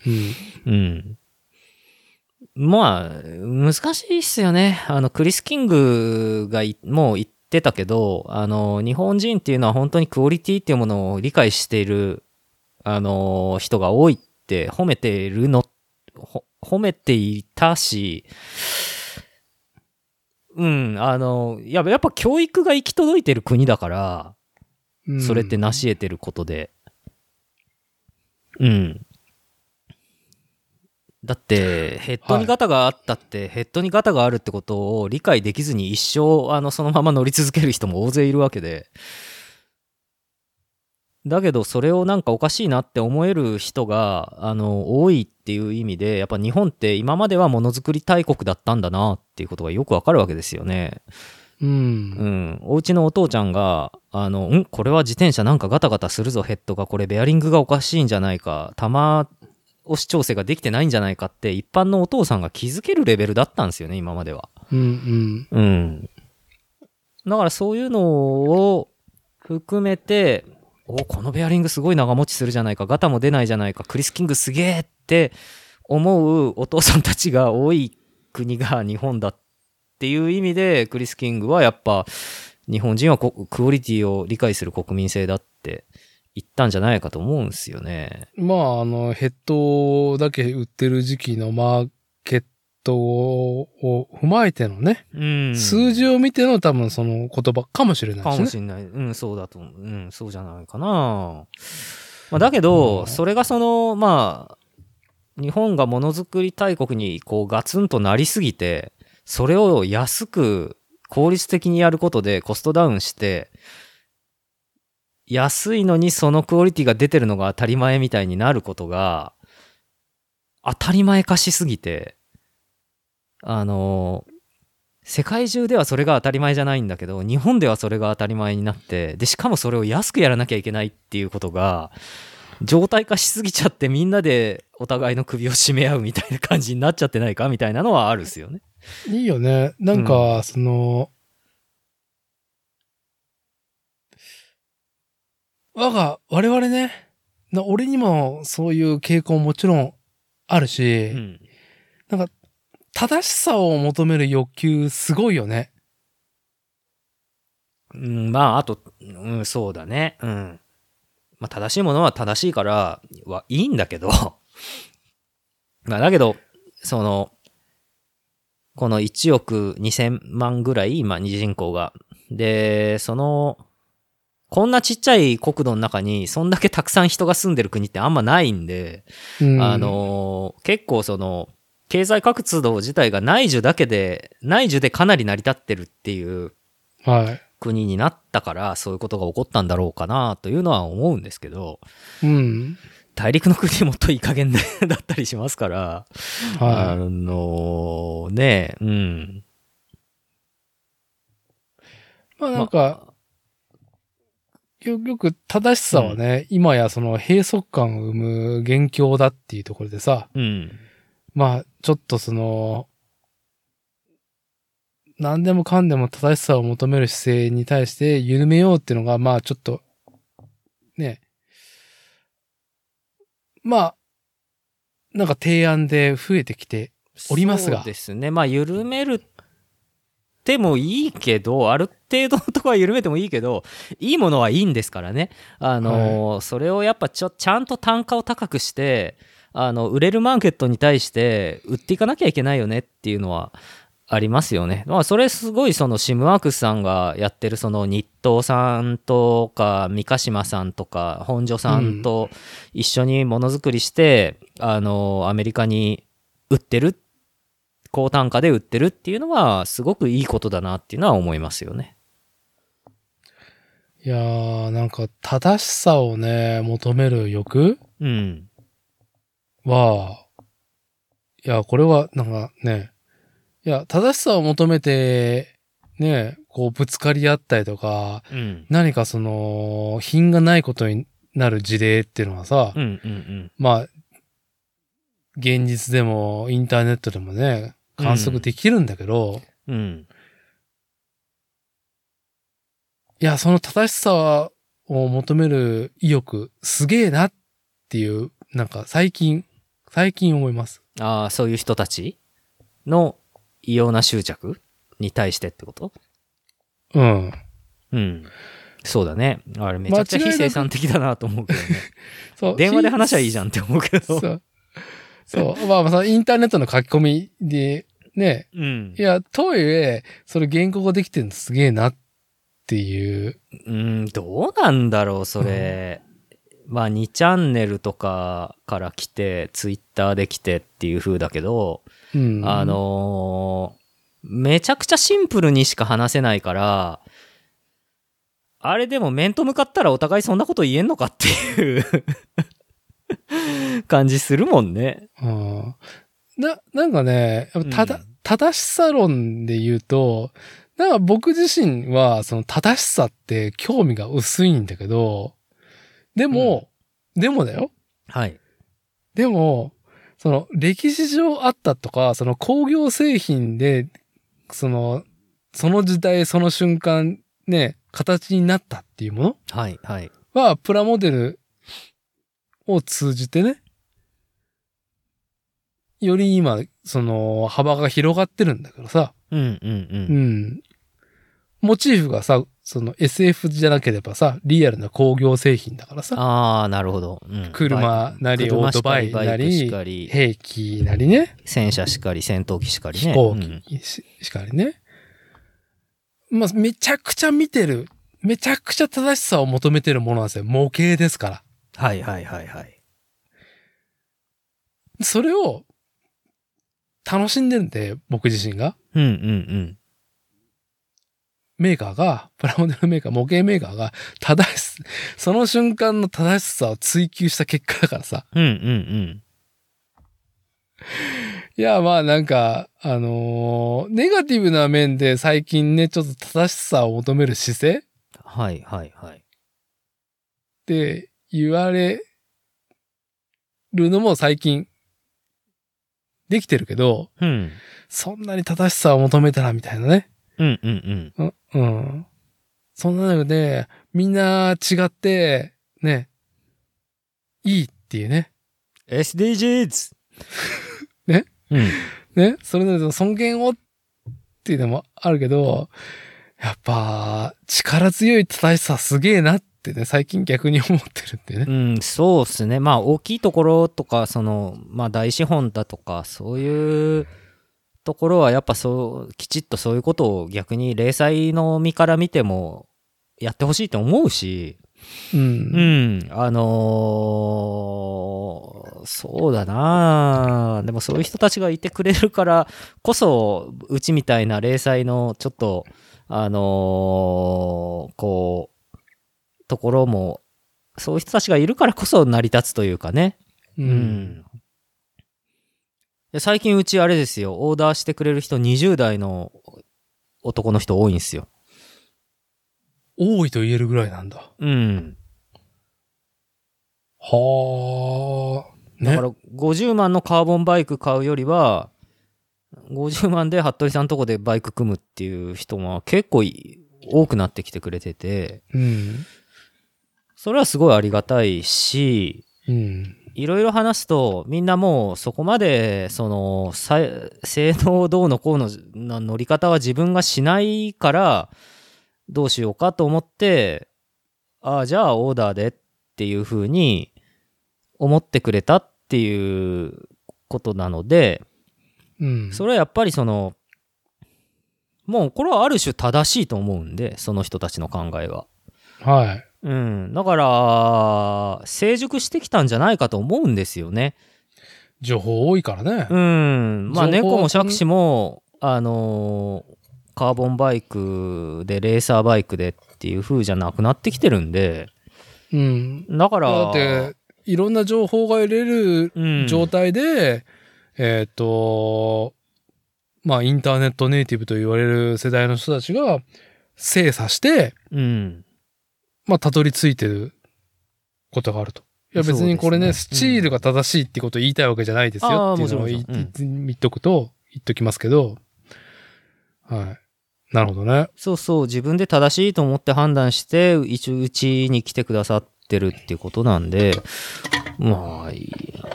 S1: うん。まあ、難しいっすよね。あの、クリス・キングがいもう言ってたけど、あの、日本人っていうのは本当にクオリティっていうものを理解している、あの、人が多いって褒めてるの、ほ褒めていたし、うん、あの、やっぱやっぱ教育が行き届いてる国だから、
S2: うん。
S1: それって成し得てることで。うん。だって、ヘッドにガタがあったって、ヘッドにガタがあるってことを理解できずに一生、あの、そのまま乗り続ける人も大勢いるわけで。だけど、それをなんかおかしいなって思える人が、あの、多いっていう意味で、やっぱ日本って今まではものづくり大国だったんだなっていうことがよくわかるわけですよね。
S2: う。
S1: うんん、お家のお父ちゃんが「あのんこれは自転車なんかガタガタするぞヘッドがこれベアリングがおかしいんじゃないか玉押し調整ができてないんじゃないか」って一般のお父さんが気づけるレベルだったんですよね今までは。
S2: うん、うん。
S1: うん、だからそういうのを含めて「おこのベアリングすごい長持ちするじゃないかガタも出ないじゃないかクリス・キングすげえ!」って思うお父さんたちが多い国が日本だっていう意味でクリス・キングはやっぱ日本人はこクオリティを理解する国民性だって言ったんじゃないかと思うんですよね。
S2: まあ、あの、ヘッドだけ売ってる時期のマーケットを踏まえてのね、
S1: うん
S2: 数字を見ての多分その言葉かもしれない
S1: か
S2: しね
S1: も。しんない。うん、そうだと思う。うん、そうじゃないかな。まあ、だけど、それがその、まあ、日本がものづくり大国にこうガツンとなりすぎて、それを安く効率的にやることでコストダウンして、安いのにそのクオリティが出てるのが当たり前みたいになることが、当たり前化しすぎて、あの、世界中ではそれが当たり前じゃないんだけど日本ではそれが当たり前になってでしかもそれを安くやらなきゃいけないっていうことが状態化しすぎちゃってみんなでお互いの首を絞め合うみたいな感じになっちゃってないかみたいなのはあるっすよね。
S2: いいよね。なんか、その、我が、我々ね、な俺にもそういう傾向もちろんあるし、
S1: うん、
S2: 正しさを求める欲求すごいよね。
S1: うんまああと、うん、そうだね。うんまあ、正しいものは正しいから (laughs) はいいんだけどまあだけどそのこの1億2000万ぐらい、今、二次人口が。で、その、こんなちっちゃい国土の中に、そんだけたくさん人が住んでる国ってあんまないんで、
S2: うん
S1: あ、の、結構その、経済活動自体が内需だけで、内需でかなり成り立ってるっていう
S2: はい。
S1: 国になったから、そういうことが起こったんだろうかな、というのは思うんですけど、
S2: うん。
S1: 大陸の国もっといい加減で (laughs) だったりしますから、あ
S2: は
S1: のねうん。
S2: い。まあなんか、よよく正しさはね、今やその閉塞感を生む元凶だっていうところでさ、
S1: うん。
S2: まあちょっとその、何でもかんでも正しさを求める姿勢に対して緩めようっていうのが、まあちょっと、ね、まあ、なんか提案で増えてきて、おりますが
S1: そうですね。まあ、緩めるでもいいけど、ある程度のところは緩めてもいいけど、いいものはいいんですからね。あの、それをやっぱちょ、ちゃんと単価を高くして、あの、売れるマーケットに対して売っていかなきゃいけないよねっていうのは、ありますよね。まあ、それすごいそのシムワークスさんがやってるその日東さんとか三ヶ島さんとか本所さんと一緒にものづくりして、あのアメリカに売ってる高単価で売ってるっていうのはすごくいいことだなっていうのは思いますよね。
S2: いやー、なんか正しさをね、求める欲
S1: うん。
S2: は、いや、これは、なんかね、いや、正しさを求めて、ね、こう、ぶつかり合ったりとか、
S1: うん。
S2: 何かその、品がないことになる事例っていうのはさ、
S1: うんうんうん。
S2: まあ、現実でもインターネットでもね、観測できるんだけど、
S1: うん。
S2: いや、その正しさを求める意欲、すげえなっていう、なんか最近、最近思います。
S1: ああ、そういう人たちの異様な執着に対してってこと
S2: うん。
S1: うん。そうだね。あれめちゃくちゃ
S2: 間違いな
S1: 非
S2: く
S1: 生産的だなと思うけどね。
S2: そう
S1: 電話で話はゃいいじゃんって思うけ
S2: そ
S1: ど。
S2: う。そう。まあまあその、インターネットの書き込みで、ね、
S1: うん
S2: い。や、とはいえ、それ原稿ができてるのすげえなっていう。
S1: うん、どうなんだろう、それ。まあ、2チャンネルとかから来て、ツイッターで来てっていう風だけど、
S2: うん。
S1: あ、のーめちゃくちゃシンプルにしか話せないから、あれでも面と向かったらお互いそんなこと言えんのかっていう (laughs) 感じするもんね。
S2: うん。な、なんかね、やっぱただ、
S1: うん
S2: 正しさ論で言うと、なんか僕自身は、その正しさって興味が薄いんだけど、でも、でもだよ。
S1: はい。
S2: でも、その歴史上あったとか、その工業製品で、その、その時代、その瞬間、ね、形になったっていうもの
S1: はい、はい。
S2: は、プラモデルを通じてね、より今、その、幅が広がってるんだけどさ、
S1: うん、うん、
S2: う
S1: うん。
S2: ん。モチーフがさ、その SF じゃなければさ、リアルな工業製品だからさ、
S1: ああ、なるほど。うん
S2: 車なり
S1: 車
S2: オー
S1: し
S2: ト
S1: か
S2: バ
S1: り
S2: イ
S1: バ
S2: な
S1: イクし
S2: り、
S1: かり、
S2: 兵器なりね、
S1: 戦車しかり、戦闘機しかりね。
S2: 飛行
S1: うん
S2: 機し,、かりね。まあ、めちゃくちゃ見てる、めちゃくちゃ正しさを求めてるものなんですよ。模型ですから。
S1: はい、はい、はい、はい。
S2: それを楽しんでるんで、僕自身が。
S1: うん、うん、
S2: メーカーが、プラモデルメーカー、模型メーカーが、正し、その瞬間の正しさを追求した結果だからさ。
S1: うん。うん、うん、
S2: いや、まあなんか、あのーネガティブな面で最近ね、ちょっと正しさを求める姿勢
S1: う
S2: っ
S1: ん。はい、はい、はい。
S2: て言われるのも最近できてるけど、
S1: うん。
S2: そんなに正しさを求めたらみたいなね。
S1: うん、うん、うん。
S2: ううん。そんな中で、みんな違って、ね、いいっていうね。
S1: SDGs! (laughs)
S2: ね
S1: うん。
S2: ね、それぞれの尊厳をっていうのもあるけど、やっぱ、力強い正しさすげえなってね、最近逆に思ってるんで
S1: う
S2: ね。
S1: ん、そうですね。まあ、大きいところとか、その、まあ、大資本だとか、そういうところはやっぱそうきちっとそういうことを逆に零細の身から見てもやってほしいと思うし、
S2: う。
S1: うんん、あのーそうだなあでもそういう人たちがいてくれるからこそうちみたいな零細のちょっと、あのーこう、ところも、そういう人たちがいるからこそ成り立つというかね。
S2: う。
S1: うんんで最近うちあれですよ、オーダーしてくれる人20代の男の人多いんですよ。
S2: 多いと言えるぐらいなんだ。
S1: うん。
S2: はあ。
S1: だ
S2: ね
S1: か。ら50万のカーボンバイク買うよりは、50万で服部さんとこでバイク組むっていう人も結構い多くなってきてくれてて、
S2: うん。
S1: それはすごいありがたいし、
S2: うん。
S1: いろいろ話すとみんなもうそこまでそのさ性能どうのこうのの乗り方は自分がしないからどうしようかと思ってああじゃあオーダーでっていうふうに思ってくれたっていうことなので
S2: うん。
S1: それはやっぱりそのもうこれはある種正しいと思うんでその人たちの考えは。
S2: はい。
S1: うん、だから成熟してきたんじゃないかと思うんですよね。
S2: 情報多いからね。
S1: うん。まあ、
S2: 情報
S1: 猫もシャクシも、あのーカーボンバイクで、レーサーバイクでっていう風じゃなくなってきてるんで、
S2: うん。
S1: だから、
S2: だって、いろんな情報が得れる
S1: うん、
S2: 状態で、えっ、と、まあ、インターネットネイティブと言われる世代の人たちが精査して、
S1: うん。
S2: まあ、たどり着いてることがあると。いや、別にこれね、
S1: そ
S2: ス
S1: うです
S2: チ
S1: ねうん
S2: ールが正しいってことを言いたいわけじゃないですよ
S1: あー
S2: っていうのを
S1: もちろ
S2: 言
S1: ん
S2: い
S1: もちろん
S2: 言っとくと、言っときますけど、はい。なるほどね。
S1: そうそう、自分で正しいと思って判断して、一応うちに来てくださってるっていうことなんで、まあ、い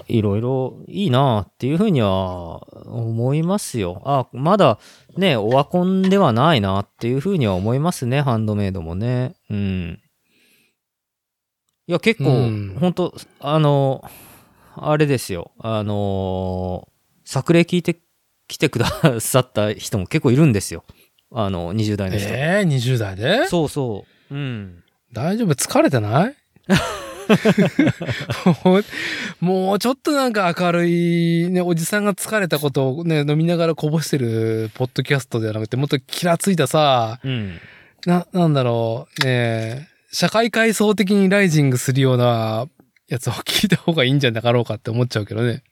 S1: いろいろいいなっていうふうには思いますよ。あ、まだね、オワコンではないなっていうふうには思いますね、ハンドメイドもね。うん。いや、結構、
S2: うん
S1: ほんと、あの、あれですよ。あの、作例聞いて来てくださった人も結構いるんですよ。あの、20代の人。
S2: ええー、20代で
S1: そうそう。うん。
S2: 大丈夫疲れてない (laughs) もうもうちょっとなんか明るい、ね、おじさんが疲れたことをね、飲みながらこぼしてるポッドキャストじゃなくて、もっとキラついたさ、
S1: うん。
S2: な、なんだろう、ねえ社会階層的にライジングするようなやつを聞いた方がいいんじゃなかろうかって思っちゃうけどね。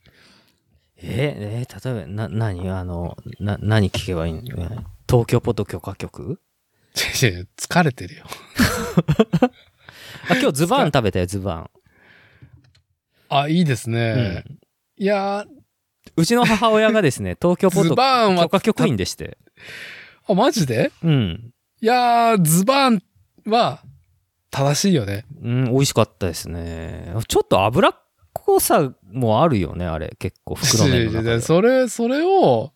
S2: (laughs)
S1: え、えー例えば、な、何あの、な、何聞けばいいの東京ポッド許可局
S2: 違う違う疲れてるよ。
S1: あ、今日ズバン食べたよ、ズバン。
S2: あ、いいです
S1: う
S2: ね。
S1: ん。
S2: いやー
S1: うちの母親がです
S2: (laughs)
S1: ね、東京ポッ
S2: ズ
S1: ド
S2: バーンは
S1: 許、可局員でして。
S2: あ、マジで
S1: うん。
S2: いやーズバーンは正しいよね。
S1: うん、美味しかったですね。ちょっと脂っこさもあるよね、あれ。結構、袋麺の中
S2: いや (laughs) い
S1: で
S2: や。それ、それを、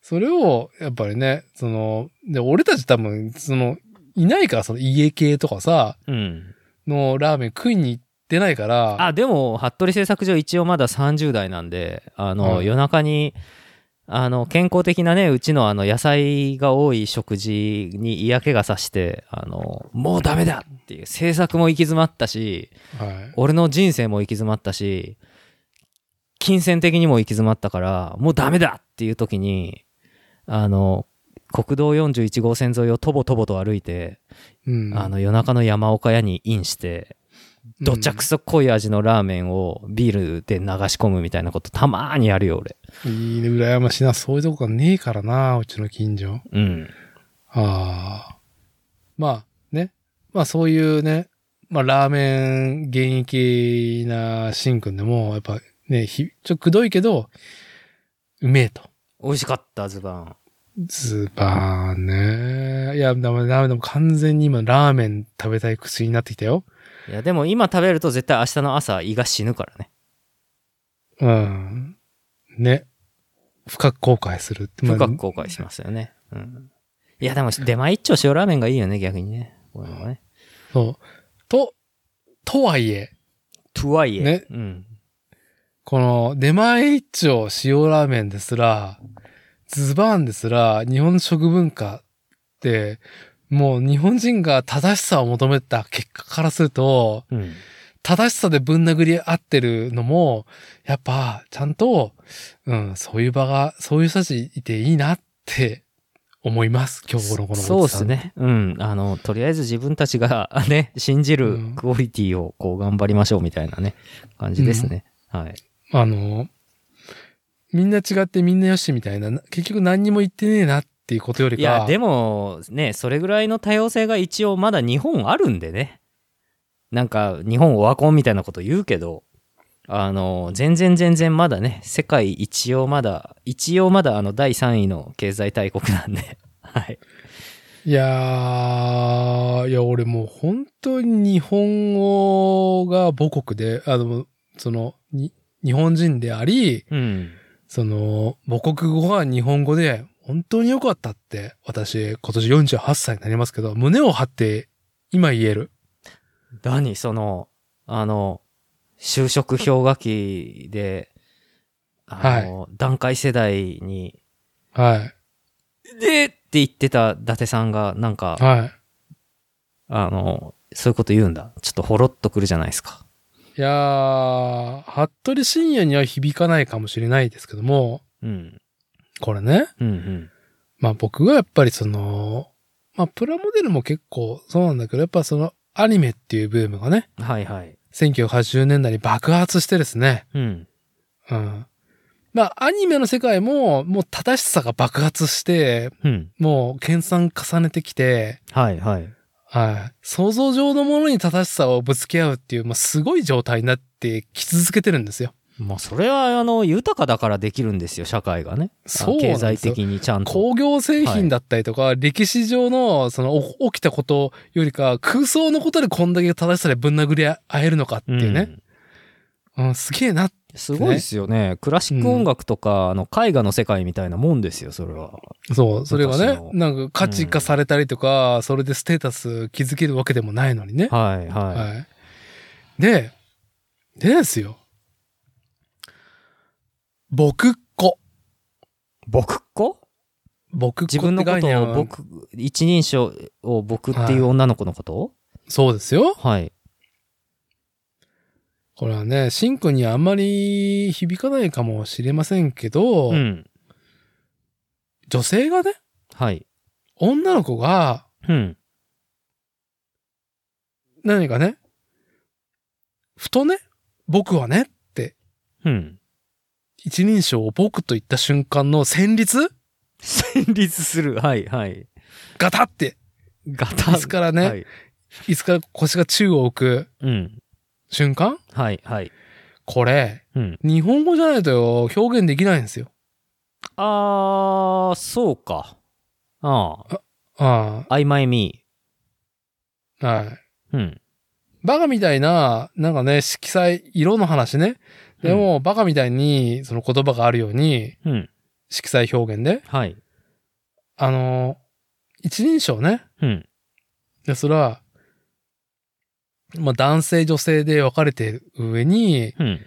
S2: それを、やっぱりね、その、で、俺たち多分、その、いないから、その家系とかさ、
S1: うん。
S2: のラーメン食いに行ってないから、
S1: あでも服部製作所一応まだ30代なんであの、
S2: うん
S1: 夜中にあの健康的なねうちのあの野菜が多い食事に嫌気がさしてあのもうダメだっていう制作も行き詰まったし
S2: はい。
S1: 俺の人生も行き詰まったし金銭的にも行き詰まったからもうダメだっていう時にあの国道41号線沿いをとぼとぼと歩いて、
S2: うん。
S1: あの夜中の山岡屋にインして
S2: うん、
S1: どちゃくそ濃い味のラーメンをビールで流し込むみたいなことたまーにやるよ俺
S2: いいね、羨ましいな。そういうとこがねえからな、うちの近所。
S1: うん
S2: ああ。まあ、ね。まあ、そういうね、まあ、ラーメン現役なシンくんでも、やっぱね、ひ、ちょっとくどいけど、うめえと。
S1: 美味しかったズバン
S2: ズバーンね。いや、ダメダメでも完全に今ラーメン食べたい口になってきたよ。
S1: いやでも今食べると絶対明日の朝胃が死ぬからね
S2: うん。ね。深く後悔する。まあ
S1: 深く後悔しますよね、うん、いやでも出前一丁塩ラーメンがいいよね逆にねこういうのはね
S2: そう。と、とはいえ、
S1: とはいえ、
S2: ね
S1: うん、
S2: この出前一丁塩ラーメンですら、ズバーンですら、日本食文化って、もう日本人が正しさを求めた結果からすると、
S4: うん。
S2: 正しさでぶん殴り合ってるのも、やっぱ、ちゃんと、うん、そういう場が、そういう人たちいていいなって思います。今日このこの
S1: そう
S2: お
S1: で
S2: じさん
S1: す。ね。うん。あの、とりあえず自分たちがね、 (laughs) 信じる
S2: うん
S1: クオリティをこう頑張りましょうみたいなね、感じですね。はい。
S2: あの、みんな違ってみんなよしみたいな、な結局何にも言ってねえなっていうことよりか、
S1: いや、でもね、それぐらいの多様性が一応まだ日本あるんでね。なんか、日本オワコンみたいなこと言うけど、あの、全然全然まだね、世界一応まだ、一応まだあの、第3位の経済大国なんで、 (laughs) はい。
S2: いやー、いや、俺もう本当に日本語が母国で、あの、その、に日本人であり、
S1: うん。
S2: その、母国語が日本語で本当に良かったって、私、今年48歳になりますけど、胸を張って今言える。
S1: 何その、あの、就職氷河期で、あの、団塊世代に、
S2: は
S1: でって言ってた伊達さんが、なんか
S2: い。、はい。
S1: あの、そういうこと言うんだ。ちょっとほろっとくるじゃないですか。
S2: いやー、服部深夜には響かないかもしれないですけども、
S1: うん。
S2: これね、
S1: うんうん。
S2: まあ僕がやっぱりその、まあプラモデルも結構そうなんだけど、やっぱそのアニメっていうブームがね、
S1: はいはい。
S2: 1980年代に爆発してですね、
S1: うん。
S2: うん。まあアニメの世界ももう正しさが爆発して、
S1: うん。
S2: もう研鑽重ねてきて、
S1: はいはい。
S2: はい。想像上のものに正しさをぶつけ合うっていう、まあすごい状態になってき続けてるんですよ。
S1: まあ、それは、あの、豊かだからできるんですよ、社会がね。
S2: そうなんで
S1: 経
S2: すよ
S1: 済的にちゃんと。
S2: 工業製品だったりとか、歴史上の、その、お起きたことよりか、空想のことでこんだけ正しさでぶん殴り合えるのかっていうね。
S1: ん
S2: うん、すげえな。
S1: すごいですよね。クラシック音楽とか、あの、絵画の世界みたいなもんですよ、それは。
S2: そう、それが
S1: 昔
S2: ね
S1: の、
S2: なんか価値化されたりとか、それでステータス築けるわけでもないのにね。
S1: はいはい。
S2: はい。で、でですよ。僕っ子。
S1: 僕っ子
S2: 僕っ子
S1: 自
S2: っ
S1: 分
S2: て
S1: のこ
S2: 概
S1: と
S2: 念
S1: を
S2: は、
S1: 僕、一人称を僕っていう女の子のこと
S2: そうですよ。
S1: はい。
S2: これはね、シンクにはあんまり響かないかもしれませんけど、
S1: うん。
S2: 女性がね、
S1: はい。
S2: 女の子が、
S1: うん。
S2: 何かね、ふとね、僕はねって、
S1: (laughs) うん。
S2: 一人称を僕と言った瞬間の旋律
S1: 戦慄する。はいはい。
S2: ガタって、
S1: ガ
S2: 椅
S1: タ
S2: 子からね、
S1: はい。
S2: 椅子から腰が宙を置く
S1: うん。
S2: 瞬間
S1: はいはい。
S2: これ、
S1: うん。
S2: 日本語じゃないと表現できないんですよ。
S1: あー、そうか。ああ、
S2: あ
S1: 曖昧み。
S2: あ、はい。
S1: うん。
S2: バカみたいな、なんかね、色彩、色の話ね。でも、バカみたいに、その言葉があるように、
S1: うん。
S2: 色彩表現で、
S1: はい。
S2: あの、一人称ね、
S1: うん。
S2: で、それは、まあ、男性、女性で分かれている上に、
S1: うん。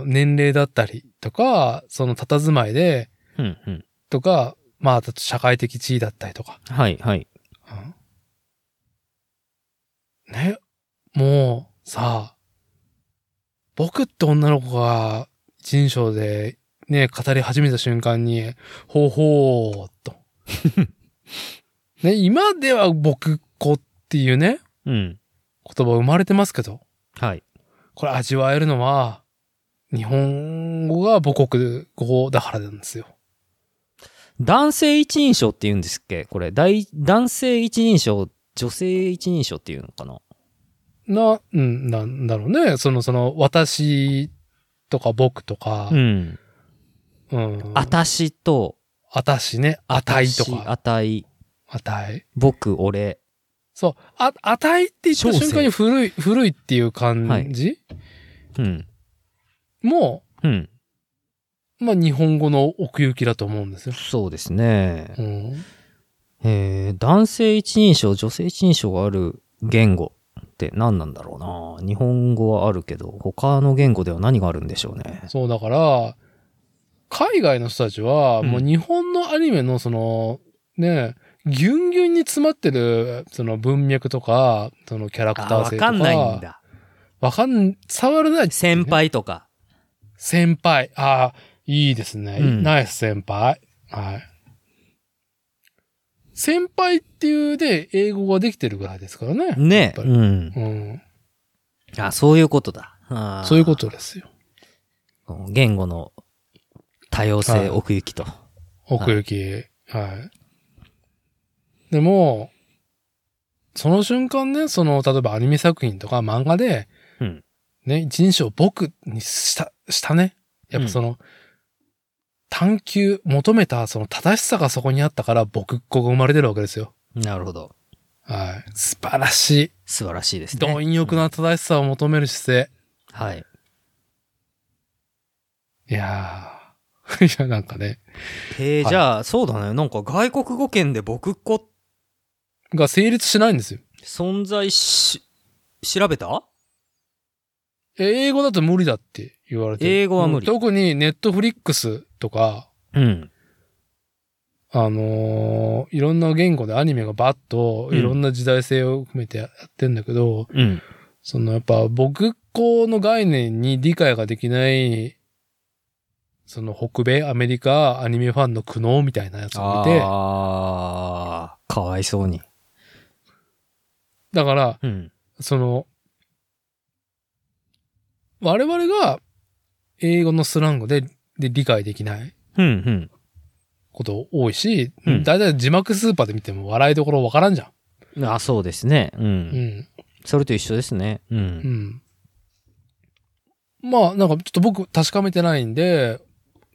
S2: うん、年齢だったりとか、その佇まいで、
S1: うん。うん。
S2: とか、まあ、あと社会的地位だったりとか。
S1: はいはい。
S2: うんね、もう、さ、僕って女の子が一人称で、ね、語り始めた瞬間に、ほうほうっと。ね、今では僕っ子っていうね、
S1: うん。
S2: 言葉生まれてますけど、
S1: はい。
S2: これ味わえるのは、日本語が母国語だからなんですよ。
S1: 男性一人称って言うんですっけこれ。大男性一人称、女性一人称っていうのかな
S2: な、うん、なんだろうね。その、その、私とか僕とか、
S1: うん。
S2: うん。
S1: あ、たしと、
S2: あたしね。あたいと
S1: 私
S2: か。
S1: あたい、
S2: あたい。
S1: 僕、俺。
S2: そう。あ、あたいって言った瞬間に古い、古いっていう感じ、
S1: うん。
S2: も、
S1: うん。
S2: まあ、日本語の奥行きだと思うんですよ。
S1: そうですね
S2: う。ん。
S1: えー男性一人称、女性一人称がある言語って何なんだろうな。日本語はあるけど、他の言語では何があるんでしょうね。
S2: そう、だから、海外の人たちは、
S1: うん
S2: もう日本のアニメのその、ね、ギュンギュンに詰まってる、その文脈とか、そのキャラクタ
S1: あ
S2: ー性
S1: 分
S2: とか。
S1: かんないん。だ
S2: わかん、触れない。
S1: 先。輩とか
S2: 先輩。ああ、いいですね。
S1: うん
S2: ナイス先輩。はい。先輩っていうで、英語ができてるぐらいですからね。やっ
S1: ね
S2: ぱり
S1: うん
S2: うん。
S1: あそういうことだあー
S2: そういうことですよ。
S1: 言語の多様
S2: は
S1: 性
S2: い
S1: 奥行きと、
S2: 奥行き。はい。でも、その瞬間ね、その、例えばアニメ作品とか漫画で、
S1: うん
S2: ね、一人称僕にした、したね。やっぱその、探求、求めた、その正しさがそこにあったから、僕っ子が生まれてるわけですよ。
S1: なるほど
S2: はい。素晴らし
S1: 素晴らしいです
S2: い。
S1: ね
S2: 貪欲な正しさを求める姿勢。
S1: はい
S2: いやー。 (laughs) いや、なんかね。
S1: へえ
S2: はい
S1: じゃあ、そうだねなんか外国語圏で僕っ子
S2: が成立しないんですよ。
S1: 存在し調べた
S2: 英語だと無理だって言われてる
S1: 英語は無理
S2: 特にネットフリックスとか、
S1: うん
S2: あのーいろんな言語でアニメがバッと、
S1: うん
S2: いろんな時代性を含めてやってんだけど、
S1: うん
S2: そのやっぱ僕っ子の概念に理解ができない、その北米、アメリカ、アニメファンの苦悩みたいなやつを見て、
S1: ああかわいそうに
S2: だから、
S1: うん
S2: その、我々が英語のスラングでで理解できない。
S1: うんうん
S2: こと多いし、
S1: うん
S2: だいたい字幕スーパーで見ても笑いどころわからんじゃ
S1: あそうですねうん、
S2: ん。うん。
S1: それと一緒ですねう
S2: うんん。まあ、なんかちょっと僕確かめてないんで、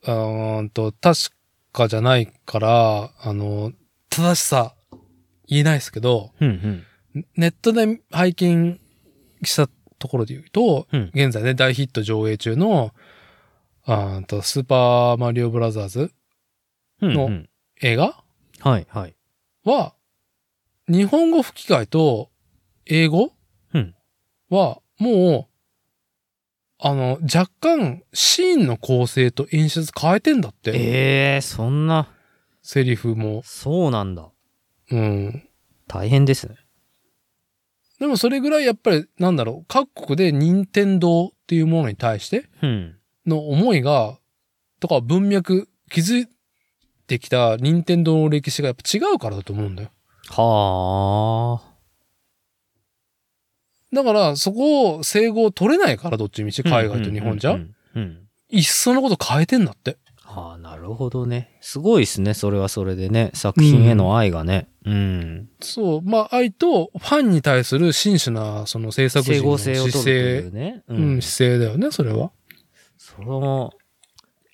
S2: うーんと、確かじゃないから、あの、正しさ言えないですけど、
S1: うんうん
S2: ネットで拝見したところで言うと、
S1: うん
S2: 現在ね、大ヒット上映中の、うーんと、スーパーマリオブラザーズ
S1: うん
S2: の
S1: うん
S2: 映画
S1: はいはい
S2: は、日本語吹き替えと英語
S1: うん
S2: は、もう、あの、若干、シーンの構成と演出変えてんだって。
S1: えー、そんな
S2: セリフも。
S1: そうなんだ
S2: うん。
S1: 大変ですね
S2: でもそれぐらいやっぱり、なんだろう、各国で任天堂っていうものに対して
S1: うん
S2: の思いが、とか文脈、気づいてきた任天堂の歴史がやっぱ違うからだと思うんだよ。
S1: はあ
S2: だから、そこを、整合取れないから、どっちみち、海外と日本じゃ。
S1: うんうんうんうん
S2: いっそのこと変えてんだって。
S1: ああ、なるほどね。すごいですね。それはそれでね。作品への愛がね。うん。
S2: そう、まあ、愛とファンに対する真摯な、その制作
S1: 整
S2: 人の
S1: 合性を取る
S2: 姿
S1: とい
S2: 勢
S1: う、ね。う。
S2: うんん、姿勢だよね、それは。
S1: それも、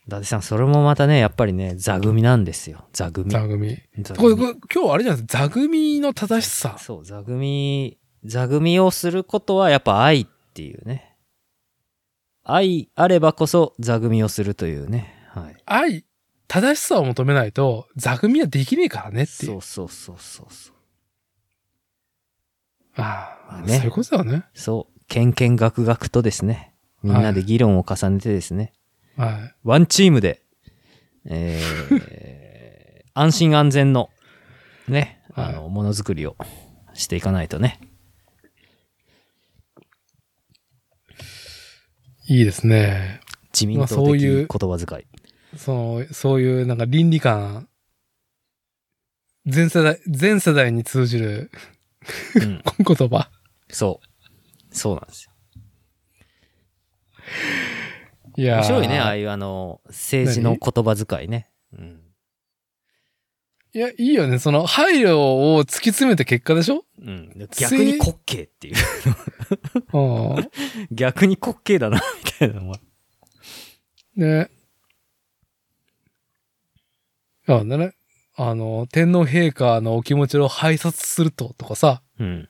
S1: 伊達さん、それもまたね、やっぱりね、座組なんですよ。座組。
S2: 座組。
S1: 座
S2: これ、
S1: 組
S2: これ今日あれじゃないですか、座組の正しさ。
S1: そう、座組、座組をすることはやっぱ愛っていうね。愛あればこそ座組をするというね。はい。
S2: 愛、正しさを求めないと、座組はできねえからねってい。
S1: そううそうそうそうそう。
S2: あ
S1: まあ
S2: あ、
S1: ね
S2: そういうことだよね。
S1: そう、けんけんがくがくとですね、みんなで議論を重ねてですね、
S2: は
S1: ワンチームで、えー
S2: (laughs)
S1: 安心安全の、ね、あの、ものづくりをしていかないとね。
S2: い。いいですね。
S1: 自民党
S2: まあそう
S1: 的
S2: い
S1: 言
S2: う
S1: 葉遣い。
S2: そう、そういう、なんか倫理観、全世代、全世代に通じる
S1: うん、
S2: (laughs) 言葉。
S1: そう。そうなんですよ。
S2: いやー
S1: 面白いね、ああいうあの、政治の言葉遣いね。うん。
S2: いや、いいよね。その配慮を突き詰めた結果でしょ
S1: うん、逆に滑稽っていう。
S2: うん。
S1: (laughs) 逆に滑稽だ (laughs) な、みたいなのは。
S2: ね。あ、ねね。あの、天皇陛下のお気持ちを拝察すると、とかさ。
S1: うん。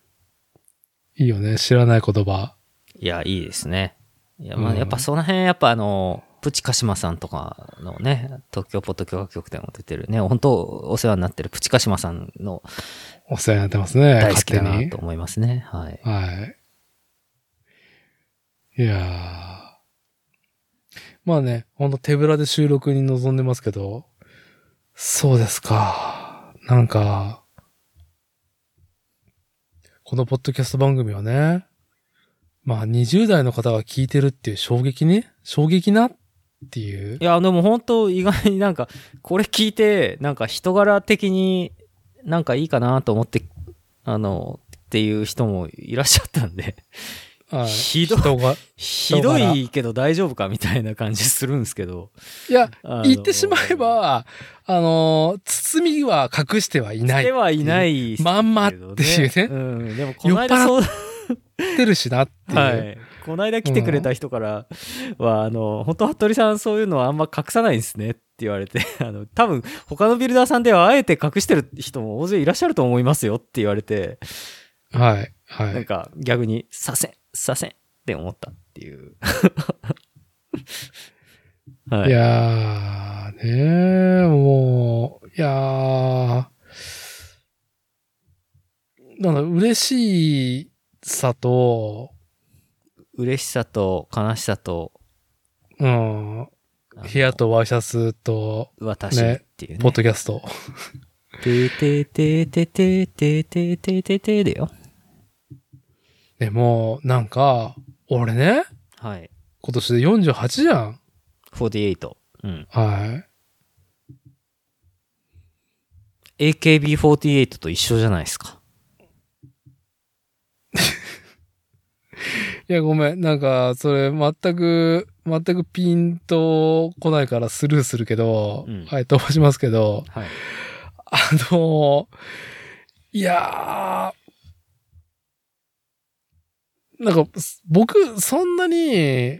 S2: いいよね。知らない言葉。
S1: いや、いいですね。いや、まあ、
S2: うん
S1: やっぱその辺、やっぱあの、プチカシマさんとかのね、東京ポッド許可局店も出てるね、本当お世話になってるプチカシマさんの
S2: お世話になってますね。
S1: 大好きだ
S2: 勝手
S1: な
S2: に
S1: と思いますね。はい。
S2: はい。いやーまあね、ほんと手ぶらで収録に臨んでますけど、そうですか。なんか、このポッドキャスト番組はね、まあ20代の方が聞いてるっていう衝撃ね、衝撃なっていう
S1: い。やでも本当意外になんかこれ聞いてなんか人柄的になんかいいかなと思ってあのっていう人もいらっしゃったん (laughs) で
S2: はい
S1: ひどい
S2: 人が。
S1: ひどいけど大丈夫かみたいな感じするんですけど
S2: いや、
S1: あの
S2: 言ってしまえば、あの、包みは隠してはいな
S1: で
S2: い。
S1: はいないですけどね
S2: まんまっていうね
S1: うん、でもこの間そう
S2: ってるしなっていう。
S1: はい、この間来てくれた人からは、あの本当服部さんそういうのはあんま隠さないんですねって言われてあの多分他のビルダーさんではあえて隠してる人も大勢いらっしゃると思いますよって言われて
S2: はい。は
S1: なん
S2: い。、
S1: か逆にさせんさせんって思ったっていう。はいい、
S2: やー、ねーもう、いやー、なんだ、嬉しいさと、
S1: 嬉しさと悲しさと
S2: うん、
S1: あの
S2: 部屋とワイシャツと、
S1: 私っていうね
S2: ポッドキャスト。
S1: ててててててててててだよ。
S2: でも、なんか、俺ね、
S1: はい。
S2: 今年で48じゃん。
S1: 48。うん。
S2: はい。
S1: AKB48 と一緒じゃないですか。
S2: いや、ごめん。なんか、それ、全く、全くピンと来ないからスルーするけど、
S1: うん
S2: はい、飛ばしますけど、
S1: はい。
S2: あのいやー、なんか、す僕、そんなに、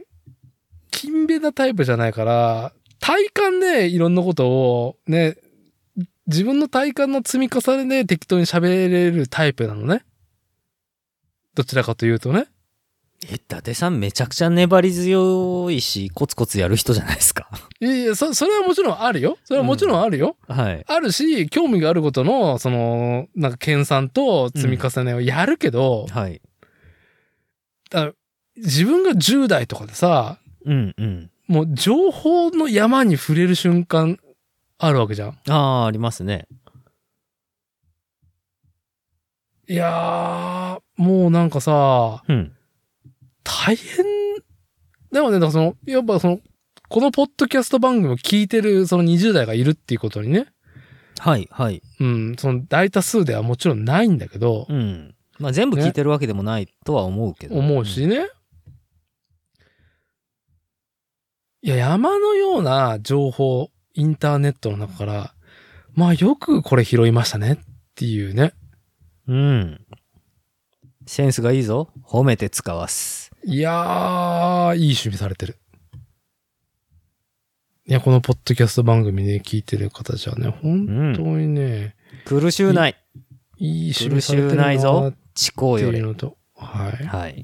S2: 金弁なタイプじゃないから、体感でいろんなことを、ね、自分の体感の積み重ねで適当に喋れるタイプなのね。どちらかというとね。
S1: え、伊達さんめちゃくちゃ粘り強いし、コツコツやる人じゃないですか。
S2: いやいや、そ、それはもちろんあるよ。それはもちろんあるよ。
S1: はい。
S2: あるし、興味があることの、その、なんか、研鑽と積み重ねをやるけど、
S1: はい。
S2: あ自分が10代とかでさ、
S1: うんうん。
S2: もう情報の山に触れる瞬間あるわけじゃん。
S1: ああ、ありますね。
S2: いやー、もうなんかさ、
S1: うん。
S2: 大変。でもね、だからその、やっぱその、このポッドキャスト番組を聞いてるその20代がいるっていうことにね、
S1: はいはい。
S2: うん、その大多数ではもちろんないんだけど、
S1: うん。まあ全部聞いてるわけでもないとは思うけど。
S2: 思うしね。いや、山のような情報、インターネットの中から、まあよくこれ拾いましたねっていうね。
S1: うん。うん。センスがいいぞ。褒めて使わす。
S2: いやー、いい趣味されてる。いや、このポッドキャスト番組ね、聞いてる方じゃね、本当にね、
S1: 苦しゅうない。
S2: いい趣味されてるなーって
S1: 地高よ
S2: いう
S1: り。
S2: のと。はい。
S1: はい。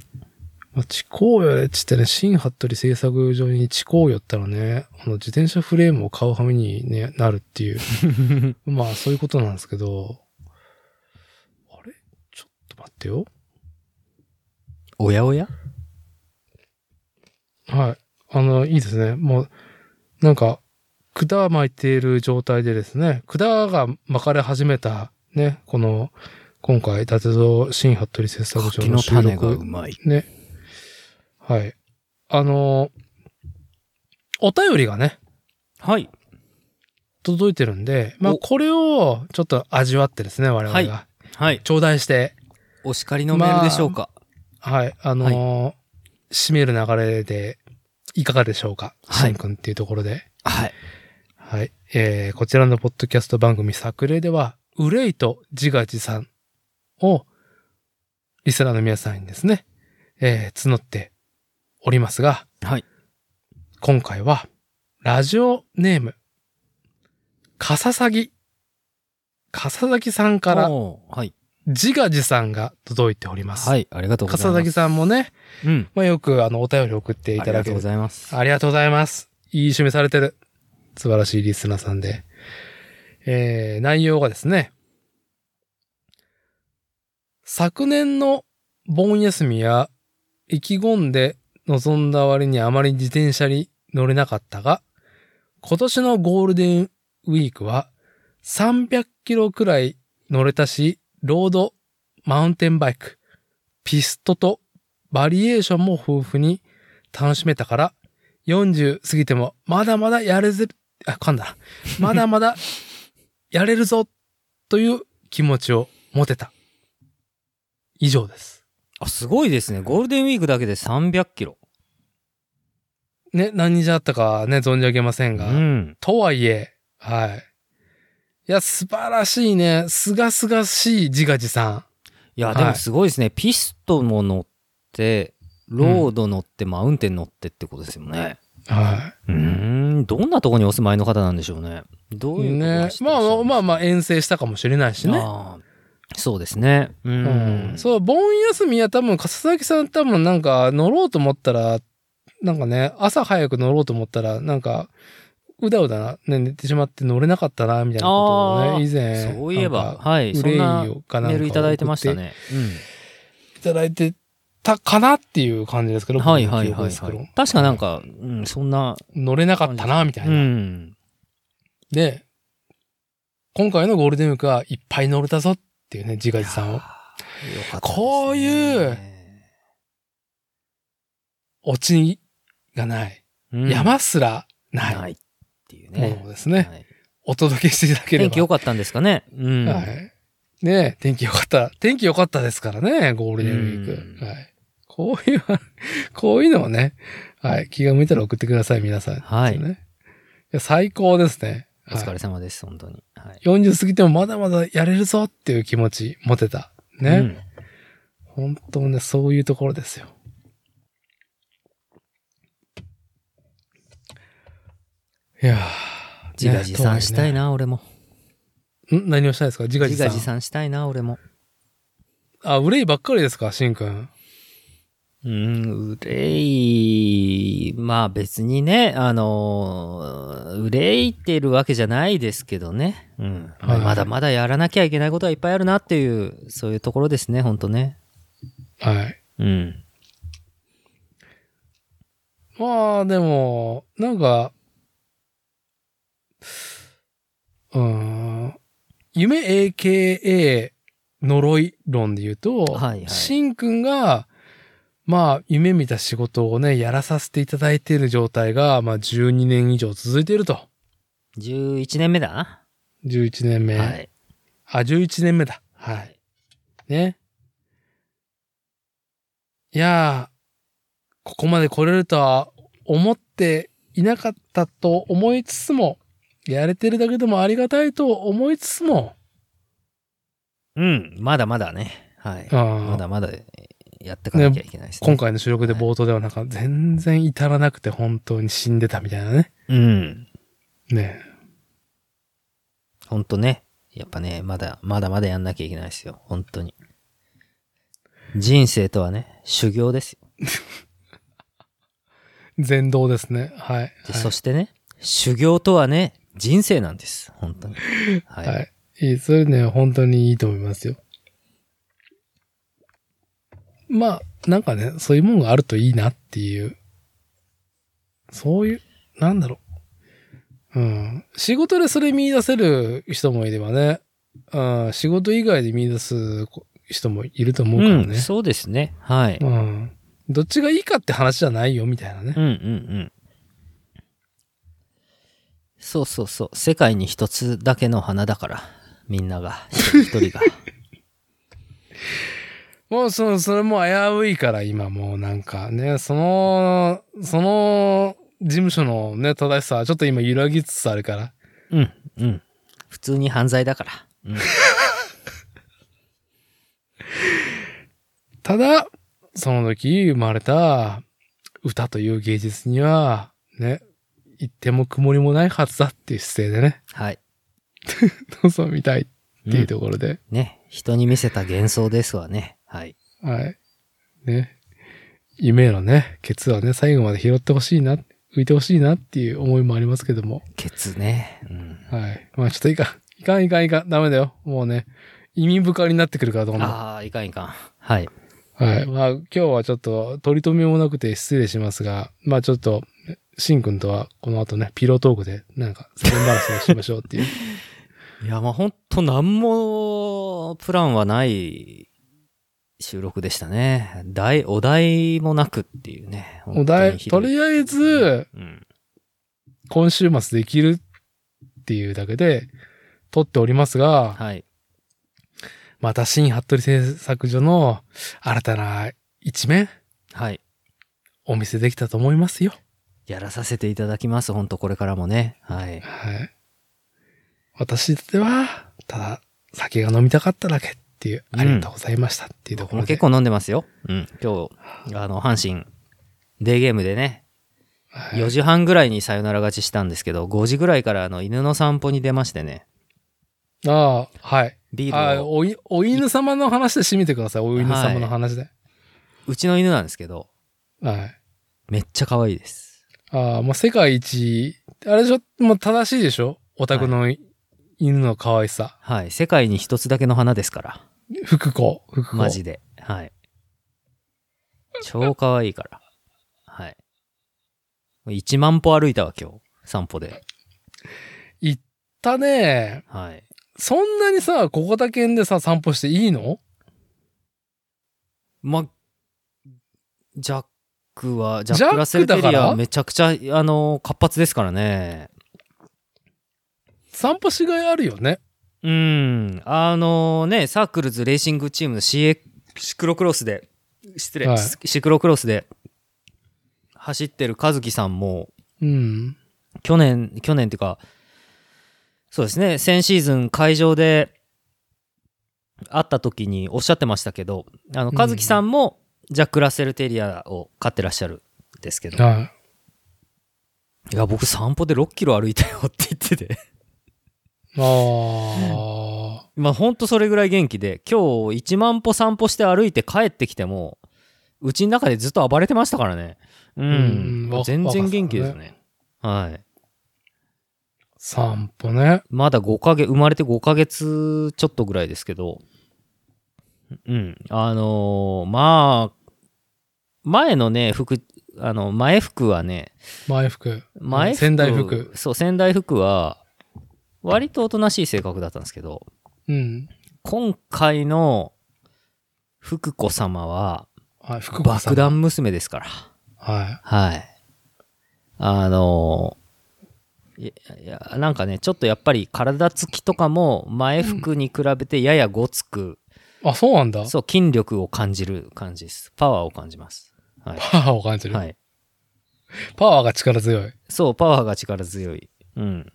S2: まあ、地高よっつってね、新服部製作所に地高よったらね、あの自転車フレームを買うはめに、ね、なるっていう。まあ、そういうことなんですけど、あれちょっと待ってよ。
S1: おやおや
S2: はい。あの、いいですね。もう、なんか、管巻いている状態でですね、管が巻かれ始めた、ね、この、今回、伊達と新服部製作所
S1: 柿
S2: の
S1: の
S2: 収
S1: 種が
S2: 録
S1: うまい。
S2: ね。はい。あのお便りがね、
S1: はい。
S2: 届いてるんで、まあ
S1: お
S2: これをちょっと味わってですね、我々が。
S1: ははい。
S2: 頂戴して、
S1: お叱りのメールでしょうか。
S2: はい、あのー締める流れでいかがでしょうか、
S1: はい
S2: シンくんっていうところで。
S1: はい。
S2: はい。えー、こちらのポッドキャスト番組作例では、憂いと自画自賛を、リスナーの皆さんにですね、えー募っておりますが、
S1: はい。
S2: 今回は、ラジオネーム、かささぎ。かささぎさんから、
S1: おーはい。
S2: 自画自賛が届いております。
S1: はい。ありがとうござい
S2: 笠
S1: ます。
S2: 崎さんもね、
S1: うん。
S2: まあ、よくあのお便り送ってい
S1: あり
S2: た
S1: が
S2: だ
S1: と
S2: け
S1: うご
S2: る。
S1: ざいます。
S2: ありがとうございます。いい趣味されてる。素晴らしいリスナーさんで。えー、内容がですね、昨年の盆休みや意気込んで臨んだ割にあまり自転車に乗れなかったが、今年のゴールデンウィークは300キロくらい乗れたし、ロード、マウンテンバイク、ピストとバリエーションも豊富に楽しめたから、40過ぎてもまだまだやれず、あ、噛んだ。まだ
S1: (laughs)
S2: まだやれるぞという気持ちを持てた。以上です。
S1: あ、すごいですね。ゴールデンウィークだけで300キロ。
S2: ね、何じゃあったかね、存じ上げません
S1: う
S2: が。
S1: ん。
S2: とはいえ、はい。いや、素晴らしいね。すがすがしい自画自賛。
S1: いや、
S2: はい
S1: でもすごいですね。ピストも乗って、ロード乗って、マウンテン乗ってってことですよね。
S2: は
S1: うーん、どんなとこにお住まいの方なんでしょうね。どう
S2: い。
S1: いうこと
S2: ね
S1: を。して
S2: ま
S1: らっしゃ
S2: あ
S1: るんですか
S2: まあまあ、遠征したかもしれないしね。
S1: あーそうですね。う。
S2: うんん。そう、盆休みは多分、笠崎さん多分なんか乗ろうと思ったら、なんかね、朝早く乗ろうと思ったら、なんか、うだうだな、ね、寝てしまって乗れなかったな、みたいなことを
S1: あ
S2: ね、
S1: ー
S2: 以前。
S1: そういえ
S2: なん
S1: ば、
S2: か
S1: はい、そ
S2: 憂
S1: ん
S2: い
S1: な
S2: をかなんか
S1: メールいただいてました
S2: 送っ
S1: ね。
S2: ていただいてたかなっていう感じですけ
S1: う
S2: ど、
S1: ん、はいはい
S2: 僕の記憶
S1: は
S2: で
S1: い、
S2: すけど
S1: はい。確かなんか、うん、そんな、
S2: 乗れなかったな、みたいうな。
S1: ん。
S2: で、今回のゴールデンウィークはいっぱい乗れたぞっていうね、自画自賛を。こういう、落ちがない。
S1: うん
S2: 山すらない
S1: ないっていう
S2: も
S1: ね
S2: の。をですね、
S1: はい
S2: お届けしていただければ。
S1: 天気良かったんですかね。うん。
S2: はい。ね天気良かった。天気良かったですからね、ゴールデンウィー
S1: う
S2: ク。
S1: ん
S2: はい。 (laughs) こういう、こういうのをね、はい、気が向いたら送ってください、皆さん。
S1: はい
S2: ねいや最高ですね。
S1: お疲
S2: はい
S1: れ様です、本当に。はい。
S2: 40過ぎてもまだまだやれるぞっていう気持ち持てた。ね。
S1: うん
S2: 本当ね、そういうところですよ。いやー
S1: 自画自賛したい。
S2: ね
S1: な、俺も。
S2: とはいえねん何をしたいですか自画
S1: 自
S2: 自
S1: 画
S2: 賛。
S1: 自賛したいな、俺も。
S2: あ、憂いばっかりですかしんくん。
S1: うん、憂い、まあ別にね、あの、憂いてるわけじゃないですけどね。うん。
S2: はい
S1: まだまだやらなきゃいけないことはいっぱいあるなっていう、そういうところですね、ほんとね。
S2: はい。
S1: うん。
S2: まあ、でも、なんか、うーん、夢 AKA 呪い論で言うと、
S1: はいはい
S2: しんくんが、まあ、夢見た仕事をね、やらさせていただいている状態が、まあ、12年以上続いていると。
S1: 11年目だな。
S2: 11年目。
S1: はい。
S2: あ、11年目だ。はい。ね。いやー、ここまで来れるとは思っていなかったと思いつつも、やれてるだけでもありがたいと思いつつも、
S1: うん、まだまだね。はい。ま
S2: あー
S1: だまだやってかなきゃいけないですね。
S2: 今回の収録で冒頭ではなんか全然至らなくて本当に死んでたみたいなね。
S1: うん。
S2: ね
S1: ほんとね。やっぱね、まだ、まだまだやんなきゃいけないですよ。本当に。人生とはね、修行ですよ。
S2: 全道ですね。はい。はい
S1: でそしてね、修行とはね、人生なんです。本当に。はい。
S2: はい。いい、それね、本当にいいと思いますよ。まあ、なんかね、そういうもんがあるといいなっていう。そういう、なんだろう。うん。仕事でそれ見出せる人もいればね、うん、仕事以外で見出す人もいると思う
S1: う
S2: から
S1: ん、
S2: ね。
S1: そうですね。はい。
S2: うん。どっちがいいかって話じゃないよ、みたいなね。
S1: うんうんうん。そうそうそう。世界に一つだけの花だから。みんなが。一人一人が。
S2: もうその、それも危ういから今もうなんかね、その、その事務所のね、正しさはちょっと今揺らぎつつあるから。
S1: うんうん。普通に犯罪だから。うん。
S2: ただ、その時生まれた歌という芸術には、ね、一点も曇りもないはずだっていう姿勢でね、 (laughs)
S1: はい。
S2: 臨みたいっていう
S1: うん
S2: ところで、
S1: ね。人に見せた幻想ですわね。はい。
S2: はい。ね。夢のね、ケツはね、最後まで拾ってほしいな、浮いてほしいなっていう思いもありますけども。
S1: ケツね。うん。
S2: はい。まあちょっといいか。いかんいかんいかん。ダメだよ。もうね、意味深になってくるからどうも。
S1: ああ、いかんいかん。はい。
S2: はい。まあ今日はちょっと取り留めもなくて失礼しますが、まあちょっとシンくんとはこの後ね、ピロートークでなんかセブンバランスをしましょうっ
S1: (laughs)
S2: ていう。
S1: いや、まあ、ほんと、なんも、プランはない収録でしたね。題、お題もなくっていうね。
S2: お題、と
S1: あ
S2: りあえず、
S1: うん。
S2: 今週末できるっていうだけで撮っておりますが、
S1: はい。
S2: また新服部製作所の新たな一面、
S1: はい。
S2: お見せできたと思いますよ。
S1: やらさせていただきます。ほんと、これからもね。はい。
S2: はい。私では、ただ、酒が飲みたかっただけっていう、
S1: うん
S2: ありがとうございましたっていうと
S1: 僕
S2: ころ
S1: も
S2: で。
S1: 結構飲んでますよ。うん。今日、あの、阪神、デーゲームでね、
S2: はい、
S1: 4時半ぐらいにさよなら勝ちしたんですけど、5時ぐらいからあの犬の散歩に出ましてね、
S2: ああ、はい。
S1: ビー
S2: あ
S1: ルを、
S2: おい、お犬様の話で締めてください。お犬様の話で。
S1: うちの犬なんですけど、
S2: はい。
S1: めっちゃ可愛いです。
S2: ああ、もう世界一、あれでしょもう正しいでしょオタクの犬の可愛さ。
S1: はい。世界に一つだけの花ですから、
S2: 福子、福子。
S1: マジで。はい。超可愛いから。はい。1万歩歩いたわ、今日。散歩で。
S2: 行ったね。
S1: はい。
S2: そんなにさ、ここだけんでさ、散歩していいの
S1: ま、ジャックは、ジ
S2: ジ
S1: ャ
S2: ャ
S1: ッ
S2: ック
S1: ク・ラセルテ
S2: だ
S1: リ
S2: か
S1: ア
S2: ら
S1: はめちゃくちゃ、あの、活発ですからね。
S2: 散歩しがいあるよね。
S1: うん。あのね、サークルズレーシングチームの CA、シクロクロスで、失礼、
S2: はい
S1: シシクロクロスで走ってる和樹さんも、
S2: うん。
S1: 去年、去年っていうか、そうですね、先シーズン会場で会った時におっしゃってましたけど、あの、
S2: うん
S1: 和樹さんもジャック・ラッセル・テリアを飼ってらっしゃるんですけど、
S2: はい。
S1: いや、僕散歩で6キロ歩いたよって言ってて。
S2: あ
S1: まあ、ほんとそれぐらい元気で、今日1万歩散歩して歩いて帰ってきても、うちの中でずっと暴れてましたからね。う
S2: う
S1: ん。
S2: んわ
S1: 全然元気ですね。はい。
S2: あ、散歩ね。
S1: まだ5ヶ月、生まれて5ヶ月ちょっとぐらいですけど、うん。あのーまあ、前のね、服、あの、前服はね、
S2: 前服。
S1: 前服、
S2: 仙台服。
S1: そう、仙台服は、割とおとなしい性格だったんですけど、
S2: うん。
S1: 今回の福子様は
S2: はい、服子さん
S1: 爆。弾娘ですから。
S2: は
S1: はい。あのーいいや、なんかね、ちょっとやっぱり体つきとかも前服に比べてややごつく、
S2: い。あ、そうなんだ。
S1: そう、筋力を感じる感じです。パワーを感じます。はい。
S2: パワーを感じる。
S1: はい。
S2: パワーが力強い。
S1: そう、パワーが力強い。うん。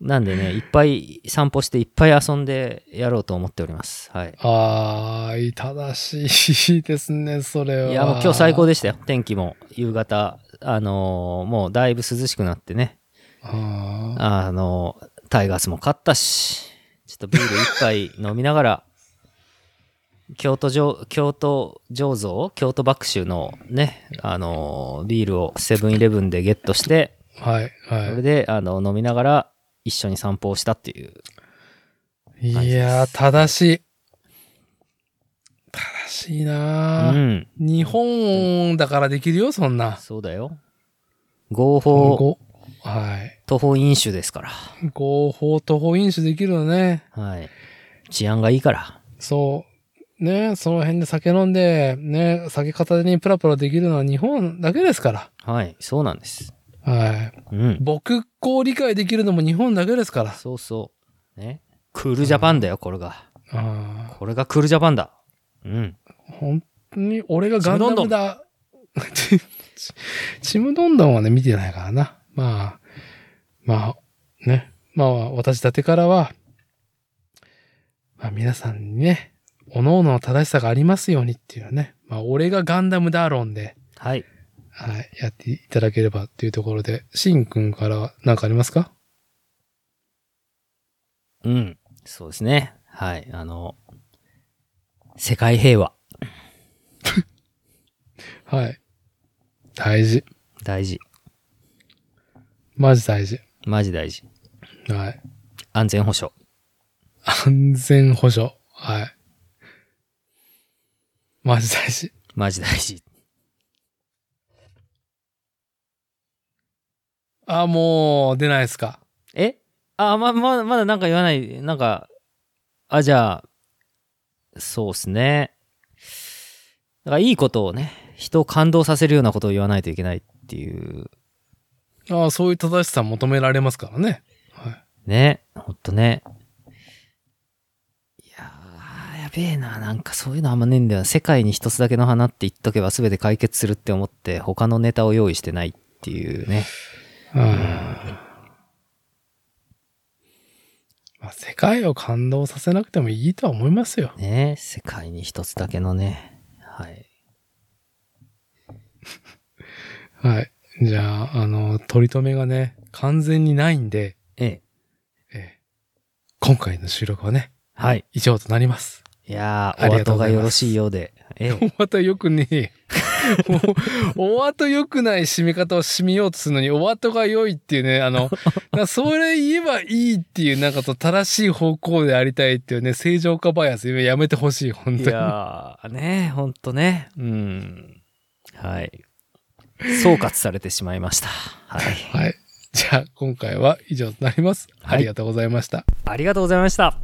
S1: なんでね、いっぱい散歩していっぱい遊んでやろうと思っております。はい。
S2: あー、正しいですね、それは。
S1: いや、もう今日最高でしたよ。天気も、夕方。あのーもうだいぶ涼しくなってね。
S2: あ
S1: あのータイガースも勝ったし、ちょっとビール一杯飲みながら、京都上、京都醸造京都爆酒のね、あのービールをセブンイレブンでゲットして、
S2: ーはい、
S1: そ
S2: は
S1: れで、あの、飲みながら一緒に散歩をしたっていう。
S2: い。いやー、正しい。正しいうなー、
S1: ん。
S2: 日本だからできるよ、そんな。
S1: そうだよ。合法、
S2: ごはい。
S1: 徒歩飲酒ですから。
S2: 合法徒歩飲酒できるのね。
S1: はい。治安がいいから。
S2: そう。ねその辺で酒飲んで、ね酒片手にプラプラできるのは日本だけですから。
S1: はい。そうなんです。
S2: はい。
S1: うん。
S2: 僕こう理解できるのも日本だけですから。
S1: そうそう。ね。クールジャパンだよ、これが。
S2: あ
S1: これがクールジャパンだ。うん。
S2: ー本当に、俺がガンダムだ。ちちちむどんどんはね、見てないからな。まあ、まあ、ね。まあ、私だてからは、まあ皆さんにね、各々の正しさがありますようにっていうね。まあ、俺がガンダムだ論で、
S1: はい。
S2: はい、やっていただければっていうところで、しんくんからは何かありますか
S1: うん。そうですね。はい。あの、世界平和。
S2: はい。大事。
S1: 大事。
S2: マジ大事。
S1: マジ大事。
S2: はい。
S1: 安全保障。
S2: 安全保障。はい。マジ大事。
S1: マジ大事。
S2: あ、もう、出ないですか。
S1: えあ、ま、ま、まだなんか言わない。なんか、あ、じゃあ、そうっすね。だからいいことをね、人を感動させるようなことを言わないといけないっていう。
S2: ああ、そういう正しさ求められますからね。はい。
S1: ね、ほんとね。いやー、やべえな。なんかそういうのあんまねえんだよな。世界に一つだけの花って言っとけば全て解決するって思って、他のネタを用意してないっていうね。
S2: うん。まあ、世界を感動させなくてもいいとは思いますよ。
S1: ね世界に一つだけのね。はい。
S2: はい。じゃあ、あの、取り留めがね、完全にないんで、
S1: ええ。
S2: えー今回の収録はね、
S1: はい。
S2: 以上となります。
S1: いや
S2: あ
S1: ー、お
S2: りがとう
S1: 後
S2: ござ
S1: が
S2: いま
S1: よ
S2: す
S1: ろしいようで。ええ。
S2: お後よくねえよ。 (laughs) もう、お後よくない締め方を締めようとするのに、お後が良いっていうね、あ (laughs) の、なんかそれ言えばいいっていう、なんかと正しい方向でありたいっていうね、正常化バイアス、やめてほしい、本
S1: い
S2: 当に。
S1: やー、ねほんとね。うん。はい。総括されてしまいました。はい。
S2: はい。じゃあ、今回は以上となります。ありがとうございました。
S1: ありがとうございました。